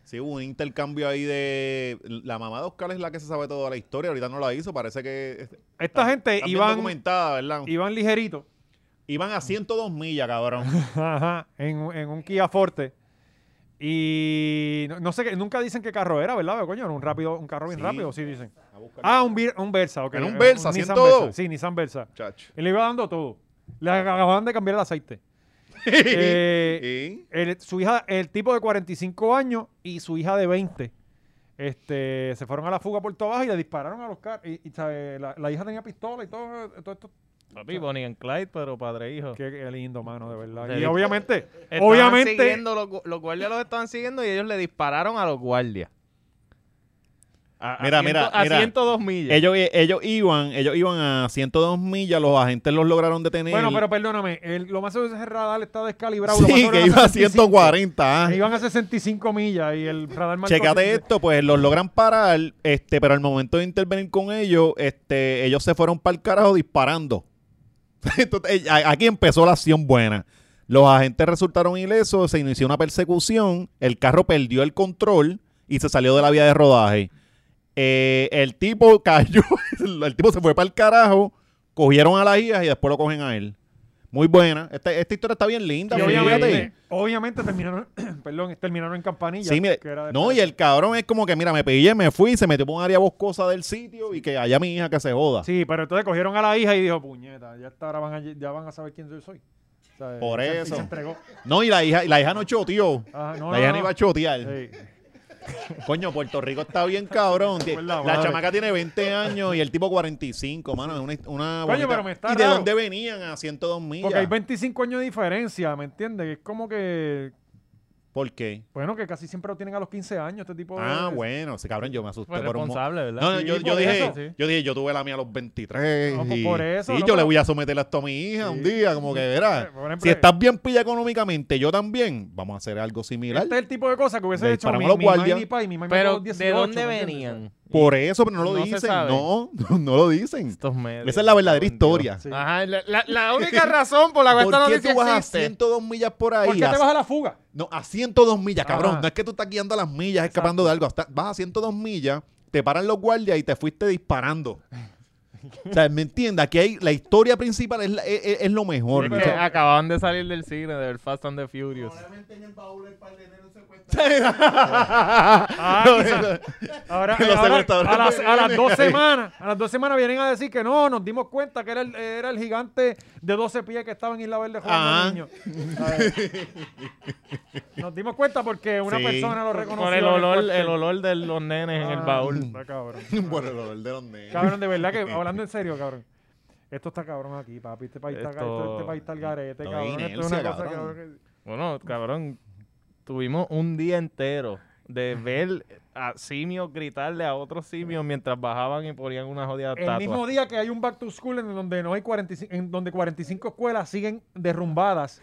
C: Sí, hubo un intercambio ahí de... La mamá de Oscar es la que se sabe toda la historia, ahorita no la hizo, parece que...
B: Eh, Esta gente
C: Está bien
B: iban,
C: documentada, ¿verdad?
B: iban ligerito.
C: Iban a 102 millas, cabrón.
B: Ajá, en, un- en un Kia Forte. Y no, no sé, qué- nunca dicen qué carro era, ¿verdad? Pero, coño, era un, rápido, un carro bien
C: Sí.
B: rápido, sí dicen.
C: A buscar-
B: Ah, un, Vir- un Versa, ok.
C: Era un
B: Eh,
C: Versa,
B: Nissan
C: 102.
B: Versa, Sí, Nissan Versa.
C: Chacho.
B: Y le iba dando todo. Le acababan de cambiar el aceite. Eh,
C: Y-
B: el, su hija, el tipo de 45 años y su hija de 20, este, se fueron a la fuga por toda abajo y le dispararon a los carros. Y, y, ¿sabe? la, la hija tenía pistola y todo, eh, todo esto.
D: Papi, Bonnie and Clyde, pero padre e hijo.
B: Qué, qué lindo, mano, de verdad.
D: Le
B: Y
D: di-
B: obviamente,
D: Estaban
B: obviamente,
D: siguiendo, los, gu- los guardias los estaban siguiendo y ellos le dispararon a los guardias. A,
C: Mira,
D: ciento-
C: mira,
D: a
C: mira.
D: 102 millas.
C: Ellos, eh, ellos iban, ellos iban a 102 millas, los agentes los lograron detener.
B: Bueno, pero perdóname, el- lo más seguro es que ese radar está descalibrado. lo más
C: sí,
B: seguro
C: que
B: era
C: iba a
B: 65,
C: 140. ah.
B: que Iban a 65 millas y el radar marcó
C: Checate
B: 100.
C: esto, pues los logran parar, este, pero al momento de intervenir con ellos, este, ellos se fueron para el carajo disparando. Entonces, eh, a- aquí empezó la acción buena. Los agentes resultaron ilesos, se inició una persecución, el carro perdió el control y se salió de la vía de rodaje. Eh, el tipo cayó, el tipo se fue para el carajo, cogieron a las hijas y después lo cogen a él. Muy buena. Esta, esta historia está bien linda.
B: Y
C: porque fíjate.
B: obviamente, obviamente terminaron, perdón, terminaron en campanilla.
C: Sí, mira,
B: que era de-
C: no, y el cabrón es como que, mira, me pillé, me fui, se metió por un área boscosa del sitio y que allá mi hija que se joda.
B: Sí, pero entonces cogieron a la hija y dijo, puñeta, ya hasta ahora van a, ya van a saber quién yo soy. O sea,
C: Por
B: y se- y
C: eso.
B: Se entregó.
C: No, y la hija, y la hija no choteó.
B: Ajá, no,
C: la hija
B: no, no.
C: no, iba a chotear.
B: Sí.
C: Coño, Puerto Rico está bien cabrón. Tie-
B: Por la
C: La,
B: madre.
C: chamaca tiene 20 años y el tipo 45, mano. Es una, una
B: Coño,
C: bonita-
B: pero me está
C: ¿Y de
B: raro.
C: dónde venían a 102 millas?
B: Porque hay 25 años de diferencia, ¿me entiendes? Es como que,
C: ¿Por qué?
B: bueno, que casi siempre lo tienen a los 15 años este tipo de...
C: Ah, bueno, ese cabrón, yo me asusté
B: pues
D: Fue
C: por un mo-
D: responsable, ¿verdad?
C: No, no,
B: Sí,
C: yo, yo
B: por
C: dije,
B: eso, sí.
C: yo dije, yo tuve la mía a los 23.
B: No, pues,
C: y,
B: por eso,
C: y
B: no,
C: yo le
B: pero-
C: voy a someter esto a mi hija un día, como que verás.
B: Por ejemplo, eh.
C: Si estás bien pilla económicamente, yo también, vamos a hacer algo similar.
B: Este es el tipo de cosa que hubiese
C: Le
B: hecho mi,
C: disparamos
B: mi mamá y
C: a los guardias.
B: mi papá y mi mamá a
D: pero
B: los
D: ¿de
B: 18,
D: dónde
B: ¿me entiendes?
D: venían
C: Por eso, pero no lo
D: No se
C: dicen.
D: sabe.
C: No, no, no lo dicen.
D: estos medios?
C: Esa es la verdadera
D: Dios.
C: historia.
B: Sí.
D: Ajá, la, la- la única razón por la cual esta
C: ¿Por qué
D: noticia
C: tú vas a
D: existe.
C: 102 millas por ahí?
B: ¿Por qué te
C: A-
B: vas a la fuga?
C: No, a 102 millas, cabrón.
D: Ah.
B: Ajá.
C: No es que tú estás guiando a las millas, escapando de algo. Hasta- vas a 102 millas, te paran los guardias y te fuiste disparando. o sea, ¿me entiendes? Aquí hay, la historia principal es, la- es- es- es lo mejor.
D: Porque acababan de salir del cine de ver Fast and the Furious.
G: Probablemente en el baúl el par de enero se cuenta.
B: Ah, quizás. Ahora, eh,
C: Los
B: ahora,
C: secuestradores
B: a, las, a las
C: vienen
B: dos
C: ahí.
B: semanas, a las dos semanas vienen a decir que no, nos dimos cuenta que era el, era el gigante de 12 pies que estaba en Isla Verde jugando
C: Ajá.
B: al niño. A ver. Nos dimos cuenta porque una
C: Sí.
B: persona lo reconoció.
D: Con el
B: en el
D: olor,
B: cuartel.
D: el olor de los nenes en el
B: Ah,
D: baúl.
B: está cabrón.
C: Por el olor de los nenes.
B: Cabrón, de verdad que hablando Hablando en serio, cabrón. Esto está cabrón aquí, papi. Este país está,
D: Esto-
B: esto- este país está al garete,
C: No,
B: cabrón. Esto es una
C: inercia,
B: cosa que-
C: cabrón.
D: Bueno, cabrón, tuvimos un día entero de ver a simios gritarle a otros simios mientras bajaban y ponían una jodida
B: El mismo
D: estatua.
B: día que hay un back to school en donde no hay 45, en donde 45 escuelas siguen derrumbadas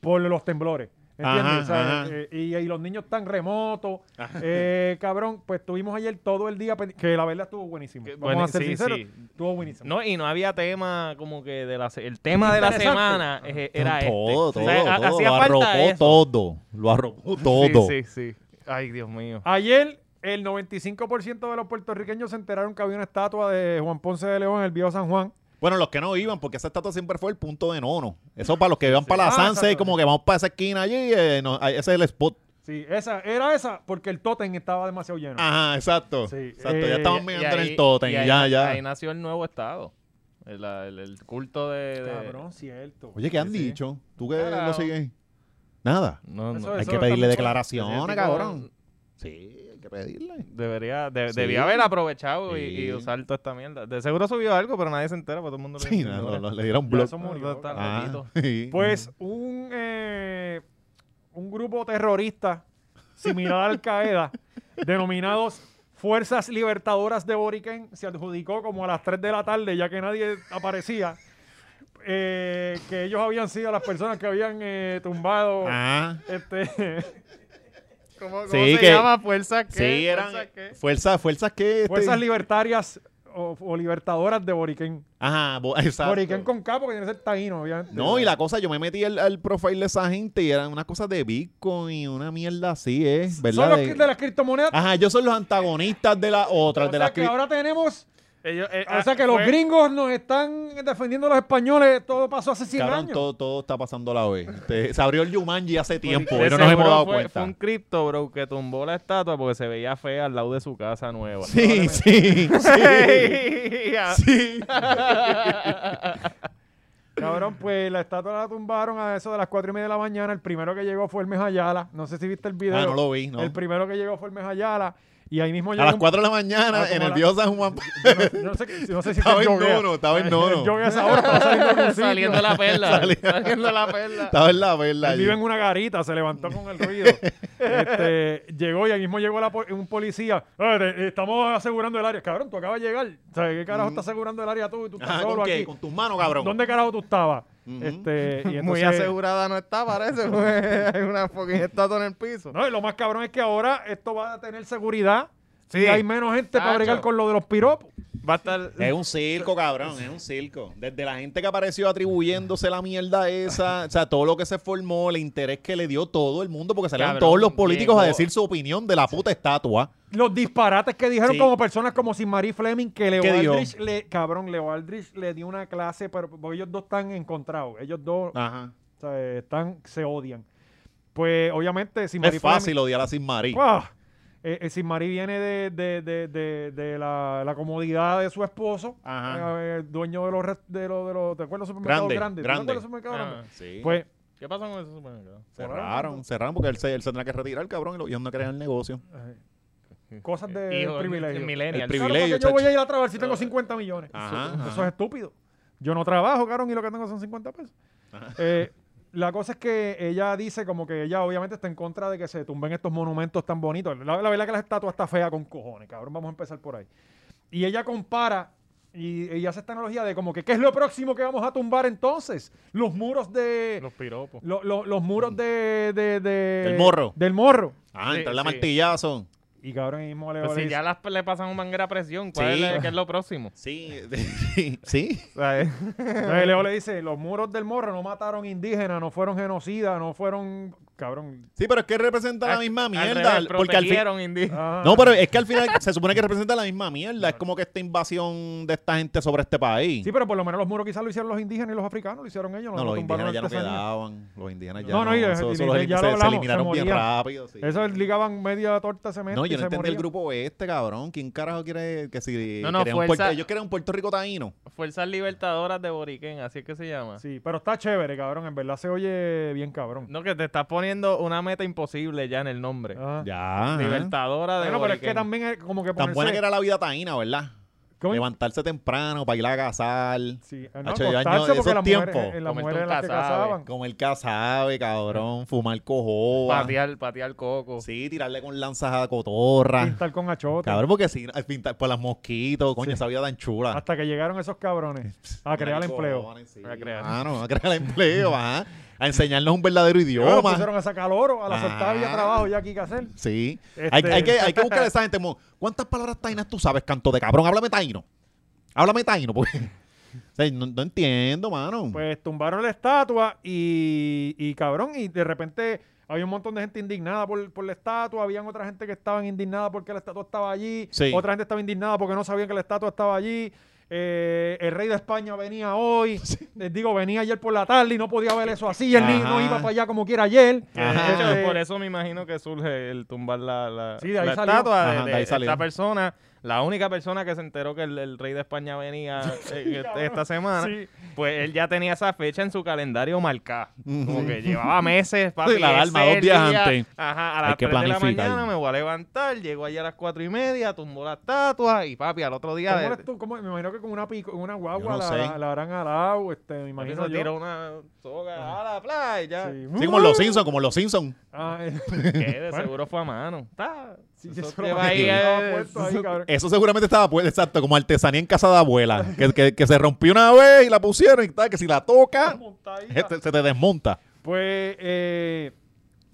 B: por los temblores. ¿Entiendes?
C: Ajá,
B: O sea,
C: ajá.
B: eh, y, y los niños tan remotos.
D: Ah.
B: Eh, cabrón, pues tuvimos ayer todo el día pendi- que la verdad estuvo buenísimo.
D: Que
B: Vamos
D: bueni-
B: a ser
D: sí,
B: sinceros,
D: sí.
B: estuvo buenísimo.
D: No, y no había tema como que de la se- el tema de la
B: Interesante.
D: semana eh, era este.
C: todo, todo,
D: O sea, ha-
C: todo.
D: hacía
C: Lo
D: falta
C: arropó
D: eso.
C: todo. Lo arropó todo.
D: Sí, sí, sí. Ay, Dios mío.
B: Ayer, el 95% de los puertorriqueños se enteraron que había una estatua de Juan Ponce de León en el viejo San Juan.
C: Bueno, los que no iban, porque esa estatua siempre fue el punto de nono. Eso para los que iban para la
B: Ah,
C: Sanse,
B: exacto.
C: como que vamos para esa esquina allí, eh, no, ahí- ese es el spot.
B: Sí, esa, era esa porque el totem estaba demasiado lleno.
D: Ah.
C: Ajá, exacto.
B: Sí.
C: Exacto,
B: Eh,
C: ya estaban
D: Y-
C: mirando
D: y
C: en
D: ahí-
C: el totem,
D: y ahí-
C: ya, ya.
D: Ahí nació el nuevo estado. El, el- el culto de... de-
B: Cabrón, cierto.
C: Oye, ¿qué han
D: Sí, sí.
C: dicho? ¿Tú qué
D: Carajo.
C: lo sigues? Nada.
D: No, no.
B: Eso
C: hay
B: es-
C: que pedirle
B: estamos-
D: Ese
C: declaraciones,
D: tipo-
C: cabrón. Sí, hay que pedirle.
D: Debería, de-
C: Sí.
D: debía haber aprovechado y- y,
C: Sí.
D: usar toda esta mierda. De seguro subió algo, pero nadie se entera, porque todo el mundo le-
C: Sí, no, no, no, le dieron
B: Ya
C: blog.
B: eso
D: No,
B: murió,
D: no, está
B: cabrón.
C: Ah,
D: loquito.
C: sí.
B: Pues un, eh, un grupo terrorista similar a Al Qaeda, denominados Fuerzas Libertadoras de Boriquén, se adjudicó como a las 3 de la tarde, ya que nadie aparecía, eh, que ellos habían sido las personas que habían eh, tumbado
C: Ah,
B: este,
D: ¿Cómo, cómo
C: Sí,
D: se
C: que-
D: llama? ¿Fuerza qué?
C: sí, eran
D: ¿Fuerza qué?
C: fuerzas, fuerzas que... este-
B: Fuerzas Libertarias o, o Libertadoras de Boriquén.
C: Ajá, bo- exacto.
B: Boriquén con K, porque tiene que ser taíno, obviamente.
C: No, y la cosa, yo me metí al, al profile de esa gente y eran unas cosas de Bitcoin, una mierda así, ¿eh? ¿Verdad?
B: Son los
C: De-
B: que- de las criptomonedas.
C: Ajá, ellos son los antagonistas de las otras,
B: o
C: de
B: sea
C: las
B: que
C: cri-
B: ahora tenemos
D: Ellos, eh,
B: O sea
D: ah,
B: que los
D: fue-
B: gringos nos están defendiendo a los españoles. Todo pasó hace 100
C: Cabrón,
B: años.
C: todo, todo está pasando a la vez. Este, se abrió el Yumanji hace tiempo,
D: de
C: pero no nos hemos
D: seguro
C: dado
D: fue,
C: cuenta.
D: Fue un cripto, bro, que tumbó la estatua porque se veía fea al lado de su casa nueva.
C: Sí, sí, sí. sí.
B: Cabrón, pues la estatua la tumbaron a eso de las 4 y media de la mañana. El primero que llegó fue el Mejayala. No sé si viste el video.
C: Ah, no lo vi, ¿no?
B: El primero que llegó fue el Mejayala. Y ahí mismo
C: A
B: llegó.
C: las
B: un-
C: 4 de la
B: Ah,
C: mañana,
B: como
C: en el
B: la-
C: viejo San Juan.
B: Yo no sé, qué- no sé si
C: Estaba
B: fue
C: en
B: yoguea.
C: nono, estaba en nono.
B: Yoguea a esa hora, estaba saliendo de algún sitio.
D: Saliendo la perla.
C: Salía-
D: Saliendo la perla.
C: Estaba en la verla.
B: Él
C: allí.
B: vive en una garita, se levantó con el ruido. Este, llegó y ahí mismo llegó la po- un policía. "Eh, te- Estamos asegurando el área. Cabrón, tú acabas de llegar. O sea, ¿Qué carajo está asegurando el área tú? Tú estás
C: Ajá,
B: solo
C: Mm. Ah, ¿Con qué?
B: aquí.
C: Con tus manos, cabrón.
B: ¿Dónde carajo tú estabas?
C: Ujú.
B: este, y
D: Muy
B: entonces-
D: asegurada no está, parece. porque Hay una fucking estatua en el piso.
B: No, y lo más cabrón es que ahora esto va a tener seguridad.
D: Sí.
B: Y hay menos gente para
D: Tacho.
B: bregar con lo de los piropos.
D: Va a estar...
C: Es un circo, cabrón, es un circo. Desde la gente que apareció atribuyéndose la mierda esa, o sea, todo lo que se formó, el interés que le dio todo el mundo, porque salieron
D: Cabrón,
C: todos los políticos a
D: llegó-
C: decir su opinión de la puta estatua.
B: Los disparates que dijeron
C: Sí.
B: como personas como sin Marie Fleming, que Leo
C: ¿Qué dijo?
B: Aldrich le, cabrón, Leo Aldrich le dio una clase, pero porque ellos dos están encontrados. Ellos dos
C: Ajá.
B: o sea, están, se odian. Pues obviamente sin Marie
C: Es fácil odiar a Sin Marí.
B: ¡Guau! Eh, eh, Sin Marí viene de, de- de- de- de la, la comodidad de su esposo,
C: Ajá.
B: eh, dueño de los, res- de los, de los, ¿te acuerdas los supermercados grandes? ¿Tú
C: Grande,
B: te
C: grande.
B: acuerdas los supermercados
D: Ah,
B: grandes?
C: Sí.
B: Pues
D: ¿Qué pasó con eso? supermercado?
C: cerraron, cerraron porque él se, él se tendrá que retirar, cabrón, y lo- ellos no crean el negocio.
B: eh, cosas de
D: Hijo,
B: privilegio.
D: el millennial.
B: Claro,
C: El privilegio,
B: porque yo voy
C: chacho.
B: a ir a trabajar si tengo 50 millones.
C: Ajá,
B: eso,
C: ajá.
B: eso es estúpido. Yo no trabajo, cabrón, y lo que tengo son 50 pesos. Eh, la cosa es que ella dice como que ella obviamente está en contra de que se tumben estos monumentos tan bonitos. La, la verdad que la estatua está fea con cojones, cabrón. Vamos a empezar por ahí. Y ella compara y, y hace esta analogía de como que ¿qué es lo próximo que vamos a tumbar entonces? Los muros de...
D: Los piropos.
B: lo- lo- los muros de, de- de-
C: Del morro.
B: Del morro.
C: Ah,
D: Sí,
C: entra la
D: sí.
C: martillazo.
B: Y cabrón, ahí mismo le
D: Pues
B: le
D: si
B: dice-
D: ya las- le pasan un manguera a presión, ¿cuál
C: Sí.
D: es, la- qué es lo próximo?
C: Sí, sí, sí.
B: Entonces Leo le dice, los muros del morro no mataron indígenas, no fueron genocidas, no fueron... Cabrón.
C: Sí, pero es que representa la
D: Al-
C: misma
D: al
C: mierda.
D: revés,
C: porque al fin,
D: protegieron indígenas.
B: Ah.
C: No, pues, pero es que al final se supone que representa la misma mierda. Es como que esta invasión de esta gente sobre este país.
B: Sí, pero por lo menos los muros quizás lo hicieron los indígenas y los africanos, lo hicieron ellos.
C: no, los
B: tumbaron
C: indígenas ya no
B: artesanía.
C: quedaban. Los indígenas ya
B: No,
C: no.
B: no, y-
C: eso-
B: y-
C: eso
B: y-
C: los
B: ya
C: in-
B: lo
C: se- se,
B: hablamos,
C: eliminaron
B: se
C: bien
B: morían.
C: rápido. sí.
B: Eso ligaban media torta de cemento.
C: No, yo
B: y
C: no
B: se
C: entendí el
B: morían.
C: grupo este, cabrón. ¿Quién carajo quiere que si
D: No, no,
C: querían un
D: fuerza-
C: Puerto, ellos querían un Puerto Rico taíno?
D: Fuerzas Libertadoras de Boriquén, así es que se llama.
B: Sí, pero está chévere, cabrón. En verdad se oye bien cabrón.
D: No, que te estás poniendo una meta imposible ya en el nombre.
B: Ah.
C: Ya. ajá.
D: Libertadora de
B: Bueno, pero es que
D: Boriquén.
B: también es como que
C: Tan
B: ponerse...
C: buena que era la vida taína, ¿verdad?
B: ¿Cómo?
C: Levantarse temprano para ir a cazar.
B: Sí, eh, no,
C: Hacho, yo año-
B: acostarse
C: de
B: porque las
C: esos
B: mujeres,
C: tiempos,
B: eh, las
D: comerte
B: mujeres
D: un
B: las que
D: cazabe.
B: cazaban.
C: Comer cazabe, cabrón. Fumar cojoba.
D: Patear, patear coco.
C: Sí, tirarle con lanzas a cotorra.
B: Pintar con achote.
C: Cabrón, porque si al pintar por las mosquitos, coño, esa vida tan chula.
B: Hasta que llegaron esos cabrones a Ah, crear empleo.
C: Cojones, sí,
D: A crear.
C: mano, a crear empleo, ajá. A enseñarnos un verdadero
B: Luego nos
C: idioma.
B: pusieron a sacar oro, a la
C: Ah.
B: soltada había trabajo ya aquí que hacer.
C: Sí.
B: Este-
C: Hay, hay que, hay que buscar a esa gente. mo- ¿Cuántas palabras tainas tú sabes, canto de cabrón? Háblame taino. Háblame taino, porque. o sea, no, no entiendo, mano.
B: Pues tumbaron la estatua y, y cabrón, y de repente había un montón de gente indignada por, por la estatua, habían otra gente que estaban indignada porque la estatua estaba allí,
C: Sí.
B: otra gente estaba indignada porque no sabían que la estatua estaba allí. eh, el rey de España venía hoy, les digo, venía ayer por la tarde y no podía ver eso así, él ni- no
C: Ajá.
B: iba para allá como quiera ayer.
D: Que, de
C: Ajá.
D: hecho,
B: Este,
D: por eso me imagino que surge el tumbar la, la,
B: Sí, de ahí
D: la
B: salió.
D: estatua de,
C: Ajá, de
D: de
C: ahí salió.
D: esta persona. La única persona que se enteró que el, el rey de España venía eh,
B: cabrón.
D: esta semana,
B: Sí.
D: pues él ya tenía esa fecha en su calendario marcada. Como que llevaba meses, papi,
C: Sí, la alarma,
D: ese
C: dos días
D: día,
C: antes.
D: Ajá, a
C: Hay
D: las
C: que
D: 3 de la
C: planificar.
D: mañana me voy a levantar, llego allá a las cuatro y media, tumbó la estatua y papi, al otro día...
B: ¿Cómo
D: de-
B: eres tú? ¿Cómo? Me imagino que con una pico, una guagua
C: no
B: la,
C: sé.
B: la- la habrán alado, este, me
D: papi,
B: imagino
D: se
B: yo.
D: tiró una soga a la playa.
B: Sí.
C: Sí, como los Simpsons, como los Simpsons.
B: Ah, eh,
D: Que de
B: Bueno.
D: seguro fue a mano. Ta.
B: sí,
D: Eso
B: eso
D: te
B: lo
D: va ahí,
B: estaba
D: eh,
B: puesto ahí, cabrón.
C: Eso seguramente estaba, pues, exacto, como artesanía en casa de abuela. Que, que- que se rompió una vez y la pusieron y tal, que si la toca,
B: Montadita.
C: este, se te desmonta.
B: Pues eh,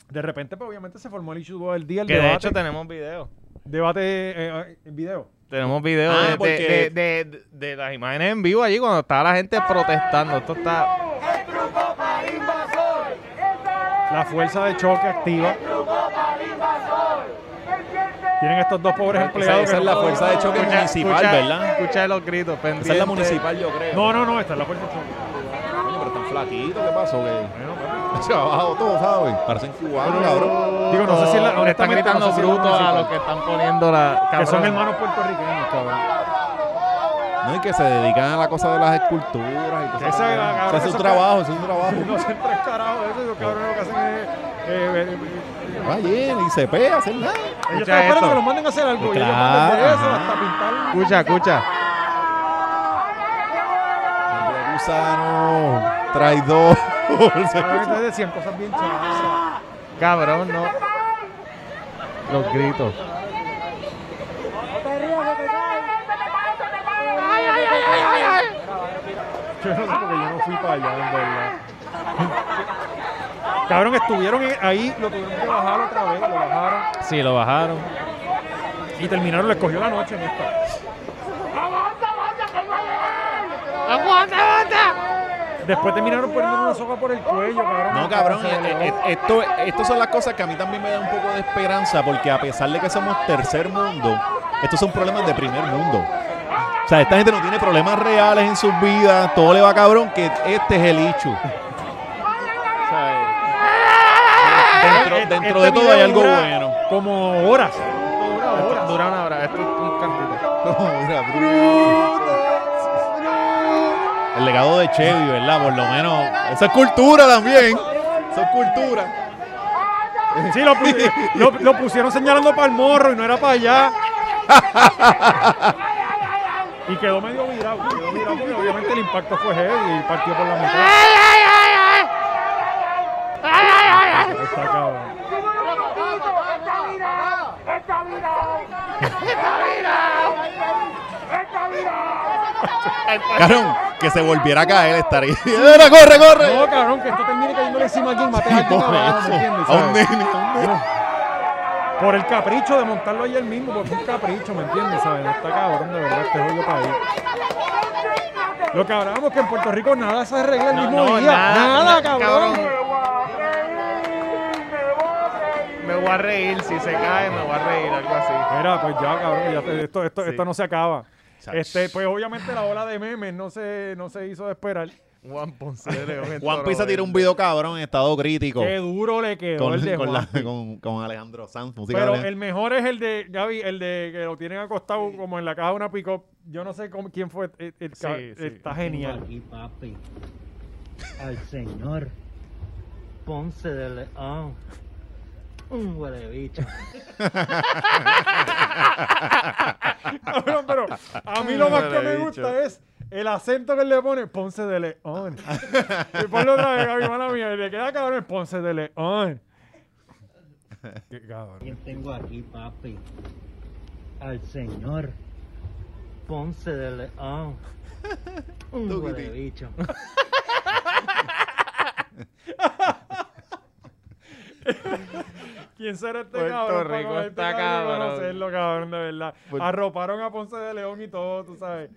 B: de repente, pues, obviamente se formó el issue del día, el
D: Que
B: debate,
D: de hecho tenemos video.
B: debate eh, en video.
D: Tenemos video
C: Ah,
D: de, de-
C: porque-
D: de- de- de las imágenes en vivo allí cuando estaba la gente protestando. Esto está.
B: La fuerza de choque activa. Tienen estos dos pobres empleados.
C: esa
B: que
C: es
B: no
C: la
B: pueden-
C: fuerza de choque
D: Escucha-
C: municipal,
D: escucha-
C: ¿verdad?
D: Escucha los gritos. Pendiente.
C: Esa es la municipal, yo creo.
B: No, no, no, esta es la fuerza de choque.
C: Coño, pero tan flaquito, ¿qué pasó? Que se ha bajado todo, ¿sabes? Parecen cubanos, cabrón.
B: Digo, no sé si es la,
D: Le están
B: honestamente, no
D: gritando
B: sé si es la
D: brutos a
B: municipal.
D: los que están poniendo la.
B: que son
D: cabrón.
B: hermanos puertorriqueños, cabrón.
C: No, y que se dedican a la cosa de las esculturas y cosas.
B: Esa,
C: así.
B: cabrón,
C: O sea, es
B: eso
C: un
B: que-
C: trabajo, eso es un trabajo.
B: No se tres carajos de eso, los cabrones lo que hacen es. eh, eh, eh,
C: Va bien, y se pega, hacer nada.
B: ellos
D: Escucha
B: están esperando
D: esto.
B: que los manden a hacer algo. Y ellos
C: Claro,
B: mandan por eso
C: ajá.
B: hasta pintar.
D: Escucha, escucha.
C: Hombre Gusano, traidor.
B: Ahora ustedes decían cosas bien chavas.
D: Cabrón, no. Los gritos.
B: Yo no sé porque yo no fui para allá, en verdad. Cabrón, estuvieron en- ahí, lo tuvieron que bajar otra vez, lo bajaron.
D: Sí, lo bajaron.
B: Y terminaron, les cogió la noche en esta. Después terminaron poniendo una soga por el cuello, cabrón.
C: No, cabrón,
B: Se
C: eh, eh,
B: elevó.
C: esto, estas son las cosas que a mí también me dan un poco de esperanza, porque a pesar de que somos tercer mundo, estos son problemas de primer mundo. O sea, esta gente no tiene problemas reales en sus vidas, todo le va cabrón, que este es el hecho. Dentro,
B: Este
C: dentro de todo
B: video
C: hay algo
B: dura
C: bueno.
B: Como horas. Dura horas.
D: Dura una hora. Esto es un cantito.
C: Mira, Bruno. El legado de Chevy, ¿verdad? Por lo menos. Eso es cultura también. Eso es cultura.
B: Sí, lo, pusi- lo- lo pusieron señalando para el morro y no era para allá. Y quedó medio virado, quedó virado porque obviamente el impacto fue heavy y partió por la mitad. Está cabrón.
C: Cabrón, que se volviera a caer estaría. ¡Mira, corre, corre!
B: No, cabrón, que esto termine cayéndole encima a alguien, mate a
C: Sí,
B: alguien
C: por
B: abajo, ¿me
C: eso.
B: entiendes?
C: A un
B: ¿Sabes?
C: nene, a un nene.
B: Por el capricho de montarlo ayer mismo, porque es un capricho, ¿me entiendes? ¿Sabes? No está cabrón, de verdad, este juego país. Lo que hablábamos que en Puerto Rico nada se arregla el
D: No,
B: mismo
D: no,
B: día.
D: nada,
B: Nada,
D: nada,
B: cabrón.
D: cabrón. Me voy a reír. Si se cae, me voy a reír. Algo así.
B: Mira, pues ya, cabrón, ya te- esto, esto, esto no se acaba.
C: Sach.
B: Este, pues obviamente la ola de memes no se, no se hizo de esperar.
D: Juan Ponce de León. en
C: Juan
D: Toro
C: Pisa tiró
D: Verde.
C: un video cabrón en estado crítico.
B: Qué duro le quedó el de
C: Con, con, la-
B: Juanpi.
C: con- con Alejandro Sanz, música
B: Pero
C: de Alejandro.
B: el mejor es el de, ya vi, el de que lo tienen acostado como en la caja de una pick-up. Yo no sé cómo- quién fue. el- el ca-
D: Sí, sí.
B: Está genial.
H: Aquí, papi. Al señor Ponce de León. oh. Un huele bicho.
B: Cabrón, pero a mí lo más que me gusta es el acento que él le pone Ponce de León. Y ponlo otra vez, Gaby, mala mía. Y le queda cabrón el Ponce de León. Qué cabrón.
H: Yo tengo aquí, papi, al señor Ponce de León. Un huele bicho.
B: ¿Quién será este
D: Puerto
B: cabrón? para
D: Rico
B: conocer
D: está
B: este cabrón y
D: cabrón.
B: conocerlo, cabrón, de verdad.
C: Pues-
D: Puer-
B: Arroparon a Ponce de León y todo, tú sabes.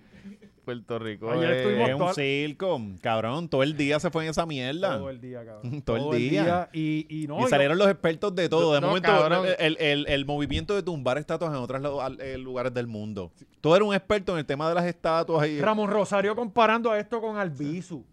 D: Puerto Rico.
B: Ayer
D: eh,
B: estuvimos-
C: Es un circo, cabrón. Todo el día se fue en esa mierda.
B: Todo el día, cabrón.
C: Todo el día.
B: Y, y no,
C: y
B: yo-
C: salieron los expertos de todo. De
D: No,
C: momento,
D: cabrón.
C: el, el- el movimiento de tumbar estatuas en otros lo- al- eh, lugares del mundo. Todo era un experto en el tema de las estatuas y
B: Ramón Rosario comparando a esto con Albizu.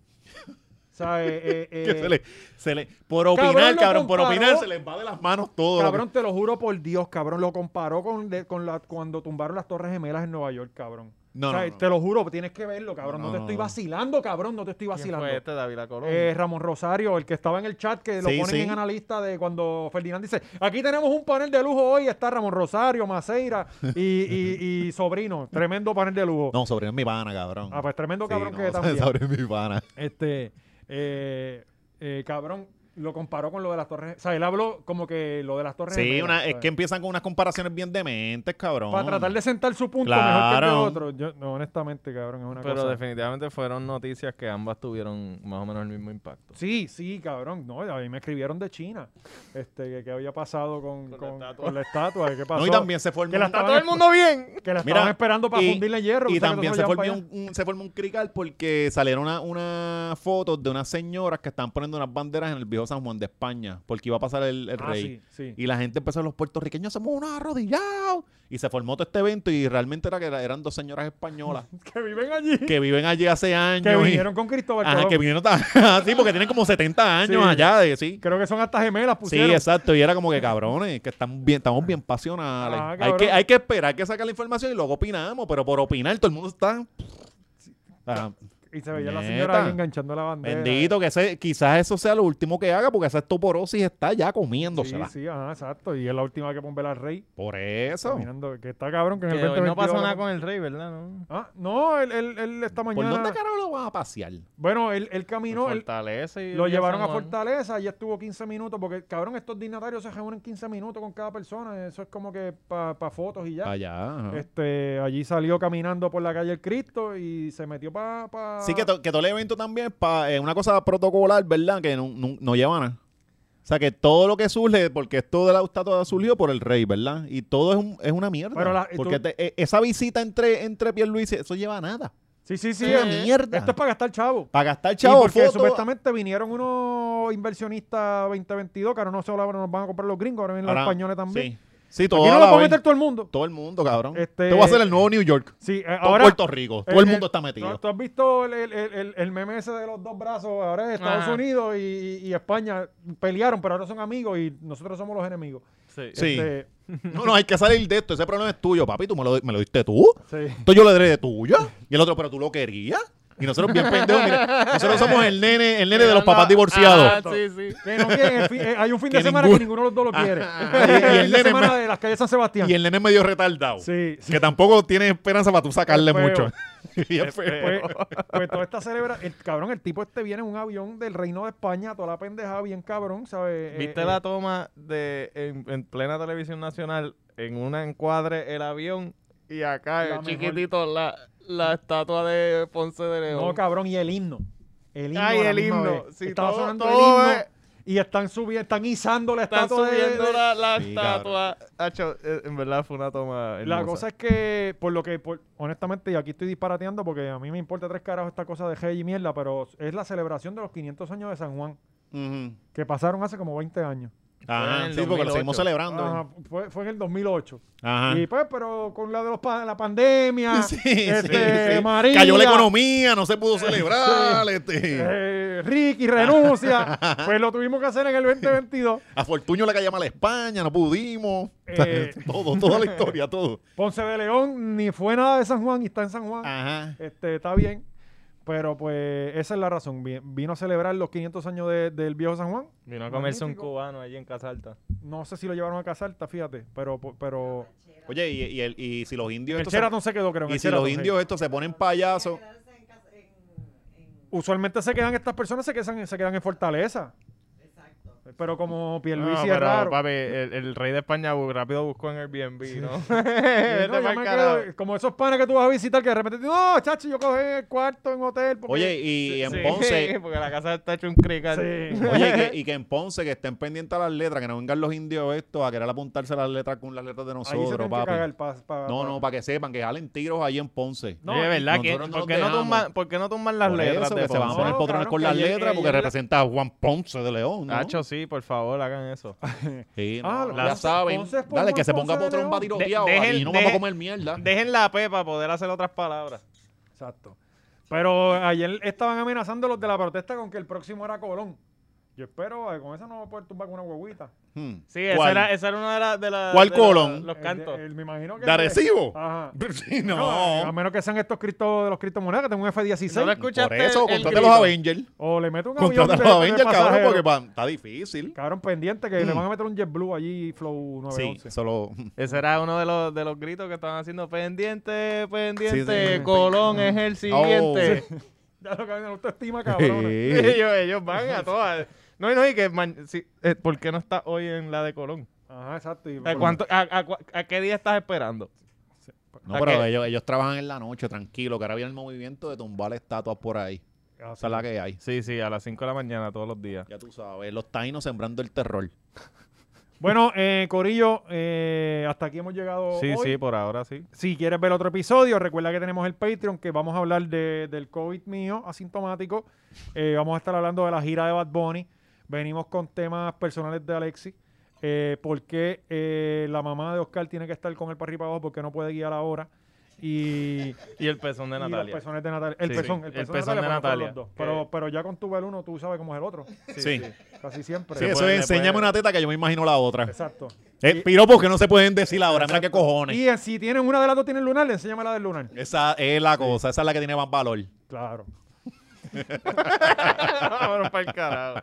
B: ¿Sabes? Eh, eh,
C: que se le, se le- por
B: Cabrón,
C: opinar,
B: lo
C: cabrón, por
B: comparó.
C: opinar se les va de las manos todo.
B: Cabrón, te lo juro por Dios, cabrón. Lo comparó con, de- con la, cuando tumbaron las Torres Gemelas en Nueva York, cabrón. O
C: No,
B: sea,
C: no, no.
B: Te lo juro, tienes que verlo, cabrón. No,
C: No,
B: te
C: no,
B: estoy
C: no.
B: vacilando, cabrón. No te estoy
D: ¿Quién
B: vacilando.
D: fue este, David Colón?
B: Eh, Ramón Rosario, el que estaba en el chat, que lo
C: Sí,
B: ponen
C: sí.
B: en analista de cuando Ferdinand dice, aquí tenemos un panel de lujo hoy, está Ramón Rosario, Maceira y, y- y Sobrino, tremendo panel de lujo.
C: No, sobrino es mi pana, cabrón.
B: Ah, pues tremendo cabrón que
C: no,
B: también.
C: Sobrino es mi pana.
B: Este, eh, eh, cabrón, lo comparó con lo de las torres. O sea, él habló como que lo de las torres.
C: Sí,
B: gemelas,
C: una, es
B: ¿sabes?
C: que empiezan con unas comparaciones bien dementes, cabrón.
B: pues. Para tratar de sentar su punto
C: Claro.
B: mejor que el de otro. Yo, no, honestamente, cabrón, es una
D: Pero
B: cosa.
D: definitivamente fueron noticias que ambas tuvieron más o menos el mismo impacto.
B: Sí, sí, cabrón. No, a mí me escribieron de China. Este, que, que había pasado con,
D: Con la
B: con- con la
D: estatua.
B: estatua. ¿Qué pasó?
C: No, y también se formó
B: Que la
C: un-
B: estaban-
D: bien!
B: Que la
C: Mira,
B: estaban esperando para
C: y-
B: fundirle hierro.
C: Y
B: o sea, que
C: también
B: todos
C: se
B: llevan
C: formó
B: para
C: un, un- se formó un crical porque salieron unas una fotos de unas señoras que están poniendo unas banderas en el viejo San Juan de España porque iba a pasar el, el
B: allá. Ah,
C: rey.
B: sí, sí.
C: Y la gente empezó, los puertorriqueños somos unos arrodillados. Y se formó todo este evento y realmente era que era- eran dos señoras españolas
B: que viven allí. Que,
C: que viven allí hace años. y-
B: vinieron con Cristóbal
C: Ajá,
B: Colón.
C: que vinieron ta- Ajá, sí, porque tienen como 70 años
B: Sí.
C: allá de sí.
B: Creo que son hasta gemelas
C: Sí,
B: pusieron.
C: exacto. Y era como que cabrones, que están bien, estamos bien pasionales.
B: Ah,
C: hay,
B: cabrón.
C: que, hay que esperar que saque la información y luego opinamos, pero por opinar todo el mundo está. Ah,
B: Y se veía la
C: Neta.
B: señora ahí enganchando la bandera.
C: bendito, que ese, quizás eso sea lo último que haga, porque esa estoporosis está ya
B: Sí,
C: comiéndosela.
B: sí, ajá, exacto. Y es la última que pone al rey.
C: Por eso.
B: Caminando, que está cabrón que en el
D: Que hoy
B: 2022
D: no pasó
B: la-
D: nada con el rey, ¿verdad? No.
B: Ah, no, él, él, él esta
C: ¿Por
B: mañana.
C: dónde carajo lo van a pasear?
B: Bueno, él, él caminó, él-
D: Fortaleza y
B: lo
D: y
B: llevaron
D: San
B: a
D: Juan.
B: Fortaleza y estuvo 15 minutos, porque cabrón, estos dignatarios se reúnen 15 minutos con cada persona, eso es como que para fotos y ya.
C: Allá. ajá.
B: Este, allí salió caminando por la calle el Cristo y se metió para...
C: Sí, que, to- que todo el evento también es pa- eh, una cosa protocolar, ¿verdad? Que no, no, no lleva nada. O sea, que todo lo que surge, porque esto de la estatua surgió por el rey, ¿verdad? Y todo es, un- es una mierda.
B: Pero la- y
C: porque
B: tú-
C: te- e- esa visita entre, entre Pierluisi, eso lleva a nada.
B: Sí, sí, sí.
C: es una
B: eh,
C: mierda.
B: Esto es para gastar chavo.
C: Para gastar
B: Chavo,
C: chavo,
B: porque
C: fotos.
B: supuestamente vinieron unos inversionistas 2022, que ahora no solo nos van a comprar los gringos, ahora vienen los
C: Ahora,
B: españoles también.
C: Sí, sí todo,
B: Aquí no lo va a meter todo el mundo.
C: todo el mundo, cabrón.
B: Este-
C: Te voy a hacer el nuevo New York.
B: Sí, eh,
C: Todo
B: ahora...
C: Puerto Rico. Todo el
B: Eh,
C: mundo
B: eh,
C: está
B: ¿Tú,
C: metido.
B: tú has visto el, el- el- el meme ese de los dos brazos? Ahora es Estados
D: Ajá.
B: Unidos y, y España pelearon, pero ahora son amigos y nosotros somos los enemigos.
D: Sí.
C: Sí.
B: Este,
C: No, no, hay que salir de esto. Ese problema es tuyo, papi. Tú me lo, me lo diste tú.
B: sí.
C: Entonces yo le daré de tuya. Y el otro, pero tú lo querías. Y nosotros bien pendejos, mira, nosotros somos el nene, el nene de los papás divorciados.
D: Ah, sí, sí.
B: Que no quieren el fin- eh, hay un fin
C: Que
B: de semana
C: ningún-
B: que ninguno de los dos lo quiere. el
C: Y- y
B: fin
C: el
B: de
C: nene
B: semana
C: más-
B: de las calles San Sebastián.
C: Y el nene medio retardado.
B: Sí, sí.
C: Que tampoco tiene esperanza para tú sacarle
B: Es feo.
C: mucho. Y es feo.
B: Pues, pues toda esta celebra, el cabrón, el tipo este viene en un avión del Reino de España, toda la pendejada bien cabrón, ¿sabes? Eh,
D: ¿Viste
B: eh,
D: la toma de en, en plena televisión nacional en un encuadre el avión y acá
B: La
D: el
B: mejor.
D: chiquitito la, la estatua de Ponce de León?
B: No, cabrón, y el himno. El himno.
D: Ay,
B: a la
D: el
B: misma
D: himno.
B: vez.
D: Sí,
B: Estaba
D: todo-
B: sonando
D: todo
B: el himno.
D: es-
B: Y están subiendo, están izando la
D: Están
B: estatua de-
D: subiendo
B: de,
D: la, la
C: Sí,
D: estatua. Hacho, eh, en verdad fue una toma
B: La
D: hermosa.
B: cosa es que, por lo que, por- honestamente, y aquí estoy disparateando porque a mí me importa tres carajos esta cosa de hey y mierda, pero es la celebración de los 500 años de San Juan,
C: Ujú.
B: que pasaron hace como 20 años.
C: Ajá,
D: en el
C: sí, porque lo
D: 2008.
C: seguimos celebrando.
B: Ajá, fue, fue en el 2008.
C: Ajá.
B: Y pues, pero con la de los pa- la pandemia,
C: Sí,
B: este,
C: sí, sí.
B: María,
C: Cayó la economía, no se pudo celebrar. este.
B: eh, Ricky renuncia, pues lo tuvimos que hacer en el 2022.
C: A Fortuño le cayó mal a España, no pudimos. Este,
B: Eh.
C: todo, toda la historia, todo. Ah.
B: Ponce de León ni fue nada de San Juan y está en San Juan.
C: Ajá.
B: Este, está bien. Pero pues esa es la razón. Vi- Vino a celebrar los 500 años de- del viejo San Juan.
D: Vino a comerse un
B: Magnífico.
D: cubano allí en Casa Alta.
B: No sé si lo llevaron a Casalta, fíjate. Pero, pero
C: Oye, y, y el- y si los indios.
B: el
C: estos se-
B: Sheraton se quedó, creo. en
C: y
B: el
C: si los
B: Sheraton, sí.
C: indios estos se ponen payasos.
B: Usualmente se quedan estas personas, se quedan, se quedan en Fortaleza. Exacto. Pero como Pierluisi
D: No,
B: es raro.
D: papi, el, el rey de España bu- rápido buscó en Airbnb, ¿no?
B: Eh,
D: Vete
B: no, yo
D: pa'l
B: me
D: carajo.
B: quedo- como esos panes que tú vas a visitar que de repente no chacho yo cogí el cuarto en hotel porque-
C: Oye, y, y en
D: Sí,
C: Ponce.
D: porque la casa está hecho un crical.
B: Sí.
C: Oye, y que, y que en Ponce que estén pendientes a las letras, que no vengan los indios estos a querer apuntarse las letras con las letras de
B: ahí se
C: nosotros,
B: tienen que
C: papi.
B: cagar pa- pa-
C: No,
B: pa-
C: no, para que sepan, que jalen tiros ahí en Ponce.
B: No,
D: Oye, ¿verdad? que-
C: nosotros no
D: ¿por,
C: nos
D: qué no
C: dejamos.
D: tumban, ¿Por qué no tumban las
C: Por
D: letras
C: eso,
D: de
C: que se van a
D: Ponce?
C: poner patrones
B: claro,
C: con
B: que
C: las
B: ayer-
C: letras porque
B: ayer la-
C: representa a Juan Ponce de León. ¿no?
D: Nacho, sí, por favor, hagan eso.
C: Sí,
B: Ah,
C: no,
B: la-
C: ya saben.
B: Ponce es por
C: Dale,
B: Juan
C: que se ponga
B: Ponce de
C: otro
B: León.
C: un batiroteado
D: De- dejen-
C: y no vamos
D: dejen-
C: a comer mierda.
D: Dejen la P para poder hacer otras palabras.
B: exacto pero ayer estaban amenazando los de la protesta con que el próximo era Colón yo espero eh, con eso no voy a poder tumbar con una huevita
C: Hmm.
D: Sí, esa
C: ¿Cuál?
D: era, esa era una de las... de la-
C: ¿Cuál
D: de la-
C: Colón?
D: los
B: El de-
D: cantos.
B: el- me imagino que
C: ¿De
B: el
C: Arecibo?
B: Ajá.
C: Sí,
B: No, a
C: no.
B: menos que sean estos cristos de los criptomonedas que tengo un F16
D: ¿No lo escuchaste?
C: Por eso,
D: el
C: contrate
D: grito?
C: los Avengers.
B: o le meto un avión
C: Contrate
B: de-
C: los
B: de
C: Avengers, cabrón,
B: pasajero.
C: porque pa, Mm. está difícil.
B: cabrón pendiente que le van a meter un JetBlue allí Flow 911
C: Sí, solo.
D: Ese era uno de los, de los gritos que estaban haciendo. Pendiente, pendiente,
C: Sí, Oh. sí.
D: Colón es el siguiente.
B: ya lo que viene la autoestima cabrón
D: ellos, ellos van a todas. No, y no, y que... man- sí, eh, ¿Por qué no está hoy en la de Colón?
B: Ajá, exacto. y-
D: ¿A, cuánto- a- a cua- a qué día estás esperando?
C: No, pero ellos, ellos trabajan en la noche, tranquilo, que ahora viene el movimiento de tumbar estatuas por ahí.
B: Ah,
C: Esa es la que hay.
D: Sí, sí, a las 5 de la mañana todos los días.
C: Ya tú sabes, los taínos sembrando el terror.
B: Bueno, eh, Corillo, eh, hasta aquí hemos llegado
D: Sí,
B: hoy.
D: sí, por ahora sí.
B: Si quieres ver otro episodio, recuerda que tenemos el Patreon, que vamos a hablar de- del COVID mío, asintomático. Eh, vamos a estar hablando de la gira de Bad Bunny. Venimos con temas personales de Alexi. Eh, ¿Por qué eh, la mamá de Oscar tiene que estar con él para arriba y para abajo? Porque no puede guiar ahora. Y,
D: Y el pezón de
B: y los
D: Natalia.
B: personajes de Natalia. El
D: Sí,
B: pezón,
D: sí.
B: el
D: El
B: pezón,
D: pezón
B: de Natalia.
D: de
B: para los
D: Natalia. Eh.
B: dos. Pero, pero ya con tu uno tú sabes cómo es el otro.
C: Sí.
B: Casi siempre.
C: Sí, eso es
D: puede- le puede-
C: enséñame una teta que yo me imagino la otra.
B: Exacto.
C: Eh, piropos que no se pueden decir ahora, mira qué cojones.
B: Y eh, si tienen una de las dos tienen lunar, le enséñame la del lunar.
C: Esa es la cosa, esa es la que tiene más valor.
B: Claro.
D: Vámonos para el carajo.